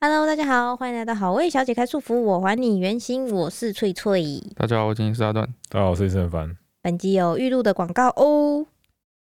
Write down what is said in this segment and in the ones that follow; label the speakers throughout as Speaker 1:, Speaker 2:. Speaker 1: Hello，大家好，欢迎来到好味小姐开束缚，我还你原形，我是翠翠。
Speaker 2: 大家好，我今天是阿段。
Speaker 3: 大家哦好，我是陈凡。
Speaker 1: 本集有预录的广告哦。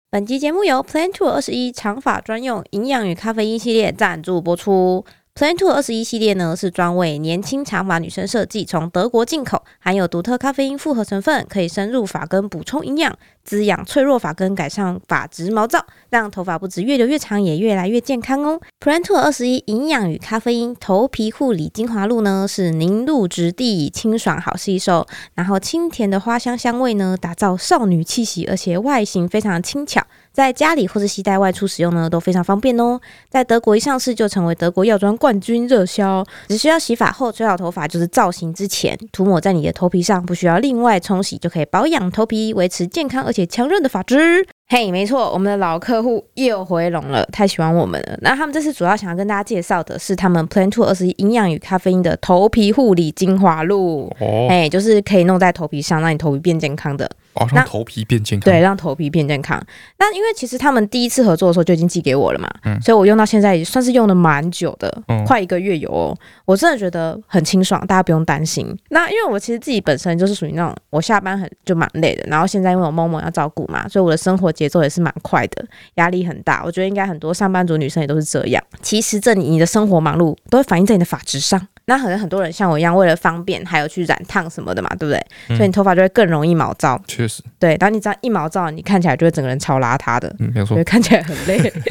Speaker 1: 本集节目由 Plan Two 二十一长发专用营养与咖啡因系列赞助播出。Plan Two 二十一系列呢是专为年轻长发女生设计，从德国进口，含有独特咖啡因复合成分，可以深入发根补充营养，滋养脆弱发根，改善发质毛躁，让头发不止越留越长，也越来越健康哦。Plan Two 二十一营养与咖啡因头皮护理精华露呢是凝露质地，清爽好吸收，然后清甜的花香香味呢，打造少女气息，而且外形非常轻巧，在家里或是携带外出使用呢，都非常方便哦。在德国一上市就成为德国药妆冠军热销，只需要洗发后吹好头发就是造型之前，涂抹在你的头皮上，不需要另外冲洗就可以保养头皮，维持健康而且强韧的发质。嘿、没错，我们的老客户又回笼了，太喜欢我们了。那他们这次主要想要跟大家介绍的是他们 Plan Two 二十一营养与咖啡因的头皮护理精华露。
Speaker 2: 哦，
Speaker 1: 哎、就是可以弄在头皮上，让你头皮变健康的，
Speaker 2: 哦，
Speaker 1: 那
Speaker 2: 让头皮变健康。
Speaker 1: 对，让头皮变健康。那因为其实他们第一次合作的时候就已经寄给我了嘛，
Speaker 2: 嗯
Speaker 1: 所以我用到现在也算是用的蛮久的，
Speaker 2: 嗯
Speaker 1: 快一个月有哦。我真的觉得很清爽，大家不用担心。那因为我其实自己本身就是属于那种我下班很就蛮累的，然后现在因为我某某要照顾嘛，所以我的生活节奏也是蛮快的，压力很大。我觉得应该很多上班族女生也都是这样。其实这你你的生活忙碌都会反映在你的发质上。那可能很多人像我一样，为了方便，还有去染烫什么的嘛，对不对？
Speaker 2: 嗯
Speaker 1: 所以你头发就会更容易毛躁。
Speaker 2: 确实，
Speaker 1: 对，然后你这样一毛躁，你看起来就会整个人超邋遢的，
Speaker 2: 嗯，没有错
Speaker 1: 对，。看起来很累。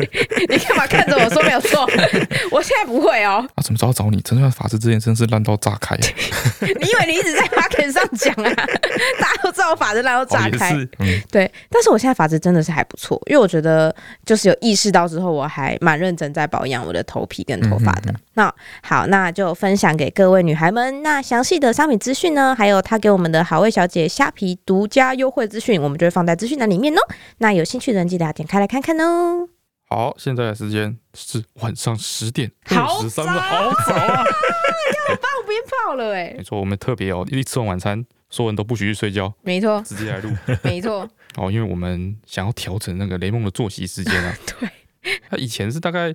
Speaker 1: 你干嘛看着我说没有错？ 我现在不会哦。
Speaker 2: 啊，怎么知道找你？真的法师之前真是烂到炸开，啊
Speaker 1: 你以为你一直在 m a r k e t 上讲啊？ 大家都知道我发质烂到 炸
Speaker 2: 哦也
Speaker 1: 开，
Speaker 2: 是，嗯，
Speaker 1: 对。但是我现在发质真的是还不错，因为我觉得就是有意识到之后，我还蛮认真在保养我的头皮跟头发的。
Speaker 2: 嗯嗯
Speaker 1: 那好，那就分享给各位女孩们。那详细的商品资讯呢，还有她给我们的好味小姐虾皮独家优惠资讯，我们就会放在资讯栏里面哦。那有兴趣的人记得要点开来看看哦。
Speaker 2: 好，现在的时间是晚上十点
Speaker 1: 好
Speaker 2: 十三
Speaker 1: 早
Speaker 2: 分，好早 啊！
Speaker 1: 我鞭炮了哎、
Speaker 2: 没错，我们特别哦，一吃完晚餐，所有人都不许去睡觉，
Speaker 1: 没错，
Speaker 2: 直接来录
Speaker 1: 没 错，
Speaker 2: 哦，因为我们想要调整那个雷梦的作息时间啊。
Speaker 1: 对，
Speaker 2: 他以前是大概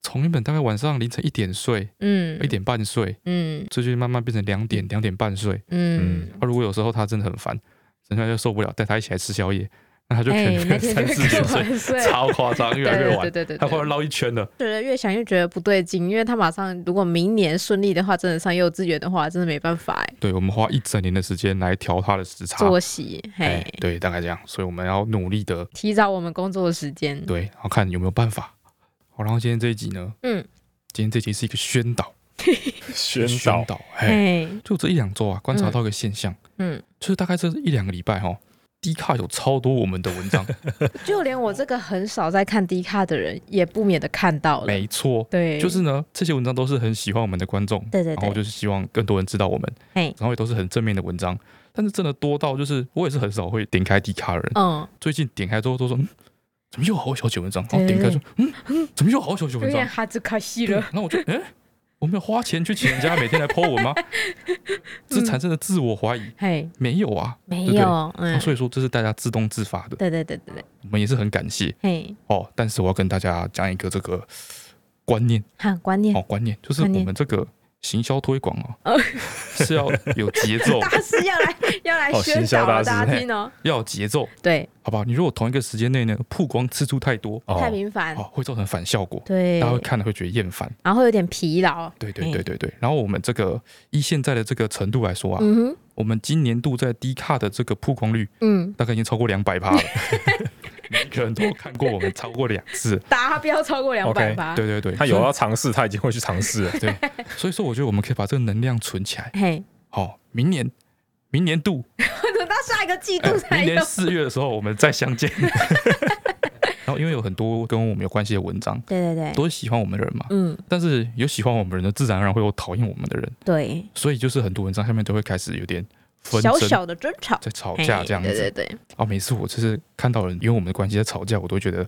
Speaker 2: 从原本大概晚上凌晨一点睡，
Speaker 1: 嗯
Speaker 2: 一点半睡，
Speaker 1: 嗯
Speaker 2: 最近慢慢变成两点、两点半睡。
Speaker 1: 嗯，
Speaker 2: 啊，如果有时候他真的很烦，陈川就受不了，带他一起来吃宵夜，那他就可
Speaker 1: 哎、那
Speaker 2: 能
Speaker 1: 天
Speaker 2: 三
Speaker 1: 就
Speaker 2: 四
Speaker 1: 会
Speaker 2: 点
Speaker 1: 更
Speaker 2: 睡，
Speaker 1: 晚睡，
Speaker 2: 超夸张，越来越晚
Speaker 1: 对，对对对
Speaker 2: 他
Speaker 1: 对
Speaker 2: 后来绕一圈了。
Speaker 1: 觉得越想越觉得不对劲，因为他马上如果明年顺利的话，真的上幼稚园的话，真的没办法哎、
Speaker 2: 对我们花一整年的时间来调他的时差，
Speaker 1: 作息嘿、
Speaker 2: 哎，对，大概这样，所以我们要努力的，
Speaker 1: 提早我们工作的时间，
Speaker 2: 对，然后看有没有办法。好，然后今天这一集呢，
Speaker 1: 嗯，
Speaker 2: 今天这一集是一个宣导，
Speaker 3: 宣
Speaker 2: 宣
Speaker 3: 导
Speaker 2: 导，哎，
Speaker 1: 嘿，
Speaker 2: 就这一两周啊，观察到一个现象，
Speaker 1: 嗯，
Speaker 2: 就是大概这一两个礼拜哈、哦，低卡有超多我们的 文章，
Speaker 1: 就连我这个很少在看 D 卡的人，也不免的看到了，
Speaker 2: 没错，
Speaker 1: 对，
Speaker 2: 就是呢，这些文章都是很喜欢我们的观众，
Speaker 1: 对对
Speaker 2: 然后
Speaker 1: 对，
Speaker 2: 就是希望更多人知道我们，
Speaker 1: 嘿
Speaker 2: 然后也都是很正面的文章，但是真的多到就是我也是很少会点开迪卡的人，
Speaker 1: 嗯，
Speaker 2: 最近点开之后都说，嗯，怎么又好小姐文章？然后
Speaker 1: 对对
Speaker 2: 点开说，嗯，怎么又好小姐
Speaker 1: 有
Speaker 2: 文章
Speaker 1: 点？哈兹卡西
Speaker 2: 对
Speaker 1: 了，
Speaker 2: 然后我就，哎，我没有花钱去请人家每天来 po 文吗？这产生了自我怀疑，
Speaker 1: 嘿，
Speaker 2: 没有啊，
Speaker 1: 嗯没
Speaker 2: 对不对
Speaker 1: 有，
Speaker 2: 啊
Speaker 1: 嗯，
Speaker 2: 所以说这是大家自动自发的，
Speaker 1: 对对对对对，
Speaker 2: 我们也是很感谢
Speaker 1: 嘿，
Speaker 2: 哦。但是我要跟大家讲一个这个观念
Speaker 1: 好，观念
Speaker 2: 哦，观念就是我
Speaker 1: 观念
Speaker 2: 们这个行销推广
Speaker 1: 哦
Speaker 2: 哦， 是要有节奏，
Speaker 1: 大师要来要来
Speaker 3: 哦
Speaker 1: 宣
Speaker 3: 行
Speaker 1: 导
Speaker 3: 销大
Speaker 1: 了
Speaker 3: 师
Speaker 1: 大家听哦。
Speaker 2: 要有节奏，
Speaker 1: 对，
Speaker 2: 好不好？你如果同一个时间内呢，曝光次数太多，
Speaker 3: 哦
Speaker 1: 太频繁，
Speaker 2: 哦，会造成反效果，
Speaker 1: 对
Speaker 2: 大，家会看了会觉得厌烦。
Speaker 1: 然后有点疲劳。
Speaker 2: 对对对对对。然后我们这个依现在的这个程度来说啊，
Speaker 1: 嗯哼，
Speaker 2: 我们今年度在低卡的这个曝光率
Speaker 1: 嗯，
Speaker 2: 大概已经超过两百 趴了，每一个人都看过我们超过两次。
Speaker 1: 达标超过两百
Speaker 3: OK，
Speaker 1: 八。
Speaker 2: 对对对，
Speaker 3: 他有啊要尝试，他已经会去尝试了。
Speaker 2: 所以对，所以说我觉得我们可以把这个能量存起来。
Speaker 1: 嘿，
Speaker 2: 好、明年明年度，
Speaker 1: 等到下一个 季
Speaker 2: 哎
Speaker 1: 度才
Speaker 2: 明年
Speaker 1: 用。
Speaker 2: 四月的时候我们再相见。 然后因为有很多跟我们有关系的文章，
Speaker 1: 对对对，
Speaker 2: 都是喜欢我们的人嘛，
Speaker 1: 嗯，
Speaker 2: 但是有喜欢我们的人的，自然而然会有讨厌我们的人，
Speaker 1: 对，
Speaker 2: 所以就是很多文章下面都会开始有点纷
Speaker 1: 小
Speaker 2: 争，
Speaker 1: 小的争吵，
Speaker 2: 在吵架
Speaker 1: 嘿
Speaker 2: 这样子。
Speaker 1: 对对对，
Speaker 2: 啊，每次我就是看到人因为我们的关系在吵架，我都会觉得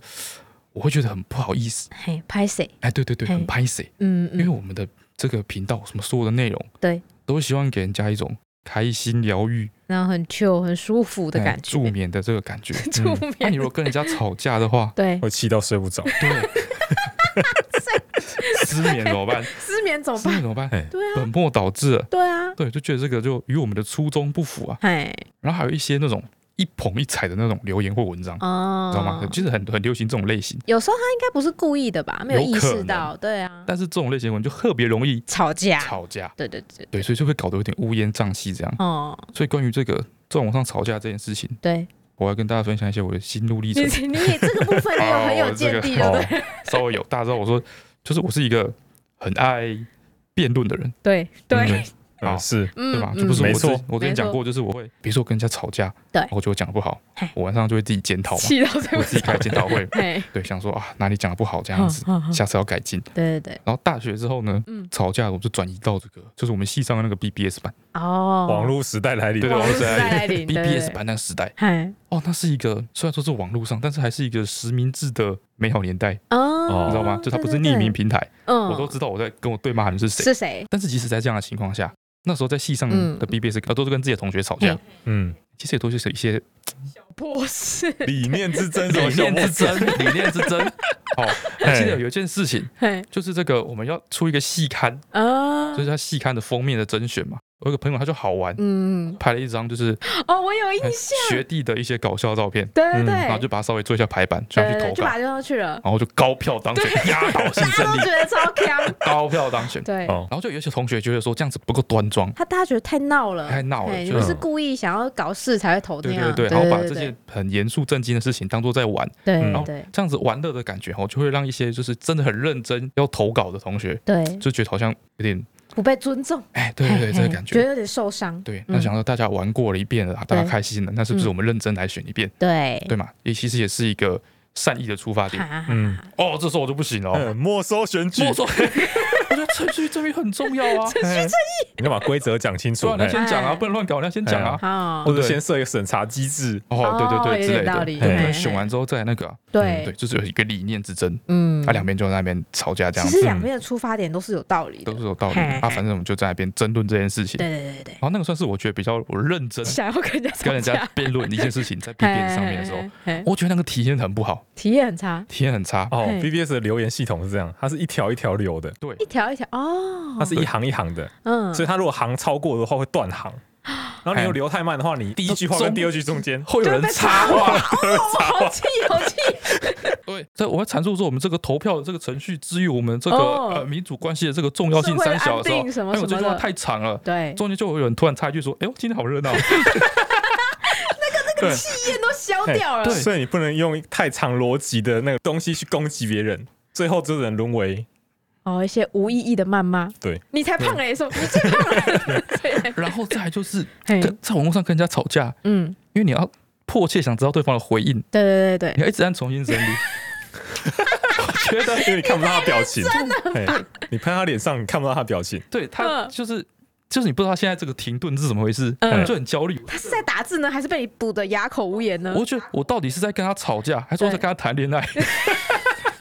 Speaker 2: 我会觉得很不好意思。
Speaker 1: 嘿，拍谁？
Speaker 2: 哎，对对对，
Speaker 1: 嘿
Speaker 2: 很拍谁，
Speaker 1: 嗯
Speaker 2: 因为
Speaker 1: 嗯，
Speaker 2: 我们的这个频道什么所有的内容，
Speaker 1: 对，
Speaker 2: 都希望给人家一种开心疗愈、
Speaker 1: 然后很 chill 很舒服的
Speaker 2: 哎
Speaker 1: 感觉
Speaker 2: 助。眠的这个感觉。 嗯
Speaker 1: 助
Speaker 2: 那、你
Speaker 1: 眠，
Speaker 2: 如果跟人家吵架的话
Speaker 1: 对
Speaker 3: 会气到睡不着。
Speaker 2: 对， 失眠怎么办？
Speaker 1: 失眠怎么
Speaker 2: 失
Speaker 1: 办
Speaker 2: 眠？怎么办？
Speaker 3: 哎，
Speaker 1: 对啊
Speaker 2: 本，末倒置了。
Speaker 1: 对啊，
Speaker 2: 对，就觉得这个就与我们的初衷不符啊。
Speaker 1: 哎
Speaker 2: 然后还有一些那种一捧一踩的那种留言或文章，
Speaker 1: 哦，
Speaker 2: 你知道吗？其实很很流行这种类型，
Speaker 1: 有时候他应该不是故意的吧？没有
Speaker 2: 有
Speaker 1: 意
Speaker 2: 可
Speaker 1: 识
Speaker 2: 能
Speaker 1: 到，对啊，
Speaker 2: 但是这种类型的文就特别容易
Speaker 1: 吵架，
Speaker 2: 吵架，
Speaker 1: 对对对，
Speaker 2: 对，所以就会搞得有点乌烟瘴气这样。
Speaker 1: 哦，
Speaker 2: 所以关于这个在网上吵架这件事情，
Speaker 1: 对，
Speaker 2: 我要跟大家分享一些我的心路历
Speaker 1: 你
Speaker 2: 程。
Speaker 1: 你也这个部分你有很有
Speaker 2: 哦
Speaker 1: 见
Speaker 2: 这个
Speaker 1: 地，对
Speaker 3: 哦
Speaker 1: 不对？
Speaker 2: 稍微有大家知道，我说就是我是一个很爱辩论的人，
Speaker 1: 对对，
Speaker 2: 好
Speaker 3: 嗯是
Speaker 1: 嗯，
Speaker 2: 对吧？
Speaker 1: 嗯
Speaker 2: 就不是
Speaker 3: 没
Speaker 2: 我之
Speaker 3: 错
Speaker 2: 我之前讲过，就是我会比如说我跟人家吵架，
Speaker 1: 对
Speaker 2: 然后就讲得不好
Speaker 1: 嘿，
Speaker 2: 我晚上就会自己检讨嘛，
Speaker 1: 气到这
Speaker 2: 我
Speaker 1: 个，
Speaker 2: 自己开检讨会
Speaker 1: 哎，
Speaker 2: 对，想说啊哪里讲得不好这样子，
Speaker 1: 嗯，嗯嗯
Speaker 2: 下次要改进。
Speaker 1: 对对对，
Speaker 2: 然后大学之后呢，
Speaker 1: 嗯，
Speaker 2: 吵架我就转移到这个，就是我们系上的那个 BBS 版
Speaker 1: 哦，
Speaker 3: 网络时代来临
Speaker 2: 对，
Speaker 1: 网
Speaker 2: 网
Speaker 1: 络
Speaker 2: 络
Speaker 1: 时
Speaker 2: 时
Speaker 1: 代
Speaker 2: 代
Speaker 1: 来临对对对
Speaker 2: ，BBS 版那个时代，
Speaker 1: 嗨，
Speaker 2: 哦，那是一个虽然说是网络上，但是还是一个实名制的美好年代，
Speaker 1: 哦，
Speaker 2: 你知道吗？就它不是
Speaker 1: 对对
Speaker 2: 匿名
Speaker 1: 对
Speaker 2: 平台，
Speaker 1: 嗯，
Speaker 2: 我都知道我在跟我对骂的人是谁。
Speaker 1: 是谁？
Speaker 2: 但是即使在这样的情况下，那时候在系上
Speaker 1: 嗯
Speaker 2: 的 BBS 呃都是跟自己的同学吵架
Speaker 1: 嗯，
Speaker 3: 嗯，
Speaker 2: 其实也都是一些
Speaker 1: 博士，
Speaker 3: 理念之争，
Speaker 2: 理念之
Speaker 3: 什么
Speaker 2: 争，理念之争。 好，我记得有一件事情，
Speaker 1: 嘿，
Speaker 2: 就是这个我们要出一个细刊，
Speaker 1: 啊
Speaker 2: 就，是它细刊的封面的甄选嘛。我有个朋友他就好玩，
Speaker 1: 嗯，
Speaker 2: 拍了一张就是
Speaker 1: 哦，我有印
Speaker 2: 哎
Speaker 1: 象，
Speaker 2: 学弟的一些搞笑照片，
Speaker 1: 对对
Speaker 3: 嗯
Speaker 1: 对，
Speaker 2: 然后就把它稍微做一下排版，就
Speaker 1: 对
Speaker 2: 要
Speaker 1: 对
Speaker 2: 去
Speaker 1: 对
Speaker 2: 投
Speaker 1: 就
Speaker 2: 稿
Speaker 1: 把，它扔上去了，
Speaker 2: 然后就高票当选， 压倒性
Speaker 1: 大家
Speaker 2: 胜
Speaker 1: 都
Speaker 2: 利
Speaker 1: 觉，得超 强，
Speaker 2: 高票当选。
Speaker 1: 对。
Speaker 3: 哦，
Speaker 2: 然后就有一些同学觉得说这样子不够端庄，
Speaker 1: 他大家觉得太闹了，
Speaker 2: 太闹了
Speaker 1: 哎
Speaker 2: 就嗯
Speaker 1: 你们
Speaker 3: 是
Speaker 1: 是故意想要搞事才会投那
Speaker 2: 哦对
Speaker 1: 样，
Speaker 2: 对对，然后把这些很严肃正经的事情当做在玩，
Speaker 1: 对
Speaker 3: 嗯
Speaker 1: 对
Speaker 2: 然后
Speaker 1: 对
Speaker 2: 这样子玩乐的感觉哦，就会让一些就是真的很认真要投稿的同学，
Speaker 1: 对，
Speaker 2: 就觉得好像有点
Speaker 1: 不被尊重，
Speaker 2: 哎，对对对，这
Speaker 1: 嘿
Speaker 2: 个
Speaker 1: 嘿
Speaker 2: 感
Speaker 1: 觉
Speaker 2: 觉。
Speaker 1: 得有点受伤，
Speaker 2: 对，
Speaker 1: 嗯
Speaker 2: 那想到大家玩过了一遍了，大家
Speaker 1: 对嗯
Speaker 2: 开心了，那是不是我们认真来选一遍，
Speaker 1: 对，
Speaker 2: 对吗？也其实也是一个善意的出发点。
Speaker 1: 哈哈
Speaker 3: 嗯
Speaker 1: 哈，
Speaker 2: 哦，这时候我就不行了 哦，
Speaker 3: 嗯，没收选举
Speaker 2: 没， 错，我觉得程序正义很重要 啊，哎
Speaker 3: 你要把规则讲清楚
Speaker 2: 对啊，，你要
Speaker 3: 嘿
Speaker 2: 先讲啊，
Speaker 1: 哎
Speaker 2: 不能乱搞，你要先讲啊。
Speaker 1: 好
Speaker 3: 或，者先设一个审查机制，
Speaker 2: 哦，对
Speaker 1: 哦
Speaker 2: 对
Speaker 1: 有
Speaker 2: 对，之
Speaker 1: 点
Speaker 2: 类
Speaker 1: 道
Speaker 2: 的，
Speaker 1: 理
Speaker 2: 对不
Speaker 1: 嘿
Speaker 2: 能
Speaker 1: 嘿
Speaker 2: 选完之后再那个啊，对，
Speaker 1: 对，
Speaker 2: 就是有一个理念之争，啊
Speaker 1: 嗯
Speaker 2: 他两边就在那边吵架这
Speaker 1: 其
Speaker 2: 样
Speaker 1: 实
Speaker 2: 子，
Speaker 1: 两边的出发点都是有道理的
Speaker 2: 都，是有道理
Speaker 1: 嘿嘿
Speaker 2: 的。啊，反正我们就在那边争论这件事情。
Speaker 1: 对对对对
Speaker 2: 然后那个算是我觉得比较我认真
Speaker 1: 对， 想要跟人家吵
Speaker 2: 跟人家
Speaker 1: 架
Speaker 2: 辩论一件事情，在 B
Speaker 1: 嘿
Speaker 2: B 上面的时候
Speaker 1: 嘿，嘿嘿
Speaker 2: 我觉得那个体验很不好，
Speaker 1: 体验很差，
Speaker 2: 体验很差。
Speaker 3: 哦
Speaker 1: 嘿
Speaker 3: ，BBS 的留言系统是这样，它是一条一条留的，
Speaker 2: 对
Speaker 1: 一，条一条哦，
Speaker 3: 它是一行一行的，
Speaker 1: 嗯
Speaker 3: 所以它如果行超过的话会断行，然后你
Speaker 2: 哎
Speaker 3: 又留太慢的话，你第一句话跟第二句中间
Speaker 2: 会有人
Speaker 1: 就被哦
Speaker 2: 插 话。
Speaker 1: 好气好 气，
Speaker 2: 对，所以我要阐述说，我们这个投票的这个程序，之于我们这个
Speaker 1: 哦
Speaker 2: 呃民主关系的这个重要性
Speaker 1: 社会的
Speaker 2: 三小的时候
Speaker 1: 安定什，么
Speaker 2: 哎，我
Speaker 1: 什
Speaker 2: 这
Speaker 1: 么
Speaker 2: 句话
Speaker 1: 的
Speaker 2: 太长了，
Speaker 1: 对，
Speaker 2: 中间就会有人突然插一句说：“哎呦，今天好 热闹。
Speaker 1: 气焰都消掉了，
Speaker 2: 对
Speaker 3: 所以你不能用太长逻辑的那个东西去攻击别人，最后只能沦为
Speaker 1: 哦，一些无意义的谩骂，
Speaker 3: 对，
Speaker 1: 你才胖嘞，说你最胖 了，对”
Speaker 2: 然后再来就是
Speaker 1: 嘿
Speaker 2: 跟在网络上跟人家吵架，
Speaker 1: 嗯，
Speaker 2: 因为你要迫切想知道对方的回应，
Speaker 1: 对对对
Speaker 2: 你
Speaker 1: 对，
Speaker 2: 要一直按重新 整理。我觉得
Speaker 3: 因为你看不到他的表情，嘿你拍他脸上你看不到他的表情，
Speaker 2: 对他
Speaker 1: 嗯
Speaker 2: 就是就是你不知道现在这个停顿是怎么回事，
Speaker 1: 嗯
Speaker 2: 就很焦虑。
Speaker 1: 他是在打字呢，还是被你补的哑口无言呢？
Speaker 2: 我觉得我到底是在跟他吵架，还是我在跟他谈恋爱？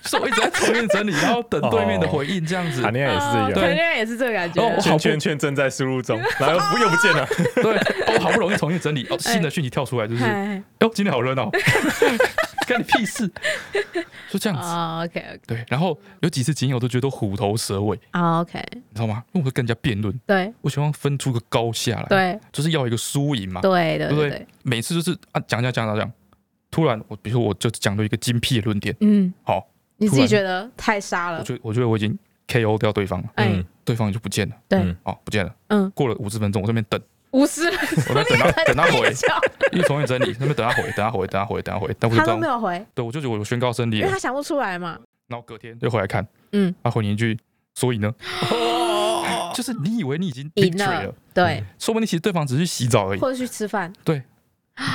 Speaker 2: 就是我一直在重新整理，然后等对面的回应这样子。
Speaker 3: 谈恋爱也是
Speaker 1: 哦
Speaker 3: 这
Speaker 2: 对
Speaker 3: 样，
Speaker 1: 谈恋爱也是这个感觉，
Speaker 2: 哦我
Speaker 3: 圈圈圈正在输入中，然后又又不见了，
Speaker 2: 对，我好不容易重新整理，哦，新的讯息跳出来就是，
Speaker 1: 哎嗨
Speaker 2: 哟，今天好热闹， 干你屁事？就这样子。
Speaker 1: 哦，OK
Speaker 2: 对，然后有几次经验我都觉得虎头蛇尾，
Speaker 1: OK，哦 OK，
Speaker 2: 你知道吗？因为我会跟人家辩论，
Speaker 1: 对
Speaker 2: 我希望分出个高下来，
Speaker 1: 对
Speaker 2: 就是要一个输赢嘛。
Speaker 1: 对对
Speaker 2: 哎对不
Speaker 1: 对
Speaker 2: 对
Speaker 1: 对，
Speaker 2: 每次就是啊讲讲讲讲讲，突然我比如说我就讲了一个精辟的论点，
Speaker 1: 嗯，
Speaker 2: 好，
Speaker 1: 你自己
Speaker 2: 突然
Speaker 1: 觉得太沙了
Speaker 2: 我，觉得我觉得我已经 KO 掉对方了，
Speaker 1: 呃哎
Speaker 3: 嗯，
Speaker 2: 对方就不见了，
Speaker 1: 对
Speaker 3: 嗯
Speaker 2: 哦不见了，
Speaker 1: 嗯，
Speaker 2: 过了五十分钟我这边等，
Speaker 1: 无私了，
Speaker 2: 我在等他等他回，
Speaker 1: 叫
Speaker 2: 一重新整理，那边等他回，等他回，等他回，等他回，但我就
Speaker 1: 他都
Speaker 2: 这样
Speaker 1: 没，有回，
Speaker 2: 对我就觉得我宣告胜利
Speaker 1: 因为
Speaker 2: 了嗯
Speaker 1: 他，想不出来嘛，
Speaker 2: 然后隔天就回来看，
Speaker 1: 嗯，
Speaker 2: 他回你一句，所 以呢，就是你以为你已经
Speaker 1: 赢
Speaker 2: victory
Speaker 1: 了
Speaker 2: 了，，
Speaker 1: 对，
Speaker 2: 说不定其实对方只是去洗澡而已
Speaker 1: 或者去吃饭，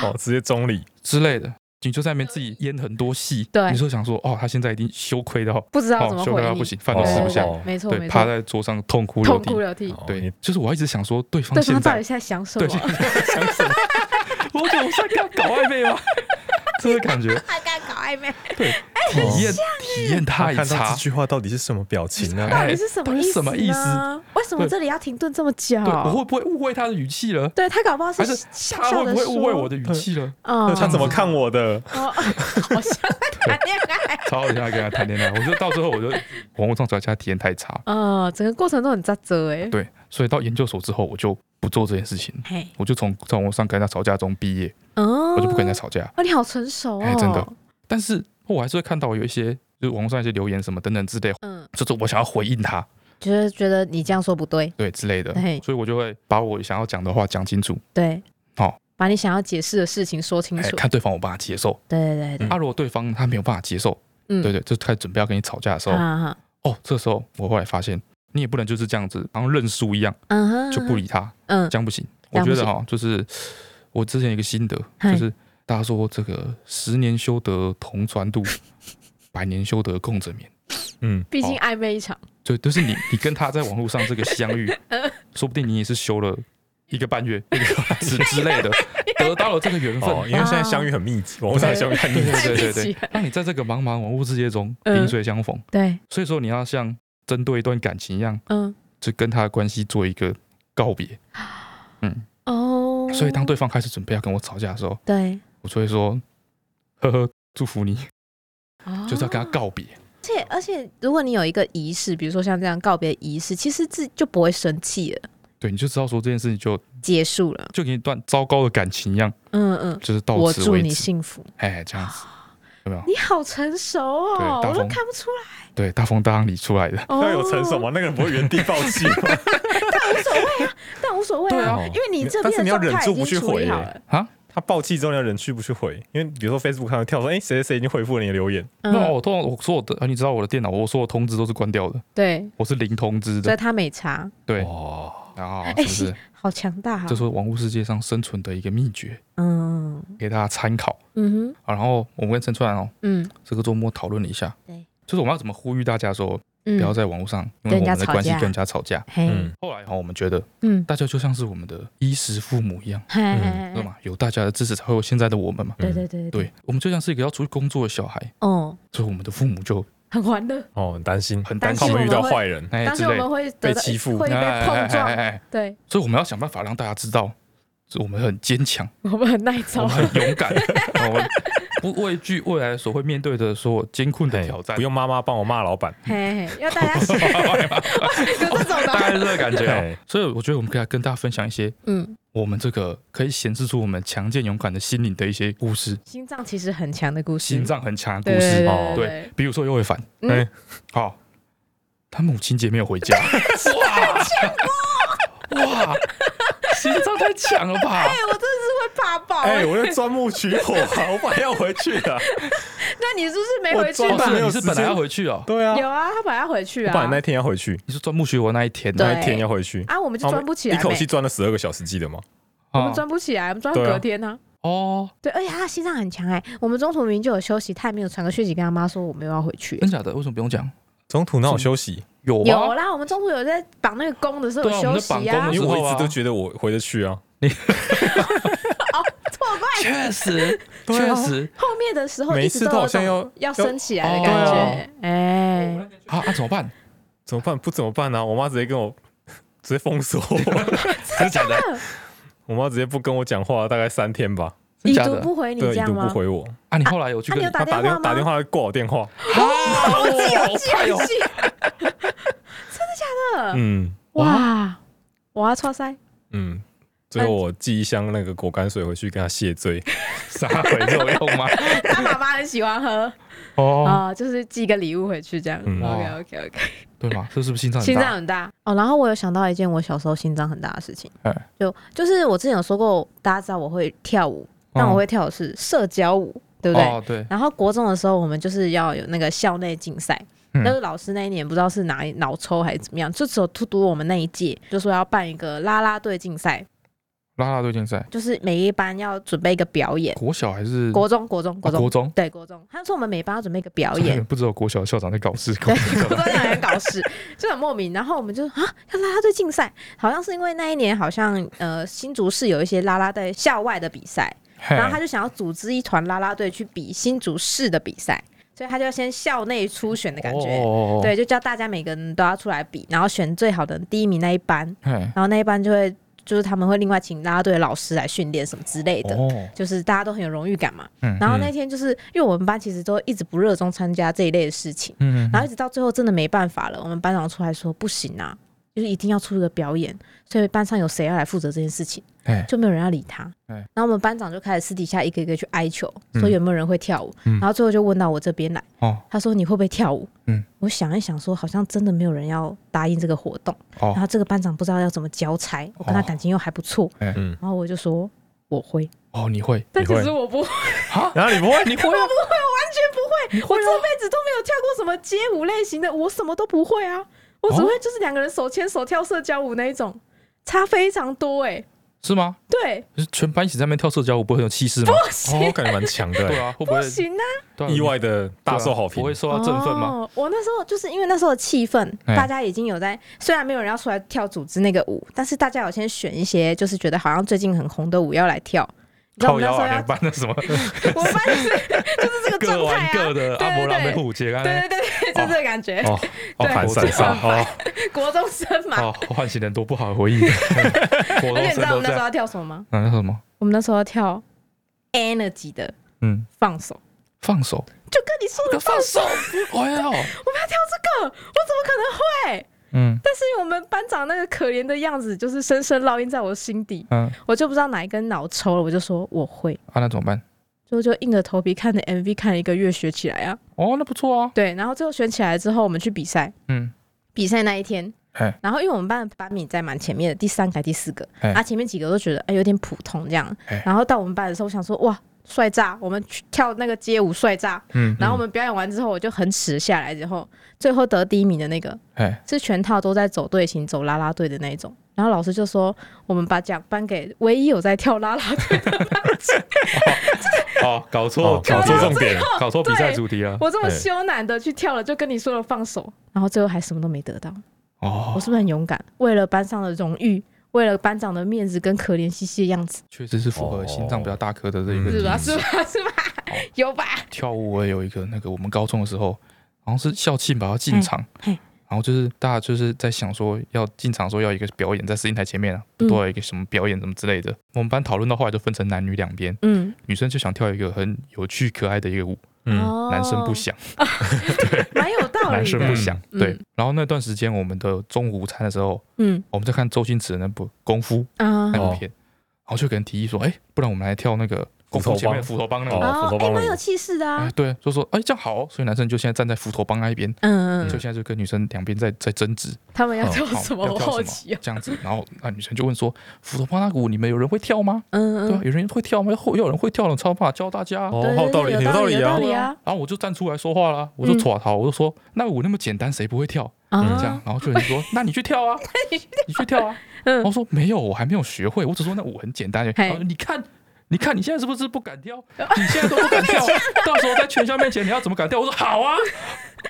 Speaker 3: 哦，直接中立，
Speaker 2: 之类的。你就在那边自己演很多戏，
Speaker 1: 对
Speaker 2: 你就想说，哦，他现在一定羞愧到，
Speaker 1: 不知道怎
Speaker 2: 哦，
Speaker 1: 么
Speaker 2: 羞愧到
Speaker 1: 回
Speaker 2: 不
Speaker 1: 你，
Speaker 2: 行，饭都
Speaker 1: 对
Speaker 2: 吃不
Speaker 1: 对
Speaker 2: 下，
Speaker 1: 对，没错
Speaker 2: 对，
Speaker 1: 没
Speaker 2: 趴
Speaker 1: 错，
Speaker 2: 在桌上痛哭流
Speaker 1: 痛
Speaker 2: 涕。
Speaker 1: 哭流涕，
Speaker 3: 哦
Speaker 2: 对
Speaker 3: 你，
Speaker 2: 就是我一直想说，对方
Speaker 1: 对
Speaker 2: 现
Speaker 1: 方到
Speaker 2: 在
Speaker 1: 底现在想什
Speaker 2: 对，
Speaker 1: 么？
Speaker 2: 想什么？我觉得我在搞搞暧昧吗？这个感觉，
Speaker 1: 他
Speaker 2: 哎
Speaker 1: 刚搞暧昧，
Speaker 2: 对，
Speaker 1: 哎
Speaker 2: 体验体验太
Speaker 3: 看到
Speaker 2: 差
Speaker 3: 这。句话到底是什么表情呢？
Speaker 1: 到底是什么意
Speaker 2: 哎到底
Speaker 1: 思？
Speaker 2: 是什么意
Speaker 1: 思
Speaker 2: 思？
Speaker 1: 为什么
Speaker 2: 对
Speaker 1: 这里要停顿这么久？
Speaker 2: 对，我会不会误会他的语气了？
Speaker 1: 对他搞不好
Speaker 2: 还
Speaker 1: 是
Speaker 2: 是
Speaker 1: 笑
Speaker 2: 他会
Speaker 1: 笑
Speaker 2: 不
Speaker 1: 的
Speaker 2: 会误会我的语气了？
Speaker 1: 啊
Speaker 3: 他怎么看我的？
Speaker 1: 哦， 好像在谈恋爱。
Speaker 2: 超想跟他谈恋爱，我就到最后我就网络上找家体验太差，
Speaker 1: 嗯，整个过程都很扎折哎。
Speaker 2: 对，所以到研究所之后我就不做这件事情，
Speaker 1: 嘿，
Speaker 2: 我就从在网络上跟人家吵架中毕业，
Speaker 1: 哦，
Speaker 2: 我就不跟人家吵架。
Speaker 1: 哦，你好成熟哦
Speaker 2: 哎，真的，但是我还是会看到有一些就是网络上一些留言什么等等之类，
Speaker 1: 嗯，
Speaker 2: 就是我想要回应他，
Speaker 4: 就是觉得你这样说不对，
Speaker 2: 对之类的
Speaker 4: 嘿，
Speaker 2: 所以我就会把我想要讲的话讲清楚，
Speaker 4: 对
Speaker 1: 把你想要解释的事情说清
Speaker 2: 哦哎，
Speaker 1: 楚。
Speaker 2: 看对方有办法接受。
Speaker 4: 对对对，
Speaker 2: 啊，如果对方他没有办法接受，
Speaker 1: 嗯
Speaker 2: 对对，就开始准备要跟你吵架的时候，
Speaker 1: 啊哈，
Speaker 2: 哦，这时候我后来发现，你也不能就是这样子，好像认输一样
Speaker 4: 嗯哼，
Speaker 2: 就不理他，
Speaker 4: 嗯
Speaker 2: 这样不行。
Speaker 4: 这
Speaker 2: 我
Speaker 4: 样不
Speaker 2: 觉
Speaker 4: 行
Speaker 2: 得哈，就是我之前有一个心得，
Speaker 4: 嗨
Speaker 2: 就是大家说这个十年修得同船渡，百年修得共枕眠。
Speaker 3: 嗯，
Speaker 1: 毕
Speaker 2: 哦
Speaker 1: 竟暧昧一场。
Speaker 2: 对，就是你，你跟他在网络上这个相遇，说不定你也是修了一个半月、一个半之之类的，得到了这个缘分。
Speaker 3: 哦，因为现在相遇很密集，网络上的相遇很密
Speaker 2: 对
Speaker 3: 集。
Speaker 1: 太密
Speaker 2: 对对
Speaker 1: 集
Speaker 2: 对
Speaker 1: 了
Speaker 2: 对，让你在这个茫茫网络世界中
Speaker 1: 嗯
Speaker 2: 萍水相逢。
Speaker 1: 对，
Speaker 2: 所以说，你要像针对一段感情一样，
Speaker 1: 嗯，
Speaker 2: 就跟他的关系做一个告别。
Speaker 1: 哦，
Speaker 2: 所以当对方开始准备要跟我吵架的时候，
Speaker 4: 对，
Speaker 2: 我就会说：“呵呵，祝福你。”
Speaker 1: 哦
Speaker 2: 就是要跟他告别。
Speaker 4: 而且而且
Speaker 1: 如果你有一个仪式，比如说像这样告别仪式，其实自己就不会生气了，
Speaker 2: 对，你就知道说这件事情就
Speaker 1: 结束了。
Speaker 2: 就跟一段糟糕的感情一样，
Speaker 1: 嗯嗯，
Speaker 2: 就是到
Speaker 1: 我
Speaker 2: 此
Speaker 1: 祝
Speaker 2: 为
Speaker 1: 你
Speaker 2: 止。
Speaker 1: 幸福。啊
Speaker 2: 哎，这样子，有没有？
Speaker 1: 你好成熟哦，
Speaker 2: 对大
Speaker 1: 我都
Speaker 2: 风
Speaker 1: 看不出来。
Speaker 2: 对，大风大浪里出来的。
Speaker 1: 哦
Speaker 3: 要有成熟吗？？那个人不会原地放弃吗？
Speaker 1: 但无所谓
Speaker 2: 对
Speaker 1: 啊，
Speaker 2: 啊
Speaker 1: 因为你这
Speaker 3: 但
Speaker 1: 边
Speaker 3: 是
Speaker 1: 的
Speaker 3: 你要
Speaker 1: 状
Speaker 3: 忍
Speaker 1: 态
Speaker 3: 住
Speaker 1: 已经
Speaker 3: 不去
Speaker 1: 处理
Speaker 3: 回欸
Speaker 1: 好
Speaker 3: 耶
Speaker 1: 了。
Speaker 3: 他暴气之后，你要忍去不去回，因为比如说 Facebook 看到跳说，哎、谁谁谁已经回复了你的留言，
Speaker 2: 那
Speaker 1: 嗯，
Speaker 2: 我通常我说我的，啊你知道我的电脑，我说我通知都是关掉的，
Speaker 1: 对，
Speaker 2: 我是零通知
Speaker 1: 所以
Speaker 2: 的。
Speaker 1: 他没查，
Speaker 2: 对，
Speaker 3: 哦，
Speaker 2: 然后
Speaker 1: 哎
Speaker 2: 是不是？
Speaker 1: 好强大啊
Speaker 2: 这是网络世界上生存的一个秘诀，
Speaker 4: 嗯
Speaker 2: 给大家参考。
Speaker 1: 嗯哼，
Speaker 2: 啊，然后我们跟陈川哦，
Speaker 1: 嗯
Speaker 2: 这个周末讨论了一下，
Speaker 4: 对，
Speaker 2: 就是我们要怎么呼吁大家说，
Speaker 1: 嗯，
Speaker 2: 不要在网络上因
Speaker 4: 跟
Speaker 2: 为
Speaker 4: 人
Speaker 2: 我
Speaker 4: 家
Speaker 2: 们的关系
Speaker 4: 吵架
Speaker 2: 跟人家吵架。
Speaker 1: 哎
Speaker 4: 嘿
Speaker 3: 嗯，
Speaker 2: 后来哈，哦我们觉得
Speaker 1: 嗯，
Speaker 2: 大家就像是我们的衣食父母一样，
Speaker 4: 嘿嘿
Speaker 1: 哎
Speaker 3: 嗯
Speaker 2: 对
Speaker 4: 嘿，
Speaker 2: 吗？有大家的支持，才会有现在的我们嘛。
Speaker 4: 对对对，
Speaker 2: 对，我们就像是一个要出去工作的小孩，
Speaker 4: 哦，
Speaker 2: 所以我们的父母就
Speaker 1: 很欢乐。
Speaker 3: 哦，很担心，
Speaker 2: 很
Speaker 1: 担
Speaker 2: 担
Speaker 1: 心
Speaker 3: 怕
Speaker 2: 心
Speaker 1: 我
Speaker 3: 我
Speaker 1: 们
Speaker 3: 们遇到
Speaker 1: 会
Speaker 3: 坏人，
Speaker 2: 哎
Speaker 1: 当时
Speaker 2: 之
Speaker 1: 我
Speaker 2: 类
Speaker 1: 们
Speaker 2: 的，
Speaker 1: 会得
Speaker 3: 被
Speaker 1: 到
Speaker 3: 欺负
Speaker 1: 会被碰
Speaker 2: 哎哎
Speaker 1: 撞，
Speaker 2: 哎哎
Speaker 1: 对
Speaker 2: 所以我们要想办法让大家知道，这我们很坚强，
Speaker 1: 我们很耐
Speaker 2: 我
Speaker 1: 操
Speaker 2: 们。很勇敢，我们不畏惧未来所会面对的所有艰困的
Speaker 3: 哎
Speaker 2: 挑战。
Speaker 3: 不用妈妈帮我骂老板，
Speaker 1: 嘿，嘿，要大家有这种
Speaker 2: 大概
Speaker 1: 的，
Speaker 2: 是这个感觉啊、
Speaker 3: 对
Speaker 2: 所以我觉得我们可以来跟大家分享一些
Speaker 1: 嗯，
Speaker 2: 我们这个可以显示出我们强健勇敢的心灵的一些故事，
Speaker 1: 心脏其实很强的故事，
Speaker 2: 心脏很强的
Speaker 1: 对
Speaker 2: 故事。
Speaker 1: 对
Speaker 3: 哦
Speaker 1: 对
Speaker 2: 对，比如说尤伟凡，
Speaker 1: 嗯
Speaker 2: 哎，好，他母亲节没有回 家，哇，哇，心脏太强了 吧？
Speaker 1: 哎，我真的是会怕爆。
Speaker 3: 哎、我在钻木取火啊，我本来要回去 的，
Speaker 1: 那你是不是没回去
Speaker 3: 我
Speaker 2: 哦
Speaker 3: 装
Speaker 1: 吧
Speaker 3: 没？
Speaker 2: 是
Speaker 3: 有
Speaker 2: 你是
Speaker 3: 时
Speaker 2: 本来
Speaker 3: 间
Speaker 2: 要回去哦，
Speaker 3: 对啊，
Speaker 1: 有啊，他本来要回去
Speaker 3: 我本来
Speaker 1: 啊
Speaker 3: 那，天要回去，
Speaker 2: 你是钻木取火那一天，
Speaker 1: 对
Speaker 2: 那
Speaker 3: 那天要回去，
Speaker 1: 啊，我们就
Speaker 3: 然后
Speaker 1: 钻不起
Speaker 3: 一
Speaker 1: 来，
Speaker 3: 口气钻了十二个小时，记得吗？
Speaker 1: 我们
Speaker 2: 啊
Speaker 1: 钻不起来，我们钻
Speaker 3: 对啊
Speaker 1: 隔天啊。
Speaker 2: 哦，
Speaker 1: 对，而且他心脏很强哎，我们中途明明就有休息，他也没有传个讯息跟他妈说我们又要回去欸
Speaker 2: 真。假的？为什么不用讲？
Speaker 3: 中途哪有休息？
Speaker 2: 有
Speaker 1: 有
Speaker 2: 啊，
Speaker 1: 啦，我们中途有在绑那个弓的时候
Speaker 2: 对啊
Speaker 1: 有休
Speaker 2: 我
Speaker 1: 息
Speaker 2: 们在绑
Speaker 1: 啊
Speaker 2: 弓
Speaker 3: 因
Speaker 2: 的，
Speaker 3: 为我
Speaker 2: 有时候
Speaker 3: 一
Speaker 2: 啊
Speaker 3: 直都觉得我回得去啊，
Speaker 2: 确实，
Speaker 3: 对
Speaker 2: 确
Speaker 3: 啊
Speaker 2: 实
Speaker 1: 后面的时候
Speaker 3: 每
Speaker 1: 一
Speaker 3: 一
Speaker 1: 直
Speaker 3: 次
Speaker 1: 都
Speaker 3: 都好
Speaker 1: 有
Speaker 3: 像
Speaker 1: 种
Speaker 3: 要
Speaker 1: 要
Speaker 3: 要
Speaker 1: 升起来的
Speaker 2: 哦
Speaker 1: 感
Speaker 2: 对
Speaker 1: 觉，哎，
Speaker 2: 啊啊，怎么办？
Speaker 3: 怎么办？不怎么办呢、啊？我妈直接跟我 直接封锁我，
Speaker 2: 真的假的？
Speaker 3: 我妈直接不跟我讲话，大概三天吧，
Speaker 2: 真
Speaker 1: 已
Speaker 2: 假
Speaker 1: 读
Speaker 2: 的？
Speaker 1: 不回你
Speaker 3: 对，
Speaker 1: 这
Speaker 3: 已
Speaker 1: 样
Speaker 3: 读不
Speaker 1: 吗？
Speaker 3: 回我，
Speaker 2: 啊，你后来有去
Speaker 1: 啊，
Speaker 2: 跟
Speaker 1: 你有打
Speaker 3: 她打
Speaker 1: 电话吗？
Speaker 3: 电打电话挂我电话，
Speaker 2: 啊，我 记我
Speaker 1: 有记有记，呃
Speaker 3: 嗯
Speaker 1: 哇！我要超塞，
Speaker 3: 嗯，最后我寄一箱那个果干水回去跟她谢 罪，
Speaker 2: 啥鬼 有用 吗？
Speaker 1: 他爸妈很喜欢喝
Speaker 2: 哦，
Speaker 1: 啊，就是寄个礼物回去这样。
Speaker 3: 嗯
Speaker 1: OK OK OK，
Speaker 2: 对嘛，这是不是心脏很
Speaker 1: 心脏
Speaker 2: 大？
Speaker 1: 很大哦。然后我有想到一件我小时候心脏很大的事情
Speaker 2: 哎，
Speaker 1: 就就是我之前有说过，大家知道我会跳舞，但我会跳的是社交舞，对不对？
Speaker 2: 嗯哦，对，
Speaker 1: 然后国中的时候，我们就是要有那个校内竞赛，
Speaker 2: 嗯
Speaker 1: 但是老师那一年不知道是哪里脑抽还是怎么样，就只有突突我们那一届就说要办一个啦啦队竞赛，
Speaker 2: 拉拉队竞赛，
Speaker 1: 就是每一班要准备一个表演。
Speaker 2: 国小还是
Speaker 1: 国中，国中，国
Speaker 2: 啊
Speaker 1: 中，
Speaker 2: 国中？，
Speaker 1: 对国中，他说我们每班要准备一个表演
Speaker 2: 不知道国小校长在搞事，
Speaker 1: 对，国中两人搞事，就很莫名。然后我们就啊要啦啦队竞赛，好像是因为那一年好像呃新竹市有一些啦啦队校外的比赛，
Speaker 2: 嘿
Speaker 1: 然后他就想要组织一团啦啦队去比新竹市的比赛，所以他就要先校内初选的感觉。
Speaker 2: 哦，
Speaker 1: 对，就叫大家每个人都要出来比，然后选最好的第一名那一班，
Speaker 2: 嘿，
Speaker 1: 然后那一班就会就是他们会另外请啦啦队的老师来训练什么之类的，
Speaker 2: 哦，
Speaker 1: 就是大家都很有荣誉感嘛。
Speaker 2: 嗯
Speaker 1: 然后那天就是因为我们班其实都一直不热衷参加这一类的事情，
Speaker 2: 嗯，
Speaker 1: 然后一直到最后真的没办法了，我们班长出来说不行啊，就是一定要出一个表演，所以班上有谁要来负责这件事情，
Speaker 2: 哎，
Speaker 1: 就没有人要理他。
Speaker 2: 哎
Speaker 1: 然后我们班长就开始私底下一个一个去哀求，
Speaker 3: 嗯
Speaker 1: 说有没有人会跳舞，
Speaker 3: 嗯
Speaker 1: 然后最后就问到我这边来，
Speaker 2: 哦
Speaker 1: 他说你会不会跳舞？
Speaker 2: 嗯，
Speaker 1: 我想一想说，好像真的没有人要答应这个活动，然
Speaker 2: 哦
Speaker 1: 后这个班长不知道要怎么交差，我跟他
Speaker 2: 哦
Speaker 1: 感情又还不错，
Speaker 2: 哎
Speaker 1: 嗯，然后我就说我会，
Speaker 2: 哦，你会
Speaker 1: 但
Speaker 3: 你会
Speaker 1: 其实我不会，
Speaker 2: 啊？
Speaker 3: 然后你不会，
Speaker 2: 你会啊？
Speaker 1: 完全不会，我这辈子都没有跳过什么街舞类型的，我什么都不会啊，我只
Speaker 2: 哦
Speaker 1: 会就是两个人手牵手跳社交舞那一种，差非常多哎、
Speaker 2: 是吗？
Speaker 1: 对，
Speaker 2: 就是全班一起在那边跳社交舞，不会很有气势吗？
Speaker 1: 不行、
Speaker 3: 哦，感觉蛮强的
Speaker 2: 对
Speaker 3: 欸，
Speaker 2: 啊，会不
Speaker 1: 不
Speaker 2: 会
Speaker 1: 行啊，
Speaker 2: 对啊
Speaker 3: 意外的大受好
Speaker 2: 不
Speaker 3: 评
Speaker 2: 会。受到振奋吗？
Speaker 1: 哦？我那时候就是因为那时候的气氛，
Speaker 2: 哎
Speaker 1: 大家已经有在，虽然没有人要出来跳组织那个舞，但是大家有先选一些就是觉得好像最近很红的舞要来跳。你知道我们
Speaker 2: 靠
Speaker 1: 那时
Speaker 2: 腰
Speaker 1: 候
Speaker 2: 啊，
Speaker 1: 要
Speaker 2: 两，班的 什么
Speaker 1: 我们班就是就是这个
Speaker 2: 各
Speaker 1: 状态
Speaker 2: 玩
Speaker 1: 啊，
Speaker 2: 啊 各的，
Speaker 1: 对
Speaker 2: 阿伯拉
Speaker 1: 对
Speaker 2: 妹互接啊，
Speaker 1: 对对对，对就这个感
Speaker 2: 哎
Speaker 1: 觉。
Speaker 3: 哦，哦，
Speaker 1: 对
Speaker 3: 盘散散哦，
Speaker 1: 国中生嘛，
Speaker 2: 哦，唤醒人多不好的 回忆。国
Speaker 1: 而且你
Speaker 2: 中
Speaker 1: 知
Speaker 2: 生
Speaker 1: 道我
Speaker 2: 都
Speaker 1: 们那
Speaker 2: 这
Speaker 1: 时候
Speaker 2: 样。
Speaker 1: 要跳什么吗？
Speaker 2: 那那什么？
Speaker 1: 我们那时候要跳 Energy 的
Speaker 2: 嗯，
Speaker 1: 放手，
Speaker 2: 放手，
Speaker 1: 就跟你说的放手，
Speaker 2: 哎呦，
Speaker 1: 我们要跳这个，我怎么可能会？
Speaker 2: 嗯
Speaker 1: 但是我们班长那个可怜的样子，就是深深烙印在我心底，
Speaker 2: 嗯，
Speaker 1: 我就不知道哪一根脑抽了，我就说我会，
Speaker 2: 啊，那怎么办？
Speaker 1: 最后就硬着头皮看着 MV 看了一个月学起来啊。
Speaker 2: 哦，那不错啊，
Speaker 1: 对，然后最后选起来之后，我们去比赛，
Speaker 2: 嗯，
Speaker 1: 比赛那一天
Speaker 2: 哎。
Speaker 1: 然后，因为我们班的班名在蛮前面的，第三个还第四个，
Speaker 2: 哎
Speaker 1: 啊，前面几个都觉得哎有点普通这样
Speaker 2: 哎。
Speaker 1: 然后到我们班的时候，我想说哇帅炸，我们去跳那个街舞帅炸。
Speaker 2: 嗯
Speaker 1: 然后我们表演完之后，我就很耻下来，之后最后得第一名的那个
Speaker 2: 哎，
Speaker 1: 是全套都在走队形、走啦啦队的那一种。然后老师就说，我们把奖颁给唯一有在跳啦啦队。
Speaker 2: 哦，搞
Speaker 3: 哦
Speaker 2: 错，
Speaker 3: 搞
Speaker 2: 搞
Speaker 3: 错
Speaker 2: 错
Speaker 3: 重
Speaker 2: 重，
Speaker 3: 点，
Speaker 2: 搞错比赛主题啊 了。
Speaker 1: 我这么
Speaker 3: 哎
Speaker 1: 羞赧的去跳了，就跟你说了放手，然后最后还什么都没得到。我
Speaker 2: 哦，
Speaker 1: 是不是很勇敢？为了班上的荣誉，为了班长的面子跟可怜兮兮的样子，
Speaker 2: 确实是符合心脏比较大颗的这一
Speaker 3: 嗯
Speaker 1: 是
Speaker 2: 个
Speaker 1: 吧？是吧？ 是吧
Speaker 2: 好？
Speaker 1: 有吧？
Speaker 2: 跳舞。我也有一个那个，我们高中的时候好像是校庆吧，要进场，
Speaker 1: 嘿嘿
Speaker 2: 然后就是大家就是在想说要进场，说要一个表演在司令台前面啊，
Speaker 1: 嗯
Speaker 2: 都要一个什么表演什么之类的。我们班讨论到后来就分成男女两边，
Speaker 1: 嗯，
Speaker 2: 女生就想跳一个很有趣可爱的一个舞，
Speaker 3: 嗯，
Speaker 1: 哦
Speaker 2: 男生不，想。
Speaker 1: 蛮有道理的。
Speaker 2: 男生不想。
Speaker 1: 嗯
Speaker 2: 对
Speaker 1: 嗯，
Speaker 2: 然后那段时间我们的中午午餐的时候，
Speaker 1: 嗯
Speaker 2: 我们在看周星驰的那部《功夫》
Speaker 1: 啊
Speaker 2: 那
Speaker 3: 哦
Speaker 2: 部片，然后就有人提议说，哎，不然我们来跳那个
Speaker 3: 斧
Speaker 2: 功夫
Speaker 3: 头
Speaker 2: 前面的
Speaker 3: 帮
Speaker 2: 斧头帮那
Speaker 3: 哦
Speaker 2: 个。
Speaker 3: 斧头帮
Speaker 1: 哎，
Speaker 3: 了
Speaker 1: 蛮
Speaker 3: 我
Speaker 1: 有气势的
Speaker 2: 哎
Speaker 1: 啊，。
Speaker 2: 对，就说哎这样好哦，所以男生就现在站在斧头帮那一边，
Speaker 1: 嗯，嗯
Speaker 2: 就
Speaker 1: 嗯
Speaker 2: 现在就跟女生两边在在争执，
Speaker 1: 他们要
Speaker 3: 哦
Speaker 1: 跳
Speaker 2: 好
Speaker 1: 什么？
Speaker 2: 要
Speaker 1: 我
Speaker 2: 跳
Speaker 1: 好
Speaker 2: 什
Speaker 1: 奇
Speaker 2: 么
Speaker 1: 哦。
Speaker 2: 这样子，然后那女生就问说斧头帮那个舞你们有人会跳吗？
Speaker 1: 嗯
Speaker 2: 对啊
Speaker 1: 嗯，，
Speaker 2: 有人会跳吗？会有人会跳了，超怕教大家啊。
Speaker 3: 哦，好有道
Speaker 1: 对
Speaker 3: 理，有
Speaker 1: 对
Speaker 3: 道
Speaker 1: 对
Speaker 3: 理
Speaker 1: 有道
Speaker 3: 啊
Speaker 1: 理，啊。
Speaker 2: 然后我就站出来说话啦，我就
Speaker 1: 嗯
Speaker 2: 耍逃，我就说那个舞那么简单，谁不会跳？
Speaker 1: 啊
Speaker 2: 嗯这样，然后就有人说：“那你 去跳啊，你去跳啊。”
Speaker 1: 嗯
Speaker 2: 然后说：“没有，我还没有学会，我只说那舞很简单。”
Speaker 1: 嘿
Speaker 2: 然后你看，你看你现在是不是不敢跳？你现在都不敢跳，到时候在全校面前你要怎么敢跳？我说：“好啊，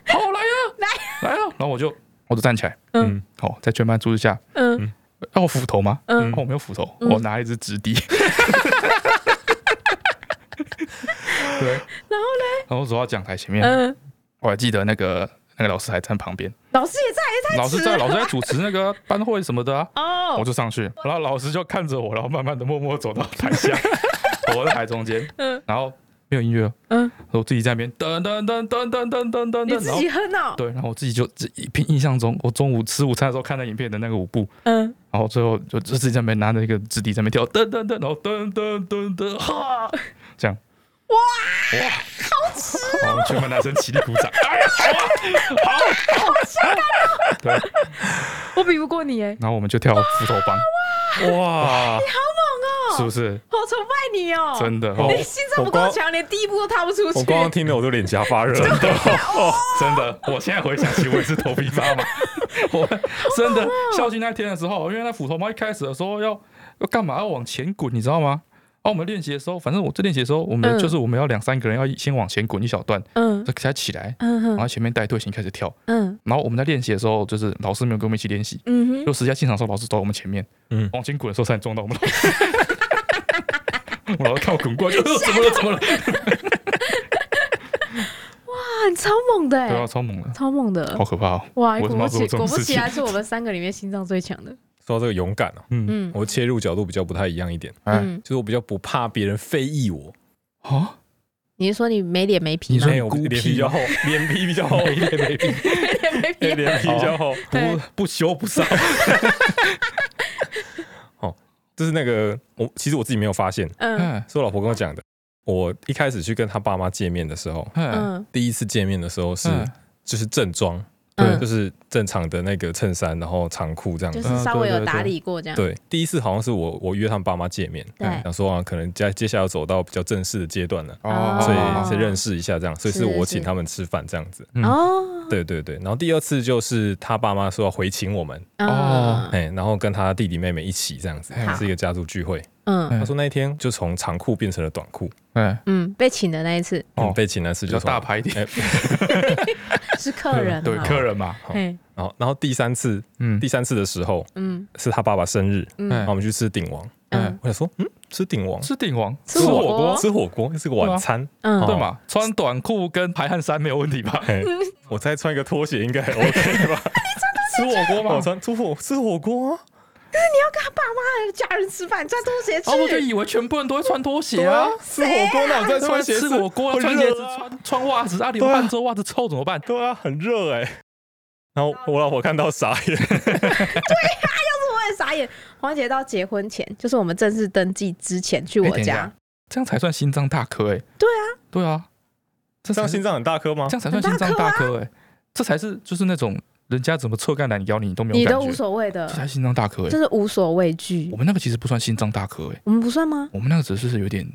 Speaker 2: 好来啊，来来啊！”然后我就我就站起来，
Speaker 1: 嗯
Speaker 2: 嗯，好，在全班注视下，
Speaker 1: 嗯
Speaker 2: 要我斧头吗？
Speaker 1: 嗯
Speaker 2: 哦，我没有斧头，
Speaker 1: 嗯
Speaker 2: 我拿一支直笛。 对，
Speaker 1: 然后
Speaker 2: 呢？然后走到讲台前面，
Speaker 1: 嗯，
Speaker 2: 我还记得那个那个老师还站旁边。
Speaker 1: 老师也在
Speaker 2: 老师在老师在主持那个班会什么的啊，我
Speaker 1: 哦，
Speaker 2: 就上去，然后老师就看着我，然后慢慢的默默走到台下， 躲在台中间，
Speaker 1: 嗯
Speaker 2: 然后没有音乐，
Speaker 1: 嗯，
Speaker 2: 我自己在那边噔噔噔噔噔噔噔噔
Speaker 1: 你
Speaker 2: 噔，
Speaker 1: 自
Speaker 2: 然后
Speaker 1: 己哼哦。
Speaker 2: 对，然后我自己就自己凭印象中，我中午吃午餐的时候看那影片的那个舞步，
Speaker 1: 嗯，
Speaker 2: 然后最后就就自己在那边拿着一个纸笛在那边跳，噔噔噔，然后噔噔噔噔，哈，这样，哇哇，好吃哦！全班男生起立鼓掌，哎呀，好啊，好啊，好对，
Speaker 1: 我比不过你哎，
Speaker 2: 然后我们就跳斧头帮。
Speaker 3: 哇，
Speaker 2: 是不是
Speaker 1: 好崇拜你哦。
Speaker 2: 真的？哦，
Speaker 1: 你心脏不够强，连第一步都踏不出去。
Speaker 3: 我刚刚听了我都脸颊发热，
Speaker 2: 真的，我现在回想起我也是头皮发麻。 我真
Speaker 1: 哦
Speaker 2: 的校庆那天的时候，因为那斧头猫一开始的时候要要干嘛？要往前滚，你知道吗？啊，我们练习的时候，反正我这练习的时候，我们
Speaker 1: 嗯
Speaker 2: 就是我们要两三个人要一先往前滚一小段，
Speaker 1: 嗯
Speaker 2: 再才起来，
Speaker 1: 嗯
Speaker 2: 然
Speaker 1: 哼
Speaker 2: 后前面带队形开始跳。
Speaker 1: 嗯
Speaker 2: 然后我们在练习的时候，就是老师没有跟我们一起练习，
Speaker 1: 嗯哼。
Speaker 2: 就实际在现场的时候，老师走到我们前面，
Speaker 3: 嗯
Speaker 2: 往前滚的时候差点撞到我们老 师。我老师看我滚过来就，呃怎么了？怎么了？
Speaker 1: 啊，干超猛的、
Speaker 2: 对
Speaker 1: 欸
Speaker 2: 啊，，超猛的，
Speaker 1: 超猛的
Speaker 2: 好，可怕哦。
Speaker 1: 哇！
Speaker 2: 我
Speaker 1: 果
Speaker 2: 怎么
Speaker 1: 不
Speaker 2: 要做
Speaker 1: 其
Speaker 2: 这
Speaker 1: 果
Speaker 2: 种
Speaker 1: 不
Speaker 2: 事
Speaker 1: 其
Speaker 2: 情？
Speaker 1: 然是我们三个里面心脏最强的。
Speaker 3: 说到这个勇敢啊，
Speaker 2: 嗯，
Speaker 1: 嗯
Speaker 3: 我切入角度比较不太一样一点，
Speaker 2: 哎，
Speaker 1: 嗯，
Speaker 3: 就是我比较不怕别人非议我，
Speaker 2: 啊，
Speaker 1: 你是说你没脸没皮
Speaker 2: 你
Speaker 1: 吗
Speaker 2: 说？
Speaker 3: 哎，我
Speaker 2: 孤僻
Speaker 3: 脸皮比较厚，脸皮比较 厚，脸皮，
Speaker 1: 没脸没皮，
Speaker 3: 脸皮比较厚，
Speaker 1: 对
Speaker 3: 不不羞不臊。 哦，就是那个我其实我自己没有发现，
Speaker 1: 嗯
Speaker 2: 哎
Speaker 3: 是我老婆跟我讲的。我一开始去跟他爸妈见面的时候，
Speaker 2: 哎，
Speaker 1: 嗯
Speaker 3: 第一次见面的时候是
Speaker 2: 嗯
Speaker 3: 就是正装，
Speaker 2: 哎
Speaker 1: 嗯
Speaker 3: 就，是正常的那个衬衫，然后长裤这样
Speaker 1: 就
Speaker 3: 子。
Speaker 1: 是稍微有打理过这样。
Speaker 3: 对，第一次好像是我我约他们爸妈见面，
Speaker 1: 对
Speaker 3: 想说啊，可能接接下来要走到比较正式的阶段了，
Speaker 2: 哦，
Speaker 3: 所
Speaker 1: 哦
Speaker 3: 以先认识一下这样，所以
Speaker 1: 是
Speaker 3: 是我
Speaker 1: 是
Speaker 3: 请他们吃饭这样子。
Speaker 2: 嗯
Speaker 1: 哦，
Speaker 3: 对对对，然后第二次就是他爸妈说要回请我们，
Speaker 2: 哦
Speaker 1: 嗯
Speaker 3: 哎、然后跟他弟弟妹妹一起这样子
Speaker 2: 好，
Speaker 3: 是一个家族聚会。
Speaker 1: 嗯
Speaker 2: 嗯
Speaker 3: 他说那一天就从长裤变成了短裤，
Speaker 2: 哎，
Speaker 1: 嗯，被请的那一次
Speaker 2: 哦
Speaker 3: 嗯被请那次
Speaker 2: 比较
Speaker 3: 就从
Speaker 2: 大牌一点，
Speaker 3: 哎
Speaker 1: 是客人，啊
Speaker 2: 对
Speaker 1: 嘛？
Speaker 2: 客人嘛，
Speaker 1: 嘿，
Speaker 3: 然后然后第三次
Speaker 2: 嗯
Speaker 3: 第，三次的时候
Speaker 1: 嗯
Speaker 3: 是他爸爸生日，
Speaker 1: 嗯
Speaker 3: 然后我们去吃鼎王，
Speaker 1: 嗯
Speaker 2: 嗯，
Speaker 3: 我想说嗯吃鼎王
Speaker 2: 是哦鼎王，
Speaker 1: 吃火锅
Speaker 3: 吃火锅是个晚餐，
Speaker 1: 嗯
Speaker 3: 哦
Speaker 2: 对嘛？穿短裤跟排汗衫没有问题 吧？
Speaker 3: 嘿 我再穿一个拖鞋应该很 OK 吧？
Speaker 2: 吃火锅嘛
Speaker 3: 我？穿吃火吃火锅啊，
Speaker 1: 还有家人吃饭，穿拖鞋
Speaker 2: 啊，我就
Speaker 1: 去，
Speaker 2: 以为全部人都会穿拖鞋 啊，
Speaker 3: 吃火锅那我再穿鞋
Speaker 2: 吃
Speaker 3: 子
Speaker 2: 火锅
Speaker 3: 会
Speaker 2: 穿鞋
Speaker 3: 热
Speaker 2: 子
Speaker 3: 啊
Speaker 2: 穿穿袜子啊，流
Speaker 3: 对啊
Speaker 2: 汗之后袜子臭怎么办？
Speaker 3: 对啊，很热哎、然后我老婆看到傻眼，
Speaker 1: 我也 傻眼。黄姐到结婚前，就是我们正式登记之前去我
Speaker 2: 哎等一
Speaker 1: 家
Speaker 2: 下，这样才算心脏大颗哎、
Speaker 1: 对啊，
Speaker 2: 对啊，这
Speaker 3: 这
Speaker 2: 才
Speaker 3: 样
Speaker 2: 是
Speaker 3: 心脏很大颗吗
Speaker 2: 这？样才算心脏大颗
Speaker 1: 啊
Speaker 2: 哎、这才是就是那种人家怎么侧干来咬你都没
Speaker 1: 你
Speaker 2: 有
Speaker 1: 都
Speaker 2: 感
Speaker 1: 无
Speaker 2: 觉，
Speaker 1: 所谓的
Speaker 2: 这，才心脏大颗哎、
Speaker 1: 就是无所畏惧
Speaker 2: 我。们那个其实不算心脏大颗哎、
Speaker 1: 我们不算吗？
Speaker 2: 我们那个只是有点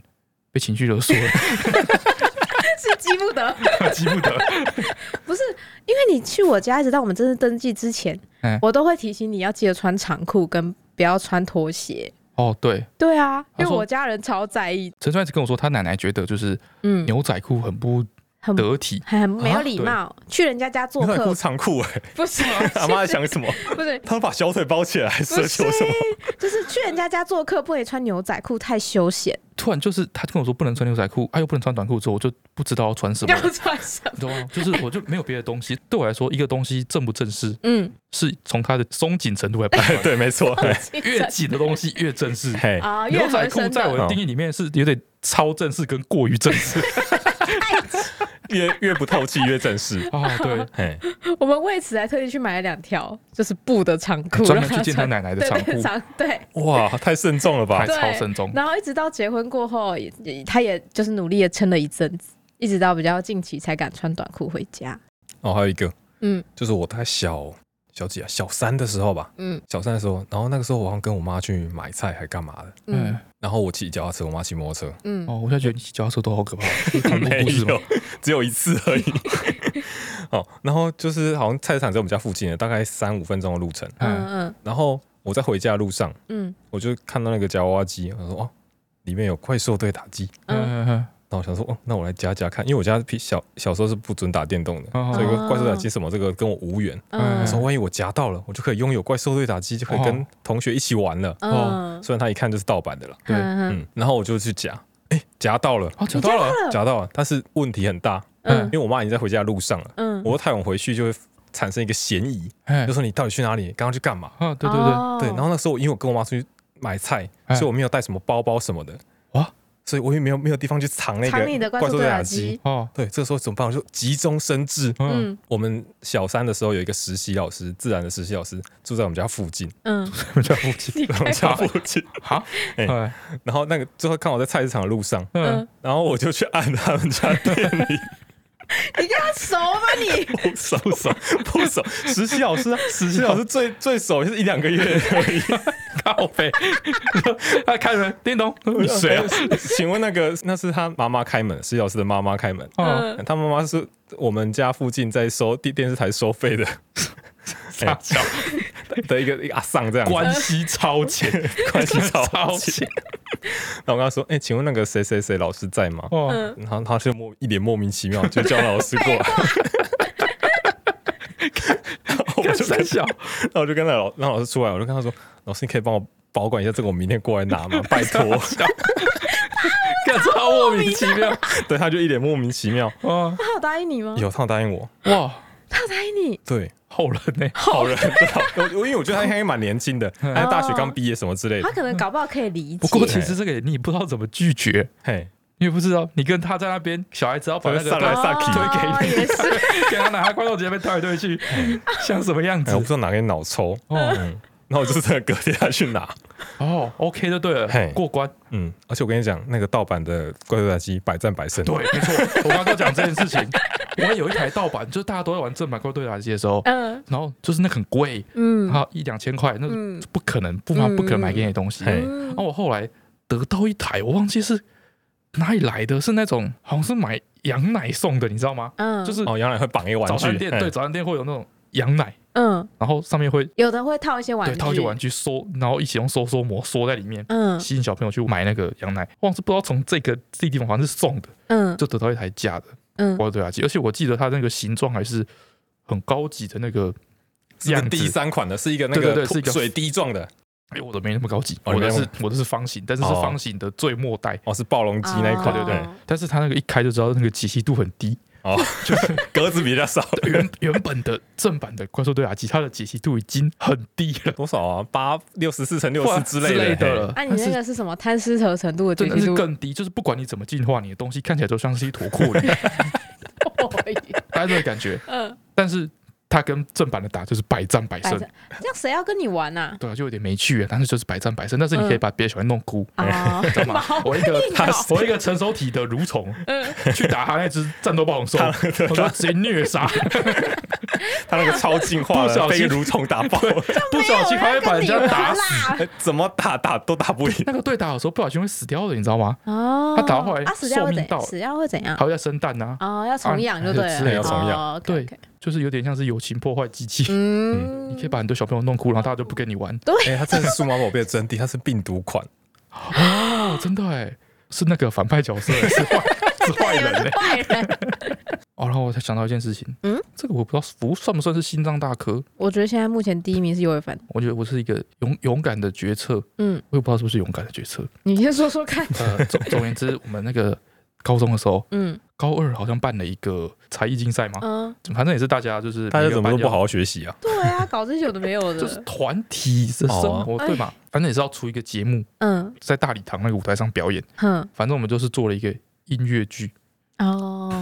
Speaker 2: 被情绪勒索了，
Speaker 1: 是记不得，
Speaker 2: 记不得。
Speaker 1: 不是因为你去我家，一直到我们正式登记之前，
Speaker 2: 嗯
Speaker 1: 我都会提醒你要记得穿长裤跟不要穿拖鞋。
Speaker 2: 哦，对，
Speaker 1: 对啊，
Speaker 2: 他
Speaker 1: 因为
Speaker 2: 说
Speaker 1: 我家人超在意，
Speaker 2: 陈川一直跟我说，他奶奶觉得就是
Speaker 1: 嗯，
Speaker 2: 牛仔裤很不
Speaker 1: 很
Speaker 2: 得体，
Speaker 1: 很很没有
Speaker 2: 啊
Speaker 1: 礼
Speaker 2: 对
Speaker 1: 貌，去人家家做
Speaker 3: 牛仔裤
Speaker 1: 客，
Speaker 3: 长裤哎、
Speaker 1: 不 是
Speaker 3: 阿妈在想什么？
Speaker 1: 不是
Speaker 3: 他把小腿包起来，
Speaker 1: 不
Speaker 3: 奢
Speaker 1: 是
Speaker 3: 求什么？，。
Speaker 1: 就是去人家家做客不可以穿牛仔裤，太休闲，
Speaker 2: 突然就是他跟我说不能穿牛仔裤，啊又不能穿短裤之后，我就不知道要穿什 么
Speaker 1: 要
Speaker 2: 了。
Speaker 1: 穿什么？
Speaker 2: 你懂吗？就是我就没有别的东西，对我来说，一个东西正不正式，
Speaker 1: 嗯，
Speaker 2: 是从它的松紧程度 来判断
Speaker 3: 对，没错，嘿
Speaker 2: 越紧的东西越正式。
Speaker 3: 嘿，
Speaker 1: 啊，越
Speaker 2: 哎牛
Speaker 1: 合
Speaker 2: 仔裤
Speaker 1: 身
Speaker 2: 在我
Speaker 1: 的，
Speaker 2: 的定义里面是有点超正式跟过于正式
Speaker 3: 越越不透气越正式。
Speaker 2: 哦， 对，
Speaker 3: 嘿，
Speaker 1: 我们为此还特地去买了两条，就是布的长裤，
Speaker 2: 啊专
Speaker 1: 让
Speaker 2: 门去见他
Speaker 1: 穿
Speaker 2: 奶奶的
Speaker 1: 对
Speaker 2: 长
Speaker 1: 对
Speaker 2: 裤，
Speaker 1: 长对。
Speaker 3: 哇，太慎重了吧
Speaker 2: 还？
Speaker 1: 对
Speaker 2: 超慎重。
Speaker 1: 然后一直到结婚过后，也也他也就是努力的撑了一阵子，一直到比较近期才敢穿短裤回家。
Speaker 3: 哦，还有一个，
Speaker 1: 嗯
Speaker 3: 就是我太小小几啊，小三的时候吧，
Speaker 1: 嗯
Speaker 3: 小三的时候，然后那个时候我好像跟我妈去买菜还干嘛的，
Speaker 1: 嗯
Speaker 2: 嗯，
Speaker 3: 然后我骑脚踏车，我妈骑摩托车，
Speaker 1: 嗯，
Speaker 2: 哦，我现在觉得你骑脚踏车都好可怕，是恐怖
Speaker 3: 没
Speaker 2: 故事吗
Speaker 3: 有？，只有一次而已。 哦，然后就是好像菜市场在我们家附近的，大概三五分钟的路程。
Speaker 2: 嗯，
Speaker 1: 嗯
Speaker 3: 然后我在回家的路上，
Speaker 1: 嗯
Speaker 3: 我就看到那个夹娃娃机，我说哦，里面有怪兽对打机。
Speaker 1: 嗯
Speaker 2: 嗯嗯
Speaker 3: 那我想说，哦，那我来夹夹看，因为我家屁小小时候是不准打电动的，
Speaker 2: 哦
Speaker 3: 所以跟怪兽对打机什么这个跟我无缘。
Speaker 2: 哎
Speaker 1: 嗯
Speaker 3: 我说，万一我夹到了，我就可以拥有怪兽对打机，就可以跟
Speaker 1: 哦
Speaker 3: 同学一起玩了。
Speaker 1: 嗯，
Speaker 3: 虽然它一看就是盗版的了，
Speaker 2: 哦对
Speaker 1: 嗯
Speaker 3: 嗯，然后我就去夹，哎，夹到了，
Speaker 2: 哦，讲到了，哎
Speaker 3: 夹到了，但是问题很大，
Speaker 1: 嗯
Speaker 3: 因为我妈已经在回家的路上了，
Speaker 1: 嗯，
Speaker 2: 哦
Speaker 3: 我太晚回去就会产生一个嫌疑，
Speaker 2: 哎
Speaker 3: 就，说你到底去哪里，刚刚去干嘛？
Speaker 2: 啊，对对
Speaker 1: 哦
Speaker 2: 对，
Speaker 3: 对，然后那时候因为我跟我妈出去买菜，
Speaker 2: 哎
Speaker 3: 所以我没有带什么包包什么的，
Speaker 2: 哇，
Speaker 3: 所以我也没有没有地方去藏那
Speaker 1: 藏你的
Speaker 3: 个
Speaker 1: 怪
Speaker 3: 怪
Speaker 1: 兽
Speaker 3: 兽
Speaker 1: 对
Speaker 3: 对
Speaker 1: 打
Speaker 3: 打
Speaker 1: 机
Speaker 3: 机。
Speaker 2: 哦，
Speaker 3: 对，这个时候怎么办？我就急中生智。
Speaker 2: 嗯，
Speaker 1: 嗯
Speaker 3: 我们小三的时候有一个实习老师，自然的实习老师住在我们家 附近，
Speaker 1: 嗯，
Speaker 2: 我家附近，
Speaker 1: 你
Speaker 3: 在我们家附近。
Speaker 2: 好，
Speaker 3: 哎
Speaker 2: 哎，
Speaker 3: 然后那个最后看我在菜市场的路上，
Speaker 2: 嗯，
Speaker 3: 然后我就去按他们家店里，
Speaker 1: 你跟他哎熟吗你？
Speaker 3: 不熟熟不熟，实习老师啊，实习老师最最熟也是一两个月而 已。
Speaker 2: 靠背，他哎开门，叮咚，你谁啊？？
Speaker 3: 请问那个那是他妈妈开门，实习老师的妈妈开门。
Speaker 1: 嗯
Speaker 2: 哦，
Speaker 3: 他妈妈是我们家附近在收电电视台收费的
Speaker 2: 傻
Speaker 3: 哎
Speaker 2: 笑，
Speaker 3: 的一个一个阿桑这样子，
Speaker 2: 哎关系超前，
Speaker 3: 关系超
Speaker 2: 超
Speaker 3: 级。
Speaker 2: 前，
Speaker 3: 然后我跟他说：“哎、请问那个谁谁谁老师在吗
Speaker 2: 哦，？”
Speaker 1: 嗯
Speaker 3: 然后他就莫一脸莫名其妙，就叫老师过来。然后我
Speaker 2: 干
Speaker 3: 就跟
Speaker 2: 三小，
Speaker 3: 然后我就跟那老让老师出来，我就跟他说：“老师，你可以帮我保管一下这个，我明天过来拿吗？拜托。”干超莫名其妙。对，他就一脸莫名其妙。
Speaker 2: 啊，
Speaker 1: 他有答应你吗？
Speaker 3: 有，他有答应我。
Speaker 2: 哇，
Speaker 1: 他有答应你，
Speaker 3: 对，
Speaker 2: 好人嗯哦呢、
Speaker 3: 好人，我我因为我觉得他应该蛮年轻的，他大学刚毕业什么之类
Speaker 1: 他
Speaker 3: 的。
Speaker 1: 可能搞不好可以理
Speaker 2: 不
Speaker 1: 解。哦
Speaker 2: 过其实这个也你不知道怎么拒绝，
Speaker 3: 嘿，
Speaker 2: 因为不知道你跟他在那边，小孩子要把那个
Speaker 3: 上来
Speaker 2: 推
Speaker 3: 撒气
Speaker 1: 哦
Speaker 2: 推给你，
Speaker 1: 也是，
Speaker 2: 给他拿他光头直接被推来推 去，像什么样
Speaker 3: 哎
Speaker 2: 子
Speaker 3: 我不？知道哪根脑抽，
Speaker 2: 哦
Speaker 3: 嗯，然后我就真的隔天他去拿。
Speaker 2: 哦，OK 就对了，
Speaker 3: 嘿
Speaker 2: 过关。
Speaker 3: 嗯，而且我跟你讲，那个盗版的怪兽打机百战百胜。
Speaker 2: 对，没错，我刚刚讲这件事情， 我有一台盗版，就是大家都在玩正版怪对打机的时候，
Speaker 1: 嗯
Speaker 2: 然后就是那很贵，然
Speaker 1: 嗯
Speaker 2: 后一两千块，那
Speaker 1: 嗯
Speaker 2: 不可能，不妈不可能买给你的东西。
Speaker 3: 嗯
Speaker 2: 然
Speaker 3: 嘿
Speaker 2: 后我后来得到一台，我忘记是哪里来的，是那种好像是买羊奶送的，你知道吗？
Speaker 1: 嗯
Speaker 2: 就是
Speaker 3: 哦，杨澜会绑一个玩
Speaker 2: 早餐
Speaker 3: 具，嗯
Speaker 2: 店
Speaker 3: 嘿
Speaker 2: 对，早餐店会有那种羊奶，
Speaker 1: 嗯，
Speaker 2: 然后上面会
Speaker 1: 有的会套一些玩
Speaker 2: 对
Speaker 1: 具，
Speaker 2: 套一些玩具收，然后一起用收缩膜缩在里面。
Speaker 1: 嗯
Speaker 2: 吸引小朋友去买那个羊奶，忘是不知道从这个这地方好像是送的，
Speaker 1: 嗯
Speaker 2: 就得到一台假的。
Speaker 1: 嗯，
Speaker 2: 怪对啊，而且我记得它那个形状还是很高级的那个
Speaker 3: 是个
Speaker 2: 样
Speaker 3: 第
Speaker 2: 子。
Speaker 3: 三款的，是一个那
Speaker 2: 对
Speaker 3: 个
Speaker 2: 对对是一个
Speaker 3: 水滴状的，
Speaker 2: 哎，我的没那么高级，我
Speaker 3: 哦
Speaker 2: 的
Speaker 3: 你没
Speaker 2: 是
Speaker 3: 有
Speaker 2: 我的是方形，但是是
Speaker 3: 哦
Speaker 2: 方形的最末代。
Speaker 3: 哦，是暴龙机那一款，
Speaker 2: 对对
Speaker 3: 嘿
Speaker 1: 哦
Speaker 2: 但是它那个一开就知道那个解析度很 低，
Speaker 3: 哦，就是格子比较 少，
Speaker 2: 原原本的正版的怪兽对打机，它的解析度已经很低了，
Speaker 3: 多少啊？八六十四乘六
Speaker 2: 哇
Speaker 3: 十之类
Speaker 2: 的
Speaker 3: 的，
Speaker 2: 了。
Speaker 1: 啊，你
Speaker 2: 但
Speaker 1: 那
Speaker 2: 是
Speaker 1: 个是什么贪吃蛇程度的
Speaker 2: 真
Speaker 1: 解
Speaker 2: 的
Speaker 1: 析
Speaker 2: 是
Speaker 1: 度？
Speaker 2: 更低，就是不管你怎么进化，你的东西看起来就像是一坨库 里，
Speaker 1: 哦
Speaker 2: 大家这个感觉。
Speaker 1: 嗯，
Speaker 2: 但是它跟正版的打就是百战百
Speaker 1: 摆
Speaker 2: 胜
Speaker 1: 着，，这样谁要跟你玩呐？
Speaker 2: 对啊，就有点没趣啊。但是就是百战百胜，但是
Speaker 1: 嗯
Speaker 2: 你可以把别的小孩弄哭。
Speaker 1: 啊，
Speaker 2: 知 道吗？我一个
Speaker 1: 他
Speaker 2: 我一个成熟体的蠕虫
Speaker 1: 嗯
Speaker 2: 去打他那只战斗暴龙兽，我说直接 虐杀，
Speaker 3: 它那个超进化
Speaker 2: 不小
Speaker 3: 了，被
Speaker 2: 心
Speaker 3: 一个蠕虫打爆，
Speaker 2: 不小心还会把人家打死。
Speaker 1: 死。
Speaker 3: 哎 怎么打打都打不赢，
Speaker 2: 那个对打有时候不小心会死掉的，你知道吗？
Speaker 1: 哦，
Speaker 2: 他打坏
Speaker 1: 啊，死掉
Speaker 2: 寿
Speaker 1: 会
Speaker 2: 命
Speaker 1: 怎
Speaker 2: 到
Speaker 1: 样？死掉会怎样？
Speaker 2: 还会再生蛋啊，
Speaker 1: 哦，要重养就
Speaker 2: 啊
Speaker 1: 对了，
Speaker 2: 之类的
Speaker 3: 要重养
Speaker 1: 哦，
Speaker 2: 对
Speaker 1: OK，OK，
Speaker 2: 就是有点像是友情破坏机器。
Speaker 1: 嗯，
Speaker 2: 你可以把很多小朋友弄哭，然后大家就不跟你玩。
Speaker 3: 哎，它真的是数码宝贝的真谛，它是病毒 款，
Speaker 2: 哦，真的哎，是那个反派角色，是坏是
Speaker 1: 对，
Speaker 2: 坏
Speaker 1: 有
Speaker 2: 人
Speaker 1: 的
Speaker 2: 哎。
Speaker 1: 坏人。
Speaker 2: 哦，然后我才想到一件事情，嗯
Speaker 1: 嗯，
Speaker 2: 这个我不知道服算不算是心脏大科。
Speaker 1: 我觉得现在目前第一名是尤伟凡，
Speaker 2: 我觉得我是一个勇勇敢的决策，
Speaker 1: 嗯，
Speaker 2: 我也不知道是不是勇敢的决策。
Speaker 1: 你先说说看，
Speaker 2: 呃，总总而言之，我们那个高中的时候，
Speaker 1: 嗯
Speaker 2: 高二好像办了一个才艺竞赛嘛，
Speaker 1: 嗯，
Speaker 2: 反正也是大家就是
Speaker 3: 大家
Speaker 2: 每个
Speaker 3: 怎么
Speaker 2: 班
Speaker 3: 都不
Speaker 2: 要
Speaker 3: 好，好学习啊？
Speaker 1: 对啊，搞这些有的没有
Speaker 2: 就是
Speaker 1: 的，
Speaker 2: 团体的生活、
Speaker 3: 哦
Speaker 2: 对嘛？
Speaker 1: 哎
Speaker 2: 反正也是要出一个节目，
Speaker 1: 嗯
Speaker 2: 在大礼堂那个舞台上表演。
Speaker 1: 哼，
Speaker 2: 反正我们就是做了一个音乐剧，
Speaker 1: 哦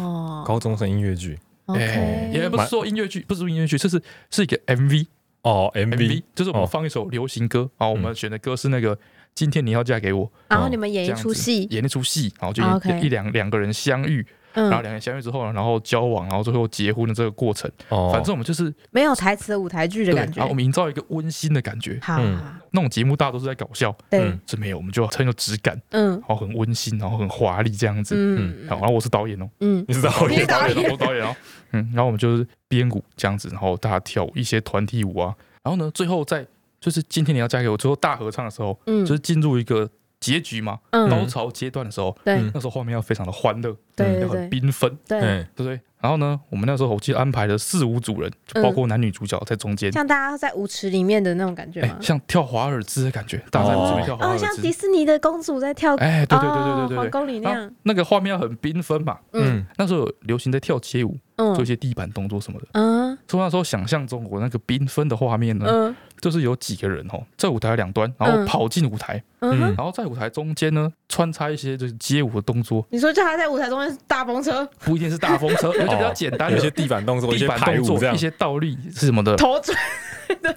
Speaker 3: 高中生音乐剧
Speaker 2: 哎也
Speaker 1: ，OK，
Speaker 2: 不是说音乐剧，不是音乐剧，这是是一个 MV，MV
Speaker 3: 哦，MV
Speaker 2: 就是我们
Speaker 3: 哦嗯
Speaker 2: 放一首流行歌，然后我们选的歌是那个《今天你要嫁给我》
Speaker 1: 然后你们演
Speaker 2: 这
Speaker 1: 一
Speaker 2: 样
Speaker 1: 出
Speaker 2: 子
Speaker 1: 戏，
Speaker 2: 演那出戏，然后就
Speaker 1: 嗯哦 OK
Speaker 2: 一一两两个人相遇，
Speaker 1: 嗯
Speaker 2: 然后，两个人相遇之后，然后交往，然后最后结婚的这个过程。
Speaker 3: 哦，
Speaker 2: 反正我们就是
Speaker 1: 没有台词的舞台剧的
Speaker 2: 对，
Speaker 1: 感觉
Speaker 2: 然后，我们营造一个温馨的感觉。
Speaker 1: 好，
Speaker 3: 嗯
Speaker 1: 好
Speaker 2: 那种节目大家都是在搞笑，
Speaker 1: 对
Speaker 3: 嗯，
Speaker 2: 这没有，我们就很有质感，
Speaker 1: 嗯
Speaker 2: 然后很温馨，然后很华丽这样子。
Speaker 1: 嗯
Speaker 2: 好，然后我是导演哦，
Speaker 1: 嗯
Speaker 3: 你知道
Speaker 2: 我
Speaker 1: 你
Speaker 2: 是
Speaker 1: 是导
Speaker 2: 导
Speaker 1: 演
Speaker 2: 演哦，我是导演哦，嗯，然后我们就是编舞这样子，然后大家跳舞一些团体舞啊，然后呢，最后在就是今天你要嫁给我最后大合唱的时候，
Speaker 1: 嗯，
Speaker 2: 就是进入一个结局嘛，高
Speaker 1: 嗯，
Speaker 2: 潮阶段的时候，
Speaker 1: 对
Speaker 3: 嗯
Speaker 2: 那时候画面要非常的欢乐，
Speaker 1: 对对
Speaker 2: 要很
Speaker 1: 对
Speaker 2: 缤纷，
Speaker 1: 对，
Speaker 3: 嗯，
Speaker 2: 对不对？然后呢，我们那时候我记得安排了四五组人，就包括男女主角在中间，
Speaker 1: 嗯像大家在舞池里面的那种感觉
Speaker 2: 哎、
Speaker 1: 吗？
Speaker 2: 像跳华尔兹的感觉，大家在注意跳华尔
Speaker 1: 哦，
Speaker 2: 兹。
Speaker 1: 像迪士尼的公主在跳，
Speaker 2: 哎、对对对对
Speaker 1: 哦
Speaker 2: 对对
Speaker 1: 皇宫里那
Speaker 2: 然后
Speaker 1: 样，
Speaker 2: 那个画面要很缤纷嘛。
Speaker 3: 嗯，
Speaker 2: 那时候有流行在跳街舞，做一
Speaker 1: 嗯
Speaker 2: 些地板动作什么的。
Speaker 1: 嗯
Speaker 2: 所以那时候想象中我那个缤纷的画面呢，
Speaker 1: 嗯
Speaker 2: 就是有几个人哦，在舞台两端，然后
Speaker 1: 嗯
Speaker 2: 跑进舞台，
Speaker 1: 嗯哼，
Speaker 2: 然后在舞台中间呢穿插一些就是街舞的动作，
Speaker 1: 你说叫他在舞台中间大风车
Speaker 2: 不一定是大风 车，有些比较简单
Speaker 3: 嗯哦有
Speaker 2: 的。
Speaker 3: 一些地板动作，一
Speaker 2: 地
Speaker 3: 些
Speaker 2: 板
Speaker 3: 排
Speaker 2: 动
Speaker 3: 舞这
Speaker 2: 作、
Speaker 3: 样
Speaker 2: 一，些倒立是什么 的，
Speaker 1: 头转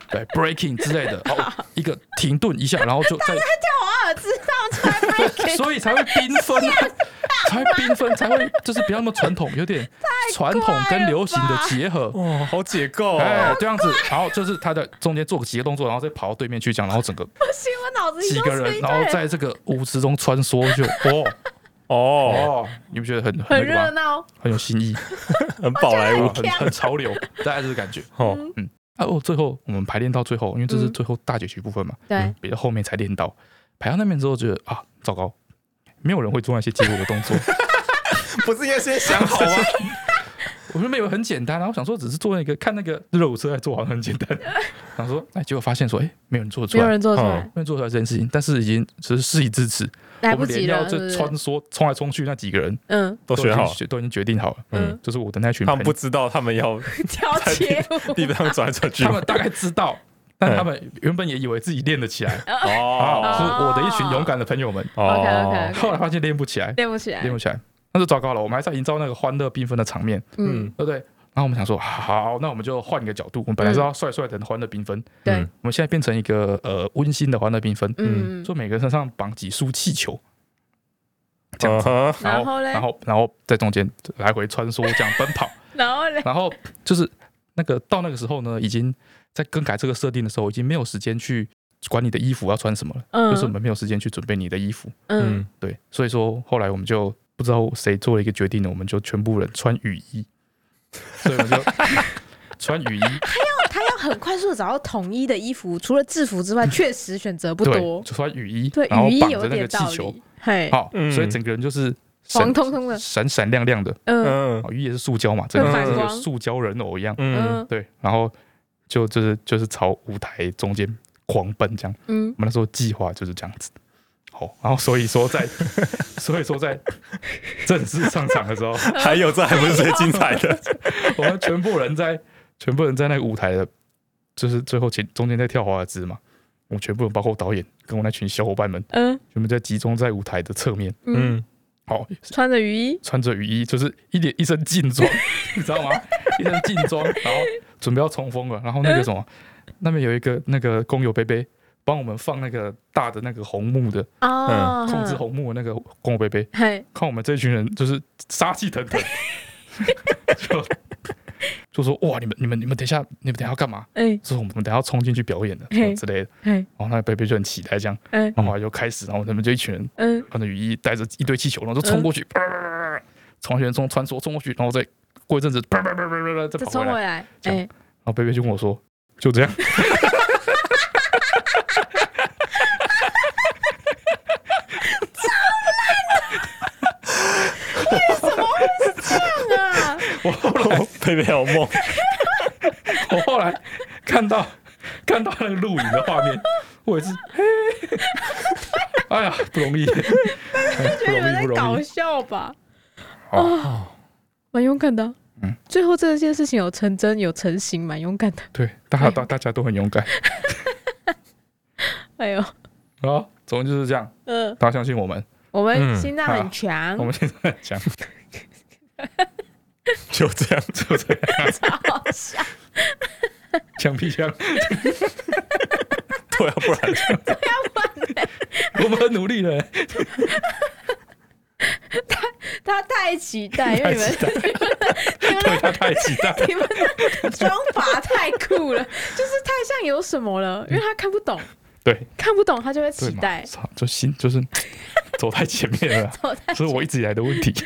Speaker 2: 对 breaking 之类的，然后一个停顿一下，然后就再
Speaker 1: 华尔兹跳出来 breaking，
Speaker 2: 所以才会缤纷啊，才会缤纷，才会就是不要那么传统，有点传统跟流行的结合。
Speaker 3: 哇，好解构
Speaker 2: 哎
Speaker 3: 哦，，
Speaker 2: 这样子，然后就是他在中间做个几个动作，然后再跑到对面去讲，然后整个
Speaker 1: 不行，我脑子里
Speaker 2: 几
Speaker 1: 都
Speaker 2: 个
Speaker 1: 是
Speaker 2: 人，
Speaker 1: 一
Speaker 2: 然
Speaker 1: 堆
Speaker 2: 后
Speaker 1: 人，
Speaker 2: 在这个舞池中穿梭， 就哦
Speaker 3: 哦，
Speaker 2: 哦，你不觉得很很
Speaker 1: 很
Speaker 2: 那
Speaker 1: 热
Speaker 2: 个吗？
Speaker 1: 闹，
Speaker 2: 很 有新意，
Speaker 3: 很宝莱
Speaker 2: 啊
Speaker 3: 坞
Speaker 2: 很很潮流，大概这个感觉。
Speaker 3: 哦，
Speaker 2: 啊，哦，最后我们排练到最后，因为这是
Speaker 1: 嗯
Speaker 2: 最后大结局部分嘛，
Speaker 1: 对，
Speaker 2: 别到后面才练到，排到那边之后觉得啊，糟糕， 没有人会做那些街舞的动作。
Speaker 3: 不是应该先想好吗？
Speaker 2: 啊我原本以为很简单啊，我想说只是做那个看那个热舞车来做，好像很简 单。然后说，哎，结果发现说，哎，没有人做得出
Speaker 1: 没有
Speaker 2: 来，没
Speaker 1: 人做出
Speaker 3: 嗯
Speaker 1: 来，
Speaker 2: 有人做得出来这件事情，但是已经只是事已至此，
Speaker 1: 来
Speaker 2: 我
Speaker 1: 不
Speaker 2: 们连
Speaker 1: 及
Speaker 2: 要
Speaker 1: 了，
Speaker 2: 这
Speaker 1: 对不对
Speaker 2: 穿梭冲来冲去那几个人
Speaker 1: 嗯
Speaker 3: 都学好
Speaker 2: 已
Speaker 3: 了
Speaker 2: 经，都已经决定好了，
Speaker 1: 嗯
Speaker 3: 嗯，
Speaker 2: 就是我的那群
Speaker 3: 他
Speaker 2: 朋
Speaker 3: 们
Speaker 2: 友
Speaker 3: 不，知道他们要
Speaker 1: 跳街舞
Speaker 3: 地上转来转去
Speaker 2: 他
Speaker 3: 吗，
Speaker 2: 们大概知道，但他们原本也以为自己练得起来，啊，
Speaker 3: 嗯哦
Speaker 2: 是我的一群勇敢的朋友们，
Speaker 3: 哦
Speaker 1: OK，OK，OK
Speaker 2: 后来发现练不起来，
Speaker 1: 练不起来
Speaker 2: 练，不起来，那就糟糕了，我们还是要营造那个欢乐缤纷的场面，
Speaker 1: 嗯，
Speaker 3: 嗯
Speaker 2: 对不对？然后我们想说，好，那我们就换一个角度，我们本来是要帅帅的欢乐缤纷，
Speaker 1: 对，
Speaker 3: 嗯
Speaker 2: 我们现在变成一个呃温馨的欢乐缤纷，
Speaker 1: 嗯，
Speaker 2: 就每个人身上绑几束气球，这样
Speaker 3: 嗯
Speaker 2: 子，
Speaker 3: 哼，
Speaker 1: 然后嘞
Speaker 2: 然，后然后在中间来回穿梭这样奔 跑，
Speaker 1: 然后嘞，
Speaker 2: 然后就是那个到那个时候呢，已经在更改这个设定的时候，已经没有时间去管你的衣服要穿什么了，
Speaker 1: 嗯
Speaker 2: 就是我们没有时间去准备你的衣服，
Speaker 1: 嗯，
Speaker 3: 嗯，
Speaker 2: 对，所以说后来我们就不知道谁做了一个决定呢，我们就全部人穿雨衣，所以我 们就穿雨衣，
Speaker 1: 他要很快速的找到统一的衣服，除了制服之 外，确实选择不
Speaker 2: 对，
Speaker 1: 多
Speaker 2: 就，穿雨衣，
Speaker 1: 对，
Speaker 2: 然后
Speaker 1: 雨衣
Speaker 2: 绑
Speaker 1: 有
Speaker 2: 着那
Speaker 1: 点
Speaker 2: 个气
Speaker 1: 道
Speaker 2: 球，
Speaker 1: 理，嘿，
Speaker 2: 好，
Speaker 3: 嗯
Speaker 2: 所以整个人就是
Speaker 1: 黄
Speaker 2: 闪
Speaker 1: 通通的，
Speaker 2: 闪闪亮亮的，
Speaker 1: 嗯
Speaker 3: 嗯
Speaker 2: 哦，雨衣也是塑胶嘛，整个
Speaker 3: 会
Speaker 2: 人
Speaker 3: 反
Speaker 2: 像个
Speaker 1: 光
Speaker 2: 塑胶人偶一样，
Speaker 3: 嗯，
Speaker 1: 嗯
Speaker 2: 对，然后就就是就是朝舞台中间狂奔这样。
Speaker 1: 嗯
Speaker 2: 我，们那时候计划就是这样子。好，然后所以说在，所以说在正式上场的时候，
Speaker 3: 还有这还不是最精彩的，
Speaker 2: 我们全部人在全部人在那个舞台的，就是最后前中间在跳华尔兹嘛，我们全部人包括导演跟我那群小伙伴们，
Speaker 1: 嗯
Speaker 2: 全部在集中在舞台的侧面，
Speaker 1: 嗯，，
Speaker 2: 好，
Speaker 1: 穿着雨衣，
Speaker 2: 穿着雨衣，就是一脸一身劲装， 你知道吗？一身劲装，然后准备要冲锋了，然后那个什么，那边有一个那个工友贝贝帮我们放那个大的那个红幕的
Speaker 1: 哦，
Speaker 2: 嗯控制红幕的那个工友贝贝，
Speaker 1: 嘿，
Speaker 2: 看我们这群人就是杀气腾腾，就就说哇，你们你们你们等一下，你们等一下要干嘛？
Speaker 1: 哎
Speaker 2: 说我们等一下要冲进去表演的什么之类的，
Speaker 1: 嘿，
Speaker 2: 然后那贝贝就很期待这样，
Speaker 1: 嗯
Speaker 2: 然后后来就开始，然后他们就一群人
Speaker 1: 嗯，
Speaker 2: 穿着雨衣，带着一堆气球，然后就冲过去，啪从旋中穿梭冲过去，然后再过一阵子，啪啪啪啪啪啪再
Speaker 1: 再
Speaker 2: 跑
Speaker 1: 冲
Speaker 2: 回来。
Speaker 1: 回来，
Speaker 2: 这样
Speaker 1: 哎，
Speaker 2: 然后贝贝就跟我说：“就这样。”
Speaker 1: 啊，
Speaker 2: 我后来，
Speaker 3: 贝贝有梦，
Speaker 2: 我后来看到看到那个录影的画面，我也是，嘿哎呀，不容易，
Speaker 1: 觉得你们
Speaker 2: 哎不
Speaker 1: 在
Speaker 2: 容易，不容
Speaker 1: 搞
Speaker 2: 易。
Speaker 1: 笑吧？啊
Speaker 2: 哦，
Speaker 1: 蛮勇敢的。
Speaker 2: 嗯，
Speaker 1: 最后这件事情有成真，有成型，蛮勇敢的。
Speaker 2: 对，大家大大家都很勇敢
Speaker 1: 哎呦，
Speaker 2: 啊。总之就是这样，
Speaker 1: 嗯、
Speaker 2: 大家相信我们，
Speaker 1: 我们
Speaker 3: 嗯
Speaker 1: 心脏很强
Speaker 2: 我，们现在讲
Speaker 3: 就这样，就这样，
Speaker 1: 好笑。
Speaker 2: 枪屁枪，
Speaker 3: 对啊，不然
Speaker 2: 我们很努力了。
Speaker 1: 他太期待，因为你们
Speaker 2: 太期待，对他太期待，
Speaker 1: 你们的装法太酷 了，就是太像有什么了，
Speaker 2: 嗯
Speaker 1: 因为他看不懂，
Speaker 2: 对，
Speaker 1: 看不懂他就会
Speaker 2: 对
Speaker 1: 期
Speaker 2: 嘛
Speaker 1: 待。
Speaker 2: 操就心就是 走太前面了啦，
Speaker 1: 走太
Speaker 2: 这是我一直以来的问题。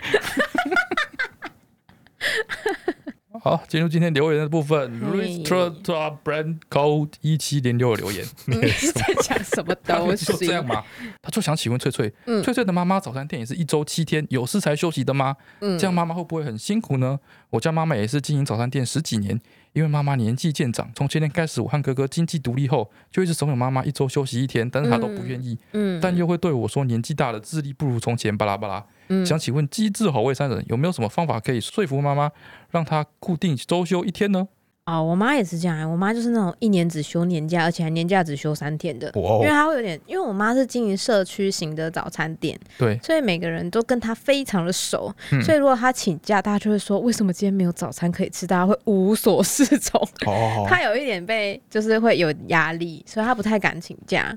Speaker 2: 好，进入今天留言的部分
Speaker 1: 哎
Speaker 2: r i s t r a t a Brand Code 一七零六的留言，
Speaker 1: 你是在讲什么
Speaker 2: 他
Speaker 1: 东
Speaker 2: 就
Speaker 1: 西
Speaker 2: 这？样吗？他就想请问翠翠，
Speaker 1: 嗯
Speaker 2: 翠翠的妈妈早餐店也是一周七天有事才休息的吗？
Speaker 1: 嗯
Speaker 2: 这样妈妈会不会很辛苦呢？我家妈妈也是经营早餐店十几年，因为妈妈年纪渐长，从前年开始，我和哥哥经济独立后，就一直怂恿妈妈一周休息一天，但是她都不愿意，
Speaker 1: 嗯
Speaker 2: 但又会对我说年纪大了，智力不如从前，巴拉巴拉。
Speaker 1: 嗯
Speaker 2: 想请问机智好味三人有没有什么方法可以说服妈妈，让她固定周休一天呢？
Speaker 1: 哦，我妈也是这
Speaker 5: 啊
Speaker 1: 样，我妈就是那种一年只休年假，而且还年假只休三天的。因为
Speaker 2: 哦，
Speaker 1: 她会有点，因为我妈是经营社区型的早餐店，
Speaker 2: 对，
Speaker 1: 所以每个人都跟她非常的熟，
Speaker 2: 嗯
Speaker 1: 所以如果她请假，大家就会说为什么今天没有早餐可以吃，大家会无所适从。
Speaker 2: 哦，
Speaker 1: 她有一点被，就是会有压力，所以她不太敢请假。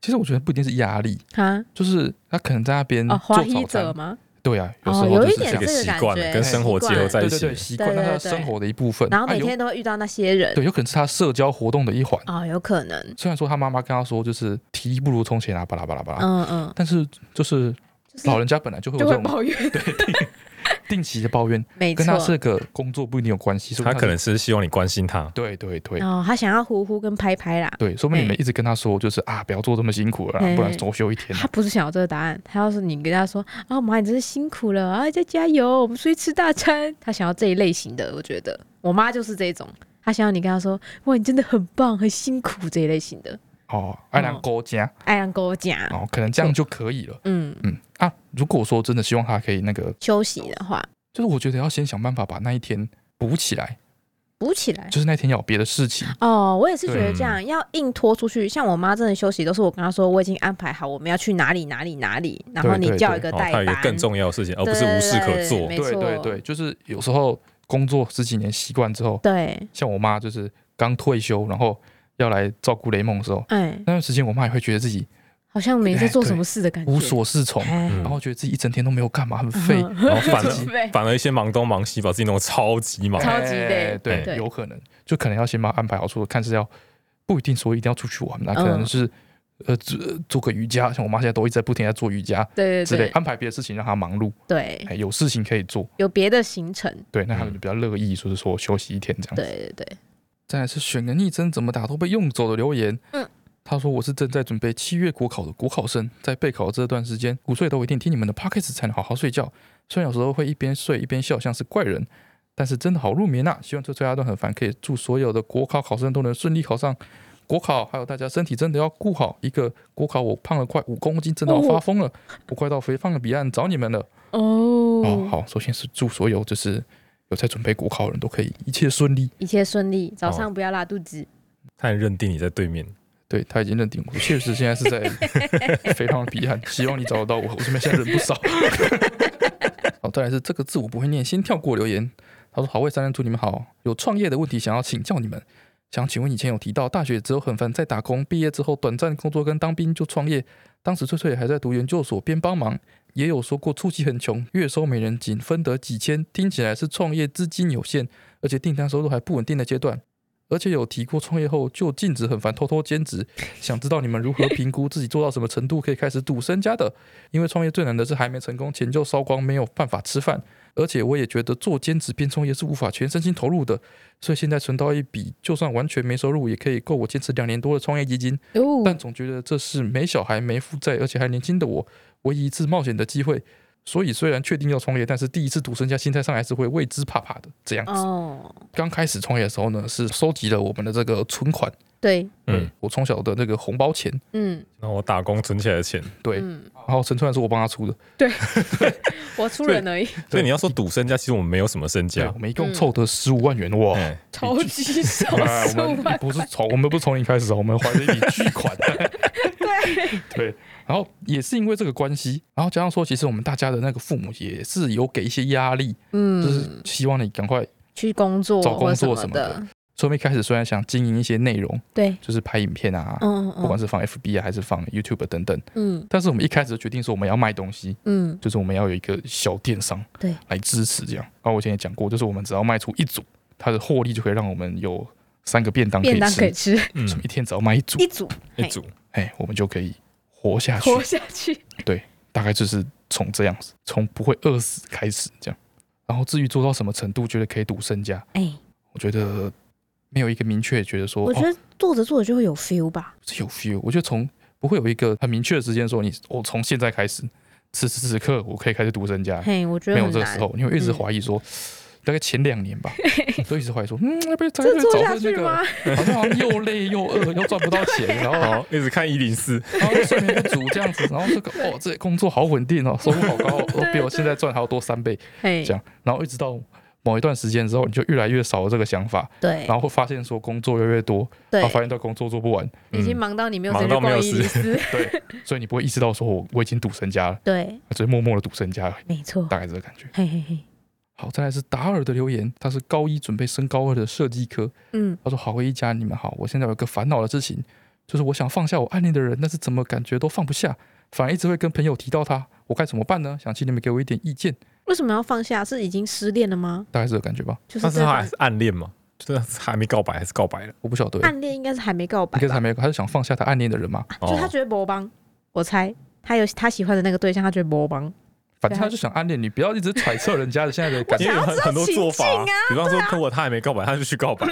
Speaker 2: 其实我觉得不一定是压力，
Speaker 1: 哈，
Speaker 2: 就是她可能在那边
Speaker 1: 哦，
Speaker 2: 嗯做
Speaker 1: 花
Speaker 2: 早
Speaker 1: 一者
Speaker 2: 餐，
Speaker 1: 吗？
Speaker 2: 对啊，有时
Speaker 1: 哦，
Speaker 2: 候
Speaker 1: 有
Speaker 2: 就
Speaker 1: 一
Speaker 2: 是这
Speaker 1: 点这
Speaker 2: 样
Speaker 3: 这个
Speaker 1: 个感
Speaker 3: 习惯
Speaker 1: 觉，
Speaker 3: 了跟生活
Speaker 1: 习
Speaker 3: 结
Speaker 1: 惯
Speaker 3: 合在
Speaker 2: 对
Speaker 3: 一
Speaker 2: 对对，
Speaker 3: 起，
Speaker 2: 习惯那是她
Speaker 1: 对对对
Speaker 2: 生活的一部分，
Speaker 1: 然后
Speaker 2: 啊
Speaker 1: 每
Speaker 2: 有
Speaker 1: 天都会遇到那些人，
Speaker 2: 对，有可能是她社交活动的一环。
Speaker 1: 哦，有可能，
Speaker 2: 虽然说他妈妈跟他说就是体力不如从前啊，巴拉巴拉巴拉，
Speaker 1: 嗯嗯，
Speaker 2: 但是就是
Speaker 1: 就是
Speaker 2: 老人家本来就会有
Speaker 1: 就
Speaker 2: 这
Speaker 1: 会
Speaker 2: 种
Speaker 1: 抱怨，
Speaker 2: 定期的抱怨，
Speaker 1: 没
Speaker 2: 跟他
Speaker 1: 错。
Speaker 2: 这个工作不一定有关系，说不
Speaker 3: 他
Speaker 2: 定
Speaker 3: 可能是希望你关心他，
Speaker 2: 对对对
Speaker 1: 哦，他想要呼呼跟拍拍啦，
Speaker 2: 对，说不定
Speaker 1: 哎
Speaker 2: 你们一直跟他说，就是啊，不要做这么辛苦了啦，
Speaker 1: 哎
Speaker 2: 不然周休一天啊
Speaker 1: 他。不是想要这个答案，他要是你跟他说啊妈，你真是辛苦了啊，再加油，我们出去吃大餐。 他想要这一类型的，我觉得我妈就是这种，她想要你跟她说哇，你真的很棒，很辛苦这一类型的，
Speaker 2: 哦，爱兰勾加
Speaker 1: 爱让跟我讲，
Speaker 2: 哦，可能这样就可以了。
Speaker 1: 嗯，
Speaker 2: 嗯啊，如果说真的希望他可以那个，
Speaker 1: 休息的话
Speaker 2: 就是我觉得要先想办法把那一天补起来，
Speaker 1: 补起来。
Speaker 2: 就是那天要有别的事情。
Speaker 1: 哦，我也是觉得
Speaker 3: 对
Speaker 1: 这样，要硬拖出去。像我妈真的休息，都是我跟她说，我已经安排好我们要去哪里哪里哪里，然后
Speaker 2: 对
Speaker 1: 你
Speaker 2: 对
Speaker 1: 叫
Speaker 2: 对
Speaker 1: 一个
Speaker 3: 哦，
Speaker 1: 代
Speaker 3: 他有
Speaker 1: 班，
Speaker 3: 一个更重要的事情，而不
Speaker 1: 对
Speaker 3: 是无事可
Speaker 1: 对
Speaker 3: 做。
Speaker 1: 没
Speaker 2: 对
Speaker 1: 错
Speaker 2: 对对，就是有时候工作十几年习惯之后，
Speaker 1: 对，
Speaker 2: 像我妈就是刚退休，然后要来照顾雷蒙的时候，
Speaker 1: 哎，
Speaker 2: 那段时间我妈也会觉得自己
Speaker 1: 好像没在
Speaker 2: 哎
Speaker 1: 做
Speaker 2: 对
Speaker 1: 什么事的感觉，
Speaker 2: 无所适从，
Speaker 1: 哎嗯
Speaker 3: 嗯
Speaker 2: 然后觉得自己一整天都没有干嘛，很废。
Speaker 3: 然后 反
Speaker 2: 自
Speaker 3: 而
Speaker 2: 己
Speaker 1: 对
Speaker 3: 反而一些忙东忙西，把自己弄得超级忙。
Speaker 1: 超级累
Speaker 2: 哎对，
Speaker 1: 对
Speaker 2: 有可能就可能要先把它安排好，说看是要不一定说一定要出去玩，那可
Speaker 1: 嗯
Speaker 2: 能是、呃做做个瑜伽，像我妈现在都一直在不停地在做瑜伽
Speaker 1: 对
Speaker 2: 之
Speaker 1: 对
Speaker 2: 类，
Speaker 1: 对
Speaker 2: 安排别的事情让她忙碌，
Speaker 1: 对，
Speaker 2: 哎，有事情可以做，
Speaker 1: 有别的行程，
Speaker 2: 对，那她
Speaker 3: 嗯
Speaker 2: 就比较乐意，就是说休息一天这样。
Speaker 1: 对对对，
Speaker 2: 再来是选个昵称怎么打都被用走的留言。
Speaker 1: 嗯，
Speaker 2: 他说我是正在准备七月国考的国考生，在备考这段时间，午睡都一定听你们的 p o c k e t 才能好好睡觉。虽然有时候会一边睡一边笑，像是怪人，但是真的好入眠呐、希望这催阿段很烦，可以祝所有的国考考生都能顺利考上。国考还有大家身体真的要顾好，一个国考我胖了快五公斤，真的要发疯了，我快到肥胖的彼岸找你们了。哦，
Speaker 1: 哦，
Speaker 2: 好，首先是祝所有就是有在准备国考的人都可以一切顺利。
Speaker 1: 一切顺利，
Speaker 2: 哦
Speaker 1: 早上不要拉肚子，
Speaker 3: 他很认定你在对面，
Speaker 2: 对他已经认定我，确实现在是在肥胖的彼岸，希望你找得到我，我这边现在人不少。好，再来是这个字我不会念，先跳过留言。他说：“好味三人组，你们好，有创业的问题想要请教你们，想请问以前有提到大学之后很烦在打工，毕业之后短暂工作跟当兵就创业，当时翠翠还在读研究所，边帮忙。”也有说过初期很穷，月收每人仅分得几千，听起来是创业资金有限，而且订单收入还不稳定的阶段。而且有提过创业后就禁止很烦偷偷兼职，想知道你们如何评估自己做到什么程度可以开始赌身家的？因为创业最难的是还没成功，钱就烧光，没有办法吃饭。而且我也觉得做兼职边创业是无法全身心投入的，所以现在存到一笔，就算完全没收入，也可以够我坚持两年多的创业基金。但
Speaker 1: 哦，
Speaker 2: 总觉得这是没小孩、没负债，而且还年轻的我唯一一次冒险的机会。所以虽然确定要创业，但是第一次赌身家，心态上还是会为之怕怕的。这样子，
Speaker 1: 哦，
Speaker 2: 刚开始创业的时候呢，是收集了我们的这个存款，
Speaker 1: 对，
Speaker 3: 嗯
Speaker 2: 嗯，，我从小的那个红包钱，
Speaker 1: 嗯
Speaker 3: 然后我打工存起来的钱，
Speaker 2: 对，
Speaker 1: 嗯，
Speaker 2: 然后陈川是我帮他出的，
Speaker 1: 我出人而已，
Speaker 3: 所以你要说赌身家，其实我们没有什么身
Speaker 2: 对，
Speaker 3: 家
Speaker 2: 我，们一共凑得十五万元哇！
Speaker 3: 哎，
Speaker 1: 超级少
Speaker 2: 哎
Speaker 1: 数
Speaker 2: 我们
Speaker 1: 啊，
Speaker 2: 不是从我们不是从零开始哦，我们还了一笔巨 款。 对，然后也是因为这个关系，然后加上说，其实我们大家的那个父母也是有给一些压力，就是
Speaker 1: 嗯，
Speaker 2: 希望你赶快。
Speaker 1: 去工作
Speaker 2: 找工
Speaker 1: 或
Speaker 2: 作
Speaker 1: 什
Speaker 2: 什
Speaker 1: 么
Speaker 2: 么的，所以我们一开始虽然想经营一些内容，
Speaker 1: 对，
Speaker 2: 就是拍影片啊，
Speaker 1: 嗯
Speaker 2: 不
Speaker 1: 嗯
Speaker 2: 管是放 FB 啊还是放 YouTube 等等，
Speaker 1: 嗯
Speaker 2: 但是我们一开始就决定说我们要卖东西，
Speaker 1: 嗯，
Speaker 2: 就是我们要有一个小电商
Speaker 1: 对
Speaker 2: 来支持这样。然后我以前也讲过，就是我们只要卖出一组，它的获利就可以让我们有三个便当可
Speaker 1: 便
Speaker 2: 以
Speaker 1: 当可以
Speaker 2: 吃，
Speaker 1: 吃
Speaker 3: 嗯，
Speaker 2: 所以一天只要卖一组
Speaker 1: 一，组，
Speaker 3: 一组，
Speaker 2: 哎，我们就可以活下去。
Speaker 1: 活下去，
Speaker 2: 大概就是从这样子，从不会饿死开始这样。然后至于做到什么程度，觉得可以赌身家，
Speaker 1: 哎，
Speaker 2: 我觉得没有一个明确觉得说，
Speaker 1: 我觉
Speaker 2: 哦
Speaker 1: 得做着做着就会有 feel 吧，
Speaker 2: 是有 feel。我觉得从不会有一个很明确的时间说你，我、从现在开始，此时此刻我可以开始独身家，
Speaker 1: 嘿，我觉
Speaker 2: 啊没
Speaker 1: 得很
Speaker 2: 有这个时
Speaker 1: 难，
Speaker 2: 候，你会一直
Speaker 1: 嗯
Speaker 2: 怀疑说，大概前两年 吧，都一直怀疑说，嗯，要不要早
Speaker 1: 这
Speaker 2: 点
Speaker 1: 做
Speaker 2: 早
Speaker 1: 下
Speaker 2: 点
Speaker 1: 去吗
Speaker 2: 那？个， 好像好像又累又饿，又赚不到 钱，然后
Speaker 3: 哦，一直看一零四，
Speaker 2: 然后睡眠不足这样子，然后这个哦，这工作好 稳定哦，收入好高哦，哦比我现在赚还要多三倍
Speaker 1: 嘿
Speaker 2: 这，样，然后一直到。某一段时间之后，你就越来越少了这个想法，
Speaker 1: 对
Speaker 2: 然后会发现说工作越来越多，然
Speaker 1: 对
Speaker 2: 后，发现到工作做不完，
Speaker 1: 已经忙到你没有
Speaker 3: 忙
Speaker 1: 时间
Speaker 3: 到没有
Speaker 1: 逛伊
Speaker 3: 时
Speaker 1: 丽丝，
Speaker 2: 所以你不会意识到说哦我我已经赌身家了，
Speaker 1: 对，
Speaker 2: 所以默默的赌身家而已，
Speaker 1: 没错，
Speaker 2: 大概这个感觉。
Speaker 1: 嘿嘿嘿，
Speaker 2: 好，再来是达尔的留言，他是高一准备升高二的设计科，
Speaker 1: 嗯，
Speaker 2: 他说：“好，一家你们好，我现在有个烦恼的事情，就是我想放下我暗恋的人，但是怎么感觉都放不下，反而一直会跟朋友提到他，我该怎么办呢？想请你们给我一点意见，
Speaker 1: 为什么要放下？是已经失恋了吗？
Speaker 2: 大概这个感觉吧。
Speaker 1: 就是
Speaker 3: 但是
Speaker 1: 在
Speaker 3: 他
Speaker 1: 放
Speaker 3: 还是暗恋嘛，就是还没告白，还是告白了，
Speaker 2: 我不晓得，
Speaker 1: 暗恋应该是还没告白
Speaker 2: 应该是
Speaker 1: 吧，
Speaker 2: 还没有，他是想放下
Speaker 1: 啊
Speaker 3: 哦
Speaker 2: 他暗恋的人嘛？
Speaker 1: 就他觉得博帮，我猜他有他喜欢的那个对象，他觉得博帮，
Speaker 2: 反正他就想暗恋你，不要一直揣测人家的现在的感
Speaker 3: 因 为
Speaker 2: 觉
Speaker 3: 有。很很多做法啊
Speaker 1: 情啊境，
Speaker 3: 比方说，如果他还没告白，他就去告白，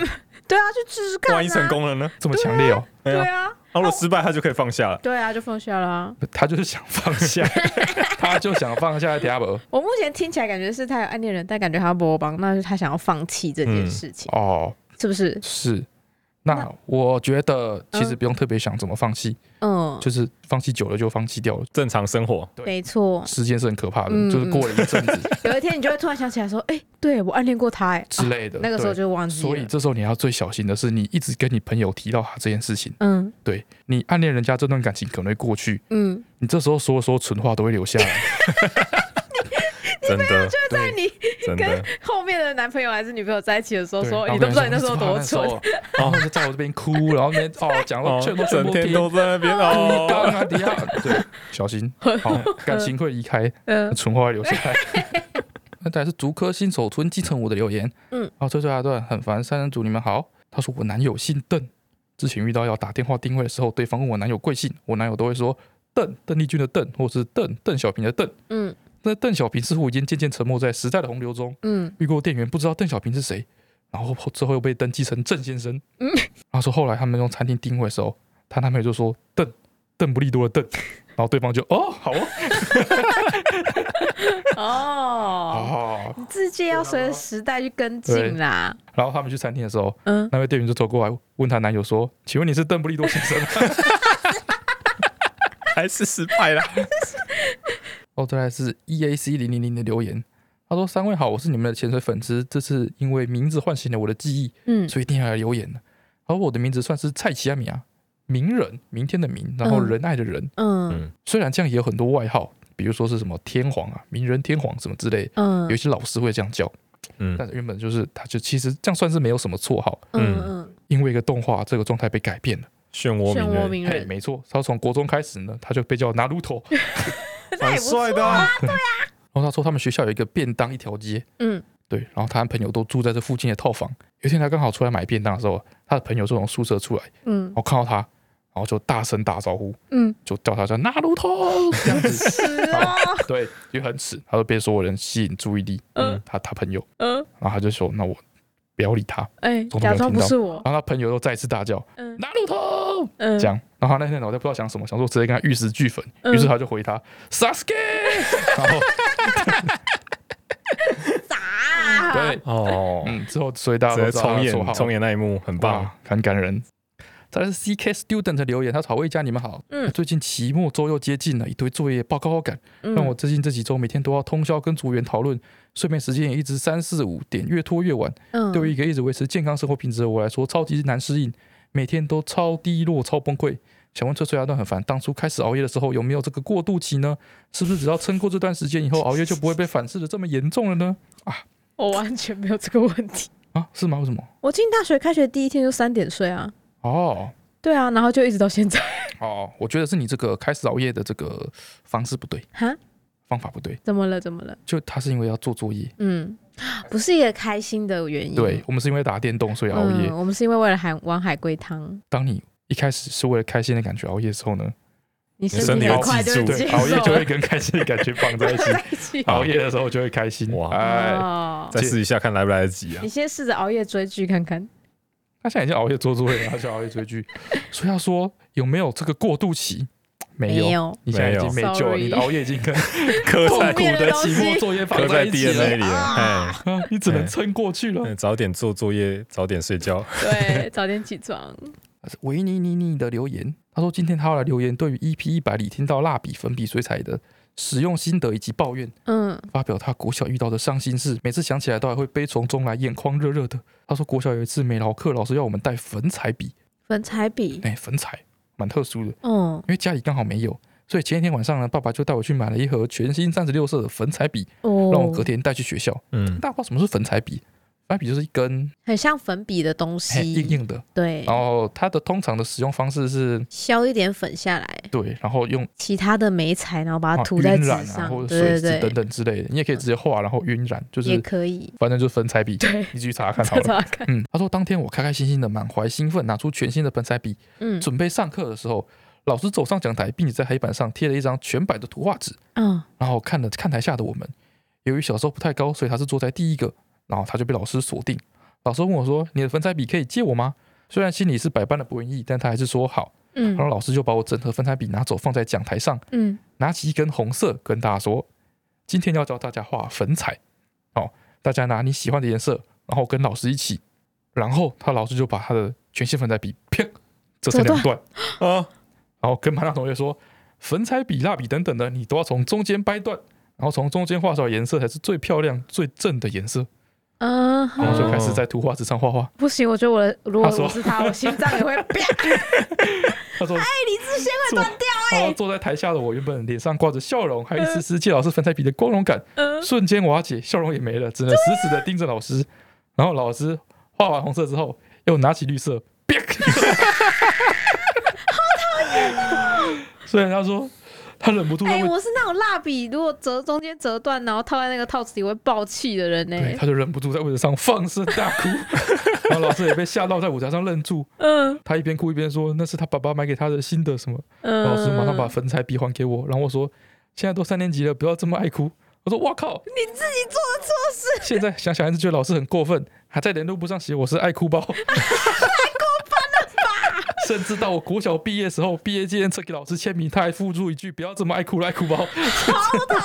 Speaker 1: 对啊，就试试看、啊。
Speaker 3: 万一成，功了呢？
Speaker 2: 这么强烈哦、
Speaker 3: 哎
Speaker 1: 对
Speaker 3: 呀，
Speaker 1: 啊，
Speaker 3: 那如果失败，他就可以放下了。
Speaker 1: 对啊，就放下了啊、
Speaker 2: 他就是想放 下，他就想放下 Diablo。
Speaker 1: 我目前听起来感觉是他有暗恋人，但感觉他不帮，那就是他想要放弃这件事情，
Speaker 2: 哦，
Speaker 1: 是不是？
Speaker 2: 是。那我觉得其实不用特别想怎么放弃，
Speaker 1: 嗯，
Speaker 2: 就是放弃久了就放弃掉了。
Speaker 3: 正常 生活，
Speaker 2: 对
Speaker 1: 没错。
Speaker 2: 时间是很可怕的，
Speaker 1: 嗯
Speaker 2: 就是过了一阵子
Speaker 1: 有一天你就会突然想起来说，哎、对我暗恋过他、哎、
Speaker 2: 之类的，
Speaker 1: 啊那个时候
Speaker 2: 对
Speaker 1: 就忘记了。
Speaker 2: 所以这时候你要最小心的是，你一直跟你朋友提到他这件事情，
Speaker 1: 嗯
Speaker 2: 对你暗恋人家这段感情可能会过去，
Speaker 1: 嗯，
Speaker 2: 你这时候所有说蠢话都会留下来。
Speaker 1: 啊
Speaker 3: 真的
Speaker 1: 在你
Speaker 3: 真的
Speaker 1: 跟， 后面的男朋友还是女朋友在一起的时候
Speaker 2: 对
Speaker 1: 说，
Speaker 2: 然后
Speaker 1: 你都不知道
Speaker 2: 跟
Speaker 1: 你
Speaker 2: 他
Speaker 1: 那时候
Speaker 2: 说
Speaker 1: 多蠢，
Speaker 2: 哦那时候然后就在我这 边哭，然后那边哦讲了
Speaker 3: 哦
Speaker 2: 劝都劝
Speaker 3: 整
Speaker 2: 不
Speaker 3: 天
Speaker 2: 听，
Speaker 3: 都在那边
Speaker 1: 嗯
Speaker 2: 刚
Speaker 3: 哦。
Speaker 2: 啊底下 对，小心，好，感情会离开，
Speaker 1: 嗯
Speaker 2: 存活会留下来。那再来是竹科新手村继承我的留言，
Speaker 1: 嗯，
Speaker 2: 好，最后一段很烦，三人组你们好。他说我男友姓邓，之前遇到要打电话定位的时候，对方问我男友贵姓，我男友都会说邓邓丽君的邓，或是邓邓小平的邓。
Speaker 1: 嗯
Speaker 2: 那邓小平似乎已经渐渐沉没在时代的洪流中，
Speaker 1: 嗯，
Speaker 2: 遇过店员不知道邓小平是谁，然后之后又被登记成郑先生。
Speaker 1: 嗯
Speaker 2: 他说后来他们用餐厅定位的时候，他男朋友就说邓邓布利多的邓，然后对方就哦好哦
Speaker 1: 嗯哦，
Speaker 2: 哦，
Speaker 1: 你自己要随着时代去跟进啦，
Speaker 2: 然后他们去餐厅的时候，
Speaker 1: 嗯，
Speaker 2: 那位店员就走过来问她男友说：“请问你是邓布利多先生吗
Speaker 3: 还是失败了，？”
Speaker 2: 哦，再来是 E A C 零零零的留言。他说：“三位好，我是你们的潜水粉丝，这次因为名字唤醒了我的记忆，
Speaker 1: 嗯
Speaker 2: 所以一定要来留言。而我的名字算是蔡奇亚米啊，名人，明天的明，然后
Speaker 1: 嗯
Speaker 2: 仁爱的人，
Speaker 1: 嗯
Speaker 2: 虽然这样也有很多外号，比如说是什么天皇啊、名人天皇什么之类，
Speaker 1: 嗯
Speaker 2: 有一些老师会这样叫。
Speaker 3: 嗯
Speaker 2: 但是原本就是，他就其实这样算是没有什么绰号，
Speaker 1: 嗯嗯，
Speaker 2: 因为一个动画这个状态被改变了。
Speaker 3: 漩涡
Speaker 1: 漩
Speaker 3: 鸣
Speaker 1: 涡
Speaker 3: 人，
Speaker 1: 鸣
Speaker 2: 嘿，
Speaker 1: 人，
Speaker 2: 没错，他从国中开始呢，他就被叫拿 鲁头。然
Speaker 3: 蛮帅的啊。
Speaker 2: 后他说他们学校有一个便当一条街，
Speaker 1: 嗯
Speaker 2: 对，然后他和朋友都住在这附近的套房。有一天他刚好出来买便当的时候，他的朋友就从宿舍出来，
Speaker 1: 嗯
Speaker 2: 然后看到他，然后就大声打招呼，
Speaker 1: 嗯，
Speaker 2: 就叫他叫拿鲁头这样子。
Speaker 1: 是哦，
Speaker 2: 对，就很耻，他就被所有人吸引注意力。
Speaker 1: 嗯
Speaker 2: 嗯，他他朋友。
Speaker 1: 嗯，
Speaker 2: 然后他就说：“那我不要理他。
Speaker 1: 哎，假装不是我”，
Speaker 2: 然后他朋友又再次大叫
Speaker 1: 嗯：“
Speaker 2: 拿路头
Speaker 1: 嗯！”
Speaker 2: 这，样，然后他那天脑袋不知道想什么，想说直接跟他玉石俱焚，
Speaker 1: 嗯
Speaker 2: 于是他就回他 “Sasuke”，然后
Speaker 1: 咋？
Speaker 2: 对，
Speaker 3: 哦，
Speaker 2: 嗯，之后所以大家
Speaker 3: 直
Speaker 2: 都
Speaker 3: 接
Speaker 2: 知道他
Speaker 3: 重
Speaker 2: 的绰号
Speaker 3: 演重演那一幕，很棒。
Speaker 2: 哇，很感人。再来是 CK Student 的留言，他说：“好魏佳，你们好。哎
Speaker 1: 嗯
Speaker 2: 最近期末周又接近了，一堆作业报告要赶，让我最近这几周每天都要通宵跟组员讨论，睡眠时间也一直三四五点，越拖越晚。
Speaker 1: 嗯
Speaker 2: 对于一个一直维持健康生活品质的我来说，超级难适应，每天都超低落、超崩溃。想问翠翠阿段很烦，当初开始熬夜的时候有没有这个过渡期呢？是不是只要撑过这段时间以后，熬夜就不会被反噬的这么严重了呢？
Speaker 1: 我完全没有这个问题。
Speaker 2: 啊，是吗？为什么？
Speaker 1: 我进大学开学第一天就三点睡啊，
Speaker 2: 哦
Speaker 1: 对啊，然后就一直到现在。
Speaker 2: 哦，我觉得是你这个开始熬夜的这个方式不对，
Speaker 1: 哈，
Speaker 2: 方法不对。
Speaker 1: 怎么了？怎么了？
Speaker 2: 就他是因为要做作业，
Speaker 1: 嗯，不是一个开心的原因。
Speaker 2: 对，我们是因为打电动所以熬
Speaker 1: 嗯
Speaker 2: 夜。
Speaker 1: 嗯，我们是因为为了海玩海龟汤，
Speaker 2: 当你一开始是为了开心的感觉熬夜的时候呢，
Speaker 1: 你身
Speaker 3: 身
Speaker 1: 体
Speaker 3: 体
Speaker 1: 很
Speaker 3: 会
Speaker 1: 快
Speaker 3: 记
Speaker 1: 就会
Speaker 3: 住
Speaker 1: 接
Speaker 2: 对，
Speaker 1: 受
Speaker 2: 熬夜就会
Speaker 1: 了
Speaker 2: 跟开心的感觉绑在 一起。
Speaker 1: 在一起。
Speaker 2: 熬夜的时候就会开心
Speaker 3: 哇
Speaker 2: 哎，
Speaker 1: 哦，
Speaker 3: 再试一下看来不来得及啊
Speaker 1: 你。先试着熬夜追剧看看。
Speaker 2: 他现在已经熬夜做作业了，他去熬夜追剧，所以要说有没有这个过渡期？没有，
Speaker 1: 有，
Speaker 2: 你现在已经
Speaker 1: 没
Speaker 2: 没
Speaker 1: 有
Speaker 2: 救了，
Speaker 1: Sorry
Speaker 2: 你的熬夜已经跟
Speaker 3: 刻
Speaker 2: 痛
Speaker 3: 在骨
Speaker 2: 苦的
Speaker 3: 的
Speaker 2: 期末作业
Speaker 3: 刻
Speaker 2: 绑在
Speaker 3: 在
Speaker 2: 一起了
Speaker 3: DNA，里了。哎，
Speaker 2: 啊你只能撑过去了。
Speaker 3: 嗯早点做作业，早点睡觉。
Speaker 1: 对，早点起床。
Speaker 2: 维尼尼尼的留言，他说今天他要来留言，对于 EP 一百里听到蜡笔粉笔水彩的使用心得以及抱怨，
Speaker 1: 嗯
Speaker 2: 发表他国小遇到的伤心事，每次想起来都还会悲从中来，眼眶热热的。他说国小有一次美劳课，老师要我们带粉彩笔，
Speaker 1: 粉彩笔，
Speaker 2: 哎、粉彩蛮特殊的。
Speaker 1: 嗯
Speaker 2: 因为家里刚好没有，所以前一天晚上呢，爸爸就带我去买了一盒全新三十六色的粉彩笔，
Speaker 1: 哦，
Speaker 2: 让我隔天带去学校。
Speaker 3: 嗯，
Speaker 2: 大家不知道什么是粉彩笔，粉彩笔就是一根
Speaker 1: 很像粉笔的东
Speaker 2: 嘿硬
Speaker 1: 西，
Speaker 2: 硬的，
Speaker 1: 对，
Speaker 2: 然后它的通常的使用方式是
Speaker 1: 削一点粉下来，
Speaker 2: 对，然后用
Speaker 1: 其他的没彩，然后把它
Speaker 2: 啊
Speaker 1: 涂在
Speaker 2: 晕
Speaker 1: 纸
Speaker 2: 染啊
Speaker 1: 上
Speaker 2: 或，者水
Speaker 1: 对
Speaker 2: 渍
Speaker 1: 对
Speaker 2: 等
Speaker 1: 对，
Speaker 2: 等之类的，你也可以直接画，然后晕染，就
Speaker 1: 也
Speaker 2: 是
Speaker 1: 可以。
Speaker 2: 反正就是粉彩笔，
Speaker 1: 对，
Speaker 2: 你自己查看好
Speaker 1: 找
Speaker 2: 了。
Speaker 1: 找看。
Speaker 2: 嗯，他说当天我开开心心的，满怀兴奋，拿出全新的粉彩笔，
Speaker 1: 嗯
Speaker 2: 准备上课的时候，老师走上讲台，并且在黑板上贴了一张全白的图画纸，
Speaker 1: 嗯，
Speaker 2: 然后看了看台下的我们。由于小时候不太高，所以他是坐在第一个，然后他就被老师锁定。老师问我说：“你的粉彩笔可以借我吗？”虽然心里是百般的不愿意，但他还是说好。
Speaker 1: 嗯
Speaker 2: 然后老师就把我整盒粉彩笔拿走，放在讲台上，
Speaker 1: 嗯，
Speaker 2: 拿起一根红色，跟大家说：“今天要教大家画粉彩，哦，大家拿你喜欢的颜色，然后跟老师一起。”然后他老师就把他的全新粉彩笔啪折成两段，
Speaker 3: 啊，
Speaker 2: 然后跟班上同学说，粉彩笔、蜡笔等等的，你都要从中间掰断，然后从中间画出来颜色才是最漂亮、最正的颜色。
Speaker 1: 嗯
Speaker 2: 然后
Speaker 1: 哼，
Speaker 2: 就开始在图画纸上画画。
Speaker 1: 不行，我觉得我的如果
Speaker 2: 他说
Speaker 1: 我是他，我心脏也会 啪。
Speaker 2: 他说：“哎，理智先会断掉哎、
Speaker 1: 欸
Speaker 2: 然后坐在台下的我，原本脸上挂着笑容，还有一丝丝借老师粉彩笔的光荣感，
Speaker 1: 嗯啊
Speaker 2: 瞬间瓦解，笑容也没了，只能死死的盯着老师。然后老师画完红色之后，又拿起绿色，啪 所以他说，他忍不住他
Speaker 1: 哦哎，
Speaker 2: 会
Speaker 1: 我是那种蜡笔，如果折中间折断，然后套在那个套子里会爆气的人呢。
Speaker 2: 对，他就忍不住在位置上放声大哭， 然后老师也被吓到，在舞台上愣住。
Speaker 1: 嗯
Speaker 2: 他一边哭一边说：“那是他爸爸买给他的新的什么？”
Speaker 1: 嗯，
Speaker 2: 老师马上把粉彩笔还给我，然后我说：“现在都三年级了，不要这么爱哭。”我说：“哇靠，
Speaker 1: 你自己做的错事，
Speaker 2: 现在想想还是觉得老师很过分，还在联络簿上写我是爱哭包。” 太过分了吧！甚至到我国小毕业时候，毕业纪念册给老师签名，他还附注一句：“不要这么爱哭了，爱哭包。
Speaker 1: 好讨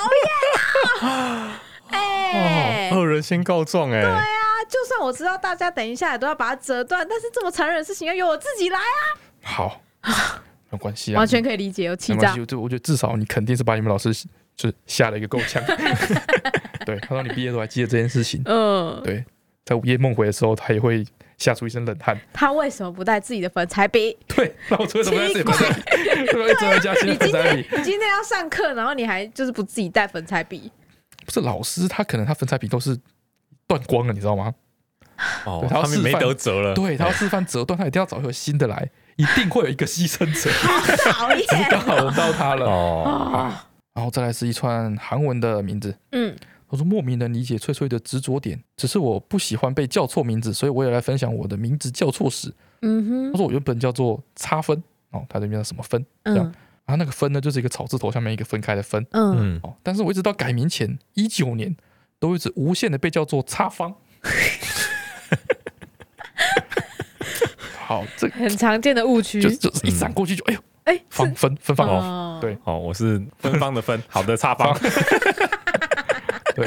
Speaker 1: 厌 啊！
Speaker 2: 哦
Speaker 1: 哎、
Speaker 2: 嗯
Speaker 3: 恶人先告状哎、
Speaker 1: 啊，就算我知道大家等一下也都要把它折断，但是这么残忍的事情要由我自己来啊，”
Speaker 2: 好，没关系啊，
Speaker 1: 完全可以理解，有气
Speaker 2: 没关
Speaker 1: 炸
Speaker 2: 系，。我就我觉得至少你肯定是把你们老师就是吓了一个够呛。 对，他说你毕业都还记得这件事情，
Speaker 1: 嗯，
Speaker 2: 对，在午夜梦回的时候，他也会吓出一身冷汗。
Speaker 1: 他为什么不带自己的粉彩笔？
Speaker 2: 对，那我为什么要这
Speaker 1: 奇
Speaker 2: 么
Speaker 1: 怪
Speaker 2: 在 这么这么加薪
Speaker 1: 你今
Speaker 2: 在
Speaker 1: 天
Speaker 2: 里？
Speaker 1: 你今天要上课，然后你还就是不自己带粉彩笔，
Speaker 2: 不是老师，他可能他粉彩笔都是断光了，你知道吗？
Speaker 3: 哦
Speaker 2: 对他要
Speaker 3: 他们
Speaker 2: 示
Speaker 3: 没
Speaker 2: 范
Speaker 3: 得折了，哦
Speaker 2: 对，他要示范折断，他一定要找一个新的 来，一定会有一个牺牲者，
Speaker 1: 讨
Speaker 2: 刚
Speaker 1: 厌
Speaker 2: 好轮到他 了。
Speaker 3: 哦，
Speaker 1: 啊！
Speaker 2: 然后再来是一串韩文的名字，
Speaker 1: 嗯，
Speaker 2: 我说莫名能理解翠翠的执着点，只是我不喜欢被叫错名字，所以我也来分享我的名字叫错史。
Speaker 1: 嗯
Speaker 2: 他
Speaker 1: 哼，
Speaker 2: 说我原本叫做差分哦，他这边叫什么分？这样
Speaker 1: 嗯
Speaker 2: 然后那个分呢，就是一个草字头下面一个分开的分
Speaker 1: 嗯，
Speaker 3: 嗯，
Speaker 2: 哦。但是我一直到改名前一九年，都一直无限的被叫做差方。好，这
Speaker 1: 很常见的误区
Speaker 2: 就。就是一闪过去就哎呦，
Speaker 1: 哎，
Speaker 2: 方分分方
Speaker 3: 哦
Speaker 1: 哦
Speaker 2: 对
Speaker 3: 哦，我是芬芳的芬， 好的差方，
Speaker 2: 对。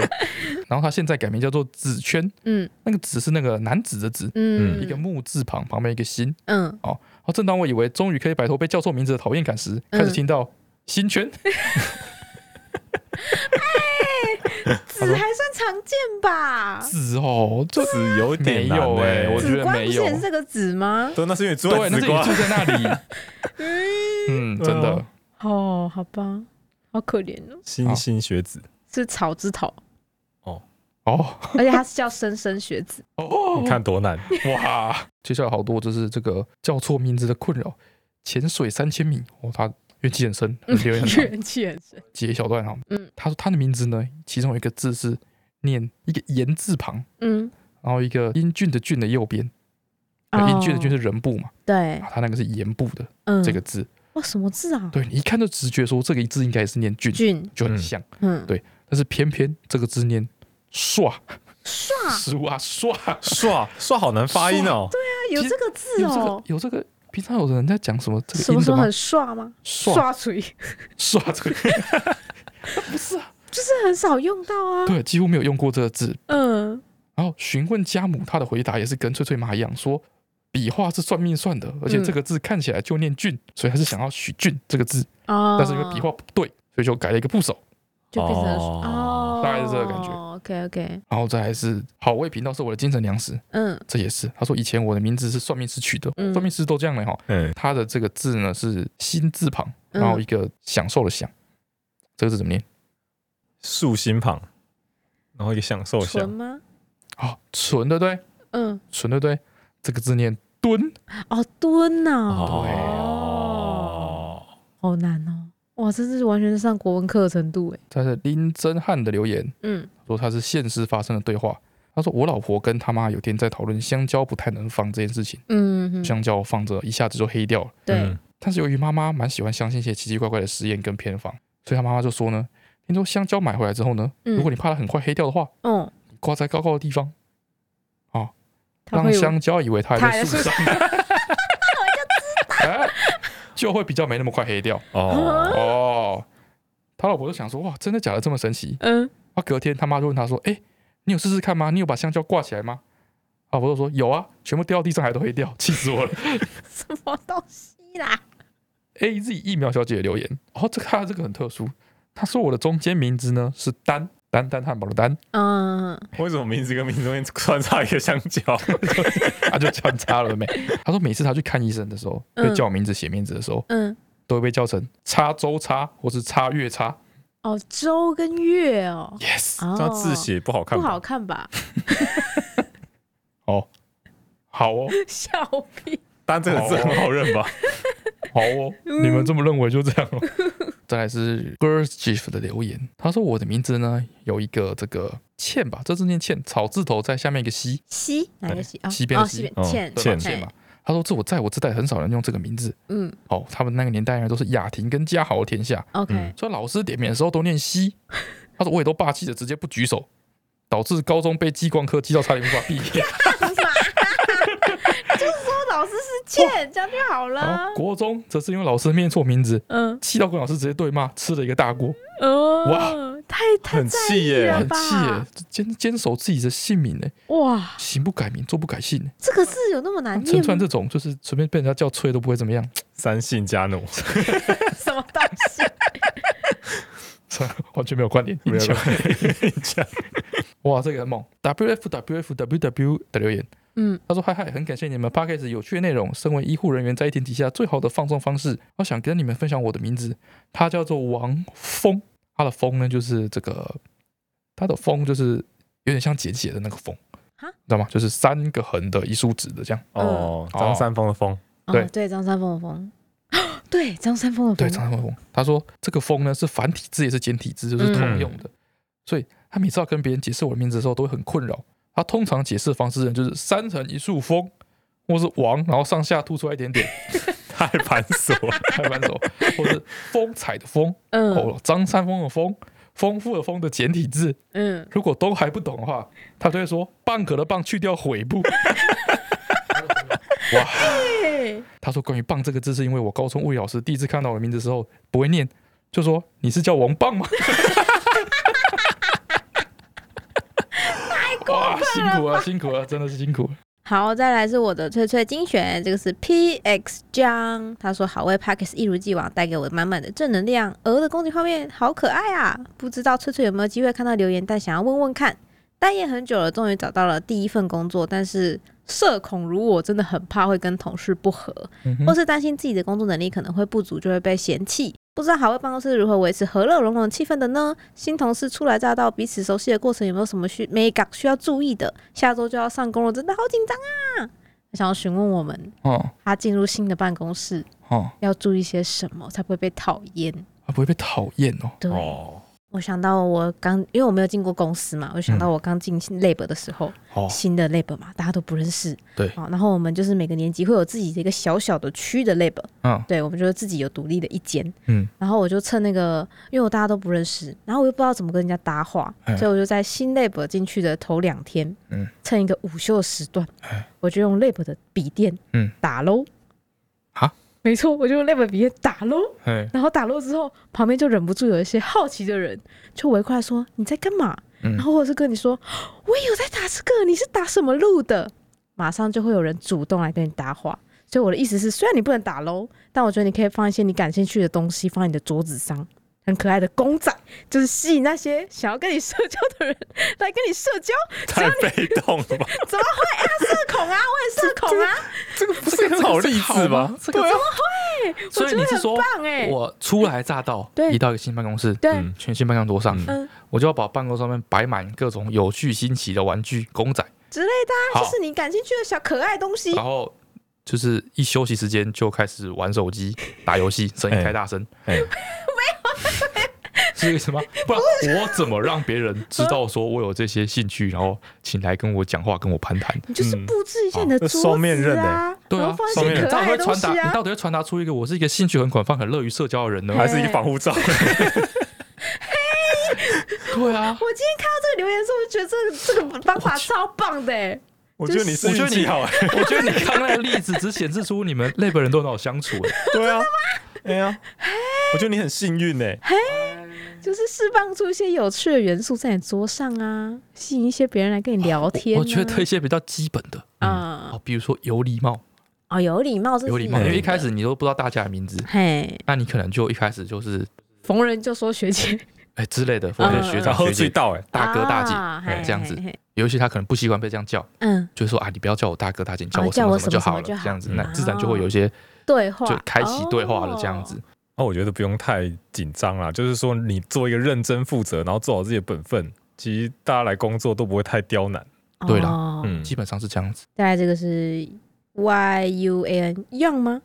Speaker 2: 然后他现在改名叫做子圈，
Speaker 1: 嗯
Speaker 2: 那个子是那个男子的子，
Speaker 1: 嗯，
Speaker 2: 一个木字旁旁边一个心。
Speaker 1: 嗯，
Speaker 2: 哦，正当我以为终于可以摆脱被叫错名字的讨厌感时，开始
Speaker 1: 嗯
Speaker 2: 听到新圈，
Speaker 1: 纸还算常见吧？
Speaker 2: 子哦，这
Speaker 3: 子有
Speaker 2: 没
Speaker 3: 点难
Speaker 2: 有哎、
Speaker 3: 哎、
Speaker 2: 我觉
Speaker 1: 紫
Speaker 2: 得
Speaker 1: 光
Speaker 2: 没
Speaker 1: 不是
Speaker 2: 有
Speaker 1: 也。是这个纸吗？
Speaker 3: 对，那是因为住
Speaker 2: 对，
Speaker 3: 在
Speaker 2: 那
Speaker 3: 紫
Speaker 2: 是你
Speaker 3: 光
Speaker 2: 住，在那里，嗯，真
Speaker 3: 对
Speaker 2: 的
Speaker 3: 啊。
Speaker 1: 哦，好吧，好可怜哦，
Speaker 3: 星星学子，
Speaker 1: 是草 之头，
Speaker 2: 哦
Speaker 1: 而且它是叫莘莘学 子。
Speaker 2: 哦，
Speaker 3: 你看多难，
Speaker 2: 哇，接下来好多就是这个叫错名字的困扰，潜水三千米哦，他怨气很深，留 言很长，
Speaker 1: 怨气很深。
Speaker 2: 截一小段哈。
Speaker 1: 嗯
Speaker 2: 他说他的名字呢，其中有一个字是念一个言字旁，
Speaker 1: 嗯，
Speaker 2: 然后一个英俊的俊的右边，呃英俊的俊是人部嘛，
Speaker 1: 哦对
Speaker 2: 啊，他那个是言部的
Speaker 1: 嗯
Speaker 2: 这个字，
Speaker 1: 哇什么字啊？
Speaker 2: 对你一看就直觉说这个字应该是念俊，
Speaker 1: 俊，
Speaker 2: 就很
Speaker 3: 嗯
Speaker 2: 像，
Speaker 1: 嗯，
Speaker 2: 对但是偏偏这个字念唰，
Speaker 1: 帅
Speaker 2: 唰啊唰。
Speaker 3: 刷刷好难发音哦，
Speaker 1: 有这个字
Speaker 2: 有这
Speaker 1: 哦
Speaker 2: 个，有这个，平常有人在讲什么这
Speaker 1: 什
Speaker 2: 个
Speaker 1: 么
Speaker 2: 音
Speaker 1: 什
Speaker 2: 的
Speaker 1: 么
Speaker 2: 吗
Speaker 1: 很？帅吗？
Speaker 2: 刷
Speaker 1: 刷嘴
Speaker 2: 刷这个，不是啊，
Speaker 1: 就是很少用到啊。
Speaker 2: 对，几乎没有用过这个字。
Speaker 1: 嗯，
Speaker 2: 然后询问家母，她的回答也是跟翠翠妈一样，说笔画是算命算的，而
Speaker 1: 嗯
Speaker 2: 且这个字看起来就念俊，所以她是想要许俊这个字，
Speaker 1: 哦，
Speaker 2: 但是因为笔画不对，所以就改了一个部首。
Speaker 1: 就变成
Speaker 3: 哦
Speaker 1: 哦，
Speaker 2: 大概是这个感觉
Speaker 1: OK OK，
Speaker 2: 然后再来是好味频道是我的精神粮食，
Speaker 1: 嗯
Speaker 2: 这也是他说以前我的名字是算命师取的，
Speaker 1: 嗯
Speaker 2: 算命师都这样的哈。
Speaker 3: 嗯，
Speaker 2: 他的这个字呢是心字旁，
Speaker 1: 嗯
Speaker 2: 然后一个享受的享，这个字怎么念？
Speaker 3: 竖心旁，然后一个享受
Speaker 1: 纯
Speaker 3: 享，
Speaker 1: 吗？
Speaker 2: 哦，纯对不对？
Speaker 1: 嗯，
Speaker 2: 纯对不对？这个字念蹲，
Speaker 1: 哦，蹲呐，
Speaker 2: 哦
Speaker 3: 哦，
Speaker 1: 好难哦，哇，这是完全是上国文课的程度
Speaker 5: 欸
Speaker 1: 哎。
Speaker 2: 他是林真汉的留言，
Speaker 1: 嗯
Speaker 2: 说他是现实发生的对话。他说我老婆跟他妈有天在讨论香蕉不太能放这件事情，
Speaker 1: 嗯，嗯
Speaker 2: 香蕉放着一下子就黑掉了。
Speaker 1: 对
Speaker 3: 嗯，
Speaker 2: 但是由于妈妈蛮喜欢相信一些奇奇怪怪的实验跟偏方，所以她妈妈就说呢，听说香蕉买回来之后呢，
Speaker 5: 嗯
Speaker 2: 如果你怕它很快黑掉的话，
Speaker 5: 嗯，
Speaker 2: 挂在高高的地方，啊，
Speaker 5: 它
Speaker 2: 让
Speaker 5: 会有
Speaker 2: 香蕉以为它还在树上，
Speaker 5: 它
Speaker 2: 哎 就会比较没那么快黑掉。
Speaker 3: 哦，
Speaker 2: 哦，他老婆就想说，哇，真的假的这么神奇？
Speaker 5: 嗯，
Speaker 2: 啊，隔天他妈就问他说，哎、你有试试看吗？你有把香蕉挂起来吗？老婆就说有啊，全部掉到地上还都黑掉，气死我了。
Speaker 5: 什么东西啦？
Speaker 2: A Z 疫苗小姐的留言，哦，这个她这个很特殊，她说我的中间名字呢是丹丹丹汉堡的丹，
Speaker 5: 嗯，
Speaker 3: 为什么名字跟名字中间穿插一个香蕉？
Speaker 2: 她就穿插了没？ 她说每次她去看医生的时候，被
Speaker 5: 嗯
Speaker 2: 叫名字写名字的时候，
Speaker 5: 嗯，
Speaker 2: 都会被叫成叉周叉或是叉月叉。
Speaker 5: 哦，周跟月哦，
Speaker 2: Yes，
Speaker 3: 这样字写不好看
Speaker 5: 不
Speaker 3: 吧，
Speaker 5: 好看吧？
Speaker 2: 哦，好哦，
Speaker 5: 笑屁！
Speaker 3: 但这个字很好认吧？
Speaker 2: 好哦，你们这么认为就这样哦。 再来是 Girls Chief 的留言，他说我的名字呢有一个这个欠吧，这字念欠，草字头在下面一个西，
Speaker 5: 西哪个西啊？
Speaker 2: 哎西边的
Speaker 5: 哦，
Speaker 2: 西
Speaker 5: 西
Speaker 3: 哦
Speaker 5: 边欠
Speaker 2: 对吧
Speaker 3: 欠
Speaker 2: 欠嘛。他说这我在我这代很少人用这个名字，
Speaker 5: 嗯
Speaker 2: 哦，他们那个年代呢都是雅婷跟嘉豪的天下，
Speaker 5: ，OK，
Speaker 2: 所以老师点名的时候都念 西。他说我也都霸气的直接不举手，导致高中被激光科激到差点无法毕业。
Speaker 5: 说老师是欠，这样就 好
Speaker 2: 然
Speaker 5: 了
Speaker 2: 后。哦国中则是因为老师念错名字，
Speaker 5: 嗯，
Speaker 2: 气到跟老师直接对骂，吃了一个大锅，
Speaker 5: 哦
Speaker 2: 哇，
Speaker 5: 太太
Speaker 3: 很
Speaker 5: 在
Speaker 3: 气
Speaker 5: 意
Speaker 3: 耶
Speaker 5: 了
Speaker 2: 很
Speaker 5: 吧？
Speaker 2: 气耶，坚坚守自己的姓名呢，
Speaker 5: 哇，
Speaker 2: 行不改名，坐不改姓耶。
Speaker 5: 这个字有那么难
Speaker 2: 啊陈
Speaker 5: 念
Speaker 2: 川
Speaker 5: 吗？
Speaker 2: 这种就是随便被人家叫翠都不会怎么样，
Speaker 3: 三姓家奴，
Speaker 5: 什么东西？
Speaker 2: 完全没有关联。
Speaker 3: 没有
Speaker 2: 印象
Speaker 3: 这样
Speaker 2: 哇，这个很猛！W F W F W W 的留言，
Speaker 5: 嗯，
Speaker 2: 他说：“嗨嗨，很感谢你们 p a c k a g e 有趣的内容。身为医护人员，在疫情底下最好的放松方式，我想跟你们分享我的名字，他叫做王峰。他的峰呢，就是这个，他的峰就是有点像简写的那个峰，
Speaker 5: 哈
Speaker 2: 你知道吗？就是三个横的一竖直的这样。
Speaker 3: 哦，张三丰的丰，
Speaker 2: 对
Speaker 5: 哦，对，张三丰的丰， 对，张三丰的
Speaker 2: 对，
Speaker 5: 丰，
Speaker 2: 长山峰。他说这个峰呢是繁体字也是简体字，就是通用的，所以他每次要跟别人解释我的名字的时候都会很困扰。他通常解释的方式呢就是三横一竖峰，或是王，然后上下凸出来一点 点，
Speaker 3: 太繁琐了。
Speaker 2: 开扳手，或是风采的风，
Speaker 5: 嗯
Speaker 2: 哦，张三丰的丰，丰富的丰的简体字，
Speaker 5: 嗯，
Speaker 2: 如果都还不懂的话，他就会说蚌壳的蚌去掉悔 部。哇，
Speaker 5: 对，
Speaker 2: 他说关于蚌这个字，是因为我高中物理老师第一次看到我的名字的时候不会念，就说你是叫王蚌吗？ 哇，辛苦了，辛苦了，啊真的是辛苦了。
Speaker 5: 好，再来是我的翠翠精选，这个是 P X 江，他说好味 Parkes 一如既往带给我满满的正能量，鹅的攻击画面好可爱啊！不知道翠翠有没有机会看到留言，但想要问问看。待业很久了，终于找到了第一份工作，但是社恐如我，真的很怕会跟同事不合，
Speaker 2: 嗯
Speaker 5: 或
Speaker 2: 哼，
Speaker 5: 是担心自己的工作能力可能会不足，就会被嫌弃。不知道好味办公室如何维持和乐融融的气氛的呢？新同事初来乍到，彼此熟悉的过程有没有什么需 m e 需要注意的？下周就要上工了，真的好紧张啊！我想要询问我们，
Speaker 2: 哦
Speaker 5: 他进入新的办公室
Speaker 2: 哦，
Speaker 5: 要注意些什么，才不会被讨厌？
Speaker 2: 啊不会被讨厌哦。
Speaker 5: 对，
Speaker 3: 哦
Speaker 5: 我想到我刚，因为我没有进过公司嘛，我就想到
Speaker 2: 嗯
Speaker 5: 我刚进 lab 的时候，
Speaker 2: 哦
Speaker 5: 新的 lab 嘛，大家都不认识，
Speaker 2: 对
Speaker 5: 好，然后我们就是每个年级会有自己的一个小小的区的 lab，
Speaker 2: 嗯
Speaker 5: 对，我们就自己有独立的一间，
Speaker 2: 嗯，
Speaker 5: 然后我就趁那个，因为我大家都不认识，然后我又不知道怎么跟人家搭话，
Speaker 2: 哎
Speaker 5: 所以我就在新 lab 进去的头两天，
Speaker 2: 嗯，
Speaker 5: 趁一个午休的时段，
Speaker 2: 哎
Speaker 5: 我就用 lab 的笔电，
Speaker 2: 嗯，
Speaker 5: 打喽，
Speaker 2: 啊，
Speaker 5: 没错，我就用 lab 笔电打喽，
Speaker 2: 哎，
Speaker 5: 然后打落之后，旁边就忍不住有一些好奇的人就围过来说：“你在干嘛？”
Speaker 2: 嗯
Speaker 5: 然后或者是跟你说：“我也有在打这个，你是打什么路的？”马上就会有人主动来跟你搭话。所以我的意思是，虽然你不能打喽，但我觉得你可以放一些你感兴趣的东西放在你的桌子上，很可爱的公仔，就是吸引那些想要跟你社交的人来跟你社交。
Speaker 3: 太被动了吧？
Speaker 5: 怎么会啊？社恐啊，我很社恐啊，
Speaker 3: 这个不是很好例子吗？
Speaker 2: 这个
Speaker 5: 我
Speaker 2: 所以
Speaker 5: 觉
Speaker 2: 你
Speaker 5: 得
Speaker 2: 是
Speaker 5: 很
Speaker 2: 说
Speaker 5: 棒哎、
Speaker 2: 我初来乍到，
Speaker 5: 对
Speaker 2: 一到一个新办公室，
Speaker 5: 对，
Speaker 3: 嗯
Speaker 2: 全新办公桌上，
Speaker 5: 嗯
Speaker 2: 我就要把办公上面摆满各种有趣新奇的玩具、公仔，
Speaker 5: 之类的、啊，
Speaker 2: 好
Speaker 5: 就是你感兴趣的小可爱东西。
Speaker 2: 然后就是一休息时
Speaker 5: 哎
Speaker 2: 间就开始玩手机、打游戏，声音开大声。
Speaker 3: 哎，
Speaker 2: 这个什 么？不然我怎么让别人知道说我有这些兴趣，然后请来跟我讲话，跟我攀谈？
Speaker 5: 你就是
Speaker 3: 嗯
Speaker 5: 布置一下你的
Speaker 3: 哦
Speaker 5: 桌子啊，
Speaker 3: 双面刃欸
Speaker 2: 对
Speaker 5: 然
Speaker 2: 啊
Speaker 5: 后放
Speaker 3: 双
Speaker 5: 一
Speaker 3: 面
Speaker 2: 你
Speaker 3: 刃
Speaker 5: 些可
Speaker 2: 到底
Speaker 5: 爱
Speaker 2: 会
Speaker 5: 的东
Speaker 2: 传
Speaker 5: 西
Speaker 2: 达，你
Speaker 5: 啊，
Speaker 2: 到底会传达出一个我是一个兴趣很广泛、很乐于社交的人呢？
Speaker 3: 还是一个防护罩？
Speaker 5: 哎
Speaker 2: 对啊，
Speaker 5: 我今天看到这个留言的时候，我就觉得这个这个方法超棒的、欸，
Speaker 3: 我觉得你是
Speaker 2: 我觉
Speaker 3: 运
Speaker 2: 得
Speaker 3: 气
Speaker 2: 你
Speaker 3: 好 哎，
Speaker 2: 我觉得你刚才的例子只显示出你们 lab 人都很好相处。
Speaker 3: 对啊，哎呀，我觉得你很幸运哎，
Speaker 5: 就是释放出一些有趣的元素在你桌上啊，吸引一些别人来跟你聊天、啊
Speaker 2: 我觉得一些比较基本的
Speaker 5: 啊、
Speaker 2: 哦，比如说有礼貌，
Speaker 5: 哦，有礼貌，这是
Speaker 2: 有礼貌，
Speaker 5: 一
Speaker 2: 因
Speaker 5: 定
Speaker 2: 为一
Speaker 5: 的
Speaker 2: 开始你都不知道大家的名字，
Speaker 5: 嘿，
Speaker 2: 那你可能就一开始就是
Speaker 5: 逢人就说学姐、
Speaker 2: 哎之类的，或者学
Speaker 3: 然
Speaker 2: 长
Speaker 3: 后
Speaker 2: 学
Speaker 3: 醉
Speaker 2: 姐、
Speaker 3: 到哎，
Speaker 2: 大哥大姐
Speaker 5: 啊
Speaker 2: 哎
Speaker 5: 嘿
Speaker 2: 这样子
Speaker 5: 嘿。嘿
Speaker 2: 尤其他可能不习惯被这样叫，
Speaker 5: 嗯，
Speaker 2: 就说啊，你不要叫我大哥大姐，你叫
Speaker 5: 啊
Speaker 2: 我什
Speaker 5: 叫我
Speaker 2: 么什么就
Speaker 5: 什么什么
Speaker 2: 好了，
Speaker 5: 就好啊哦
Speaker 2: 这样子，
Speaker 3: 嗯
Speaker 2: 那自然就会有一些
Speaker 5: 对话
Speaker 2: 就开启对话了，这样子。
Speaker 3: 哦，我觉得不用太紧张啦，就是说你做一个认真负责，然后做好自己的本分，其实大家来工作都不会太刁难。
Speaker 5: 哦
Speaker 2: 对啦
Speaker 5: 哦
Speaker 3: 嗯，
Speaker 2: 基本上是这样子。
Speaker 5: 再来这个是 Y U A N 样吗？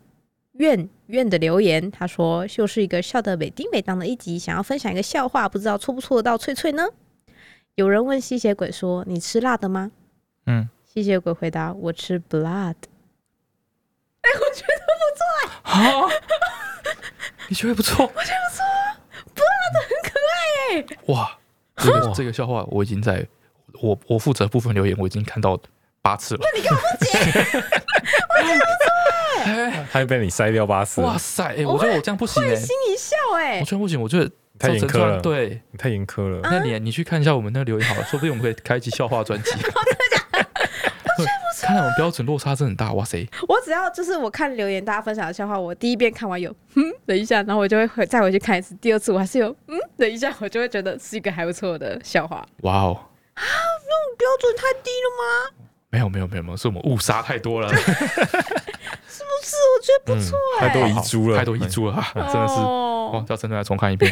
Speaker 5: 愿愿的留言，他说又是一个笑得美丁美当的一集，想要分享一个笑话，不知道戳不戳得到翠翠呢？有人问吸血鬼说：“你吃辣的吗
Speaker 2: 嗯，？”
Speaker 5: 吸血鬼回答：“我吃 blood。”哎、我觉得
Speaker 2: 啊， 你觉得不错？我觉得不错，不辣的很可爱哎。哇，这个这个笑话我已经在我我负责部分留言我已经看到八次了。那你 跟我不解，我觉得不错
Speaker 3: 他又被你筛掉八次，
Speaker 2: 哇塞，哎，我觉得我这样不行哎，
Speaker 5: 心一笑、哎
Speaker 2: 我，觉得不行，我觉得
Speaker 3: 太严苛了
Speaker 2: 对。
Speaker 3: 你太严苛
Speaker 5: 啊
Speaker 3: 了。
Speaker 2: 那你你去看一下我们那留言好了，说不定我们可以开一期笑话专
Speaker 5: 哦
Speaker 2: 辑。 对看来我们标准落差真的很大，哇塞！
Speaker 5: 我只要就是我看留言大家分享的笑话，我第一遍看完有嗯等一下，然后我就会回再回去看一次，第二次我还是有嗯等一下，我就会觉得是一个还不错的笑话。
Speaker 2: 哇哦，
Speaker 5: 啊标准太低了吗？
Speaker 2: 没有没有没有没有，是我们误杀太多 了，
Speaker 5: 不是，我觉得
Speaker 3: 嗯，太多遗珠了，
Speaker 2: 太多遗珠了， 真的是。哦
Speaker 5: 哦，
Speaker 2: 叫陈来重看一遍。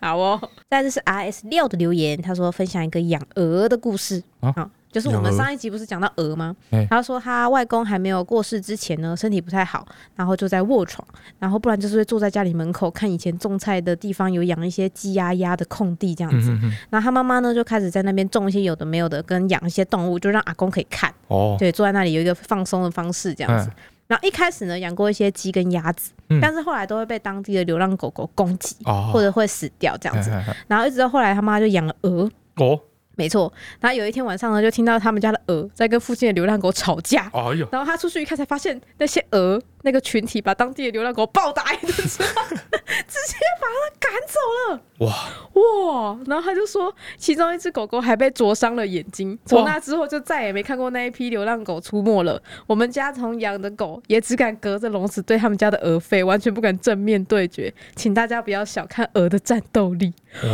Speaker 5: 好哦。再来这是 R S 六的留言，他说分享一个养鹅的故事
Speaker 2: 啊
Speaker 5: 好就是我们
Speaker 3: 养鹅
Speaker 5: 上一集不是讲到鹅吗
Speaker 2: 哎？
Speaker 5: 他说他外公还没有过世之前呢，身体不太好，然后就在卧床，然后不然就是会坐在家里门口看以前种菜的地方有养一些鸡鸭鸭的空地这样
Speaker 2: 嗯
Speaker 5: 子。
Speaker 2: 嗯嗯，
Speaker 5: 然后他妈妈呢就开始在那边种一些有的没有的，跟养一些动物，就让阿公可以看，
Speaker 2: 哦，
Speaker 5: 对，坐在那里有一个放松的方式这样子。然后一开始呢养过一些鸡跟鸭子，
Speaker 2: 嗯
Speaker 5: 但是后来都会被当地的流浪狗狗攻击，
Speaker 2: 哦，嗯
Speaker 5: 或者会死掉这样子。然后一直到后来他妈就养了鹅，
Speaker 2: 哦，
Speaker 5: 没错。然后有一天晚上呢，就听到他们家的鹅在跟附近的流浪狗吵架。
Speaker 2: 哎呦，
Speaker 5: 然后他出去一看，才发现那些鹅那个群体把当地的流浪狗暴打一顿之后，直接把它赶走了。
Speaker 2: 哇，
Speaker 5: 哇！然后他就说，其中一只狗狗还被灼伤了眼睛。从
Speaker 2: 哇
Speaker 5: 那之后就再也没看过那一批流浪狗出没了。我们家从养的狗也只敢隔着笼子对他们家的鹅吠，完全不敢正面对决。请大家不要小看鹅的战斗力。
Speaker 3: 哎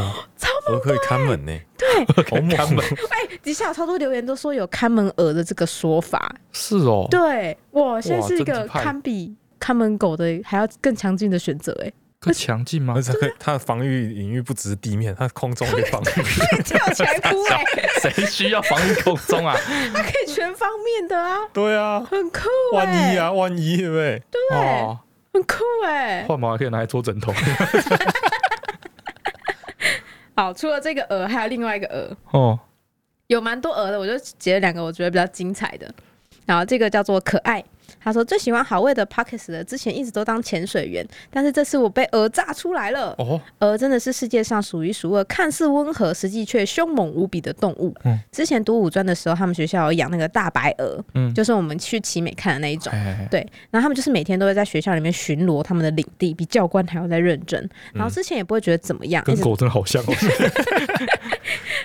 Speaker 3: 我可以看门欸呢，
Speaker 5: 对，
Speaker 3: 好猛
Speaker 2: 看门
Speaker 3: 哦！
Speaker 5: 哎，底下有超多留言都说有看门鹅的这个说法。
Speaker 2: 是哦，
Speaker 5: 对，我现在是一
Speaker 2: 哇
Speaker 5: 个
Speaker 2: 政治派
Speaker 5: 堪比看门狗的还要更强劲的选择。 哎，
Speaker 2: 更强劲吗
Speaker 3: 而？且它可以它的防御领域不只是地面，它空中也可以防御。
Speaker 5: 跳起来哭哎、
Speaker 2: 谁需要防御空中 啊？
Speaker 5: 它可以全方面的啊，
Speaker 3: 对啊，
Speaker 5: 很酷哎、
Speaker 3: 万一啊，万一对不对？
Speaker 2: 哦，
Speaker 5: 很酷哎、
Speaker 2: 换毛还可以拿来做枕头。
Speaker 5: 好，除了这个鹅，还有另外一个鹅，
Speaker 2: 哦，
Speaker 5: 有蛮多鹅的，我就截了两个我觉得比较精彩的。然后这个叫做可爱，他说最喜欢好味的 Pockets 了，之前一直都当潜水员，但是这次我被鹅炸出来了。
Speaker 2: 哦，
Speaker 5: 鹅真的是世界上数一数二，看似温和，实际却凶猛无比的动物。
Speaker 2: 嗯
Speaker 5: 之前读五专的时候，他们学校有养那个大白鹅，
Speaker 2: 嗯
Speaker 5: 就是我们去奇美看的那一种。
Speaker 2: 哎，
Speaker 5: 对，然后他们就是每天都会在学校里面巡逻他们的领地，比教官还要再认真。然后之前也不会觉得怎么样，一
Speaker 2: 嗯跟
Speaker 5: 直
Speaker 2: 狗真的好像哦。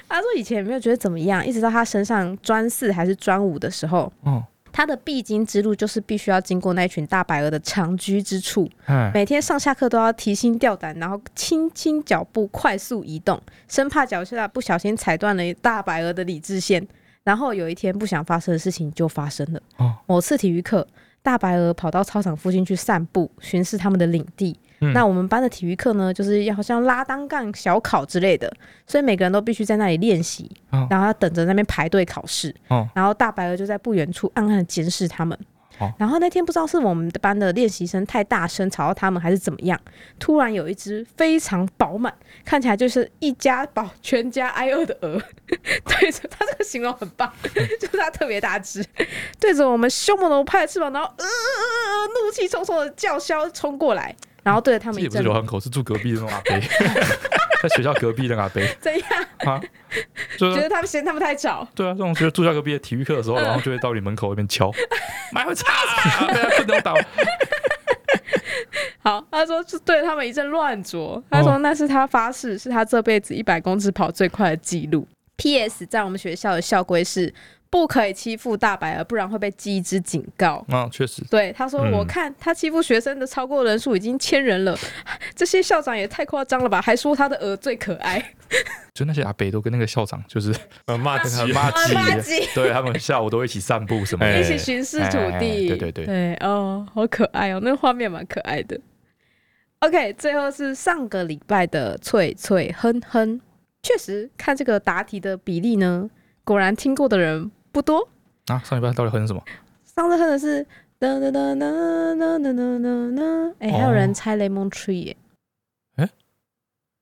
Speaker 5: 他说以前也没有觉得怎么样，一直到他身上专四还是专五的时候，
Speaker 2: 嗯，
Speaker 5: 他的必经之路就是必须要经过那一群大白鹅的长居之处，
Speaker 2: 哎，
Speaker 5: 每天上下课都要提心吊胆，然后轻轻脚步快速移动，生怕脚下不小心踩断了大白鹅的理智线。然后有一天不想发生的事情就发生了。
Speaker 2: 哦
Speaker 5: 某次体育课，大白鹅跑到操场附近去散步，巡视他们的领地。
Speaker 2: 嗯
Speaker 5: 那我们班的体育课呢，就是要好像拉单杠、小考之类的，所以每个人都必须在那里练习，
Speaker 2: 哦
Speaker 5: 然后要等着那边排队考试。
Speaker 2: 哦
Speaker 5: 然后大白鹅就在不远处暗暗的监视他们。
Speaker 2: 哦
Speaker 5: 然后那天不知道是我们的班的练习生太大声吵到他们，还是怎么样，突然有一只非常饱满，看起来就是一家饱全家挨饿的鹅， 对着他这个形容很棒，就是它特别大只，对着我们凶猛的拍着翅膀，然后呃呃呃呃怒气冲冲的叫嚣冲过来，然后对着他
Speaker 2: 这
Speaker 5: 们
Speaker 2: 也
Speaker 5: 一
Speaker 2: 不是
Speaker 5: 阵
Speaker 2: 流浪狗，是住隔壁的那种阿 伯，在学校隔壁的那个阿伯
Speaker 5: 怎样？
Speaker 2: 啊，就是
Speaker 5: 觉得嗯他们嫌他们太吵，
Speaker 2: 对啊，这种就是住校隔壁的体育课的时候，然后就会到你门口那边 敲，妈会擦，被他困到 倒，
Speaker 5: 好，他说是对他们一阵乱啄，他说那是他发誓，是他这辈子一百公尺跑最快的记录。P.S. 在我们学校的校规是不可以欺负大白鹅，不然会被记一支警告。
Speaker 2: 啊，确实，
Speaker 5: 对，他说：“
Speaker 3: 嗯
Speaker 5: 我看他欺负学生的超过人数已经千人了， 这些校长也太夸张了吧？还说他的鹅最可爱，
Speaker 2: 就那些阿伯都跟那个校长 就是
Speaker 3: 呃，骂街
Speaker 2: 很骂
Speaker 5: 很垃
Speaker 2: 街，
Speaker 5: 圾，
Speaker 2: 对他们下午都一起散步什么
Speaker 3: 哎
Speaker 5: 一
Speaker 2: 的，
Speaker 5: 起巡视土
Speaker 2: 哎哎哎
Speaker 5: 地。
Speaker 2: 对对对
Speaker 5: 对哦，好可爱哦，那个画面蛮可爱的。OK，最后是上个礼拜的脆脆哼哼，确实看这个答题的比例呢，果然听过的人不多。
Speaker 2: 啊，上礼拜到底哼什么？
Speaker 5: 上次哼的是噔噔噔噔噔噔噔噔噔，哎，还有人猜 Lemon Tree 耶，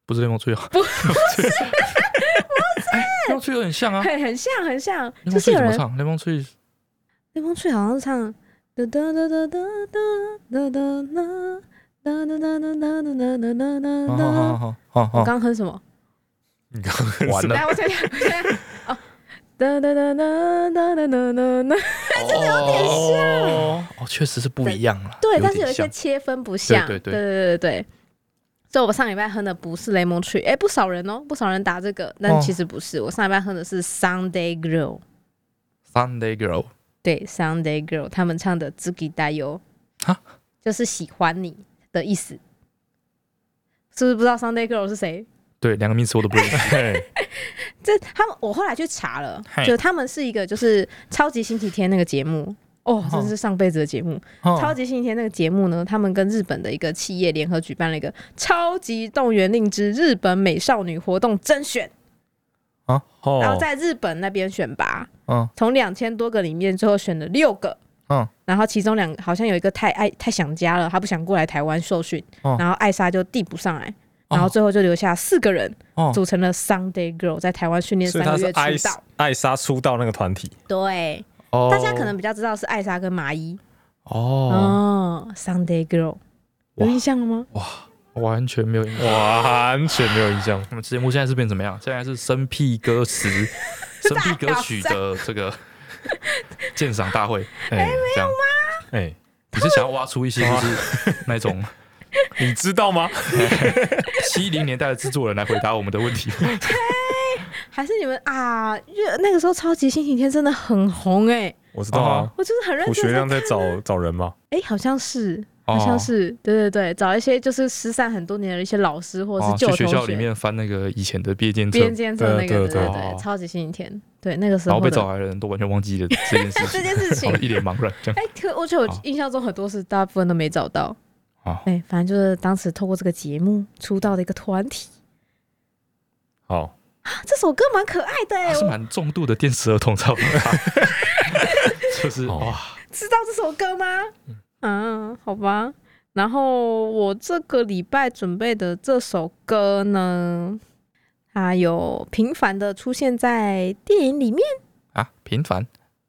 Speaker 2: 不是联盟吹啊，不是， 哎，联盟吹有点像 啊，
Speaker 5: 嘿，很像很像，
Speaker 2: 联
Speaker 5: 就
Speaker 2: 盟
Speaker 5: 是
Speaker 2: 吹
Speaker 5: 有
Speaker 2: 怎么
Speaker 5: 人
Speaker 2: 唱？联盟吹
Speaker 5: Lemon Tree 好像是唱噔噔噔噔噔噔噔噔噔。哒哒哒哒哒哒哒哒哒
Speaker 2: 哦好好好
Speaker 5: 哒！
Speaker 2: 好好
Speaker 5: 我
Speaker 2: 好，
Speaker 5: 刚哼什么？
Speaker 3: 你刚刚是
Speaker 2: 完了
Speaker 5: 来，我想想，我想想，哦，哒哒哒哒哒哒哒哒哒，
Speaker 2: 这有点像，哦，确实是不一样了，
Speaker 5: 对，但是有
Speaker 2: 点
Speaker 5: 一些
Speaker 2: 像
Speaker 5: 切分不像，
Speaker 2: 对对对
Speaker 5: 对对对对所以我上礼拜哼的不是雷蒙 tree，哎，不少人哦，不少人打这个，但
Speaker 2: 哦
Speaker 5: 其实不是，我上礼拜哼的是 Sunday Girl，
Speaker 2: Sunday Girl
Speaker 5: 对 Sunday Girl，他们唱的《自己加油》，
Speaker 2: 哈，
Speaker 5: 就是喜欢你的意思，是不是不知道 Sunday Girl 是谁？
Speaker 2: 对，两个名词我都不认识。
Speaker 3: 嘿
Speaker 5: 这他们我后来去查了
Speaker 2: 嘿，
Speaker 5: 就他们是一个就是超级星期天那个节目。哦，真是上辈子的节目！
Speaker 2: 哦
Speaker 5: 哎超级星期天那个节目呢，他们跟日本的一个企业联合举办了一个“超级动员令之日本美少女活动”甄选，然后
Speaker 3: 哦，
Speaker 5: 在日本那边选拔，
Speaker 2: 嗯
Speaker 5: 从两千多个里面最后选了六个，
Speaker 2: 嗯，
Speaker 5: 然后其中两好像有一个太爱太想家了，他不想过来台湾受训，
Speaker 2: 哦
Speaker 5: 然后艾莎就递不上来，
Speaker 2: 哦
Speaker 5: 然后最后就留下四个人、
Speaker 2: 哦
Speaker 5: 组成了 Sunday Girl，在台湾训练
Speaker 3: 所以
Speaker 5: 三
Speaker 3: 他
Speaker 5: 个
Speaker 3: 是
Speaker 5: 月
Speaker 3: 艾
Speaker 5: 出道。
Speaker 3: 艾莎出道那个团体，
Speaker 5: 对，
Speaker 2: 哦
Speaker 5: 大家可能比较知道是艾莎跟麻衣
Speaker 2: 哦，
Speaker 5: 哦，Sunday Girl 有
Speaker 2: 哇
Speaker 5: 印象了吗？嗯
Speaker 2: 完全没有印象。
Speaker 3: 完全没有印象。
Speaker 2: 我们节目现在是变怎么样？现在是生僻歌词、生僻歌曲的这 个鉴赏大会。哎，这样
Speaker 3: 哎，
Speaker 2: 你是想要挖出一些就是那种
Speaker 3: 你知道吗？
Speaker 2: 七零年代的制作人来回答我们的问题吗？
Speaker 5: 还是你们啊？热那个时候超级星期天真的很红哎、
Speaker 3: 我知道啊，
Speaker 5: 我就是很认
Speaker 3: 胡
Speaker 5: 真
Speaker 3: 学亮在
Speaker 5: 在看
Speaker 3: 找
Speaker 5: 啊
Speaker 3: 找人嘛。
Speaker 5: 哎、好像是，
Speaker 2: 哦
Speaker 5: 好像是，对对对，找一些就是失散很多年的一些老师或者
Speaker 2: 哦
Speaker 5: 是旧
Speaker 2: 去
Speaker 5: 同学，
Speaker 2: 学校里面翻那个以前的毕业监测，
Speaker 5: 边监测那
Speaker 3: 对
Speaker 5: 个，
Speaker 3: 对
Speaker 5: 对对
Speaker 2: 对
Speaker 5: 对，
Speaker 2: 哦
Speaker 5: 超级星期天，对那个时
Speaker 2: 然后
Speaker 5: 候
Speaker 2: 被
Speaker 5: 的
Speaker 2: 找来的人都完全忘记了这件事
Speaker 5: 这
Speaker 2: 情，
Speaker 5: 件事 情
Speaker 2: 然后。一脸茫然这样。
Speaker 5: 哎、可而且我
Speaker 2: 好
Speaker 5: 印象中很多是大部分都没找到。
Speaker 2: 好
Speaker 5: 哎、反正就是当时透过这个节目出道的一个团体，
Speaker 3: 好，
Speaker 5: 啊这首歌蛮可爱的哎、
Speaker 2: 啊他是
Speaker 5: 我
Speaker 2: 蛮重度的电视儿童 操， 就是
Speaker 3: 哦
Speaker 2: 哇，
Speaker 5: 知道这首歌吗？啊，好吧。然后我这个礼拜准备的这首歌呢，它有频繁的出现在电影里面，
Speaker 2: 啊，平凡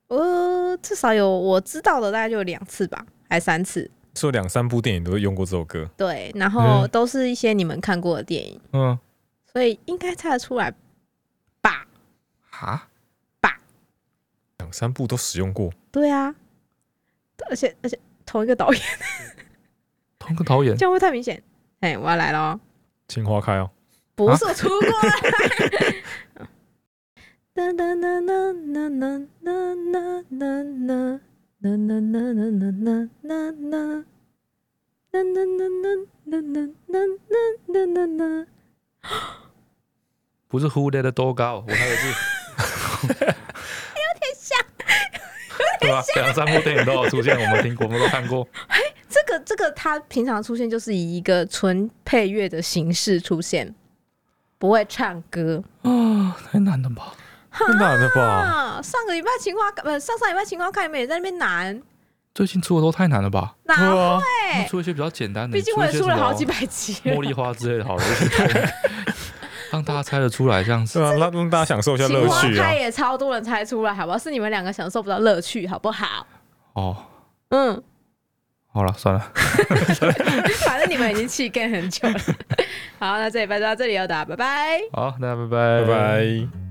Speaker 5: 呃，至少有我知道的大概就有两次吧，还三次。
Speaker 3: 说两三部电影都会用过这首歌。
Speaker 5: 对，然后
Speaker 2: 嗯
Speaker 5: 都是一些你们看过的电影，
Speaker 2: 嗯
Speaker 5: 所以应该猜得出来吧？
Speaker 2: 啊，
Speaker 3: 两三部都使用过，
Speaker 5: 对啊，而且而且同一个导演，
Speaker 2: 同个导演
Speaker 5: 这样会不会太明显。哎，我要来了哦。
Speaker 3: 《青花开》哦，
Speaker 5: 不是我出过来。啦啦啦啦啦啦啦啦啦啦啦啦啦啦啦啦啦啦。啦啦啦啦啦啦啦啦啦啦啦！
Speaker 2: 不是 Who Let the Dog Out，我还以为 是，有点像，对吧？两三部电影都有出现，我们听过，我们都看 过。
Speaker 5: 这个这个，它平常出现就是以一个纯配乐的形式出现，不会唱歌
Speaker 2: 啊，太难了吧？
Speaker 3: 太难了吧？
Speaker 5: 啊。上个礼拜情花，呃，上上礼拜情花开门也在那边难，
Speaker 2: 最近出的都太难了吧？
Speaker 5: 哪
Speaker 3: 对啊，
Speaker 2: 你出一些比较简单的，
Speaker 5: 哎毕竟我也
Speaker 2: 哦出一些
Speaker 5: 出了
Speaker 2: 什么
Speaker 5: 好几百集了
Speaker 2: 茉莉花之类的，好了，有些错 了让大家猜得出来这样子
Speaker 3: 对。啊，让让大家享受一下乐
Speaker 5: 青蛙
Speaker 3: 趣啊
Speaker 5: 开。也超多人猜出来，好不好？是你们两个享受不到乐趣，好不好？
Speaker 2: 哦，
Speaker 5: 嗯，
Speaker 2: 好了，算了，
Speaker 5: 反正你们已经 哦弃更很久了。好，那这礼拜就到这里了，大家拜拜。
Speaker 2: 好，大家拜拜，
Speaker 3: 拜拜。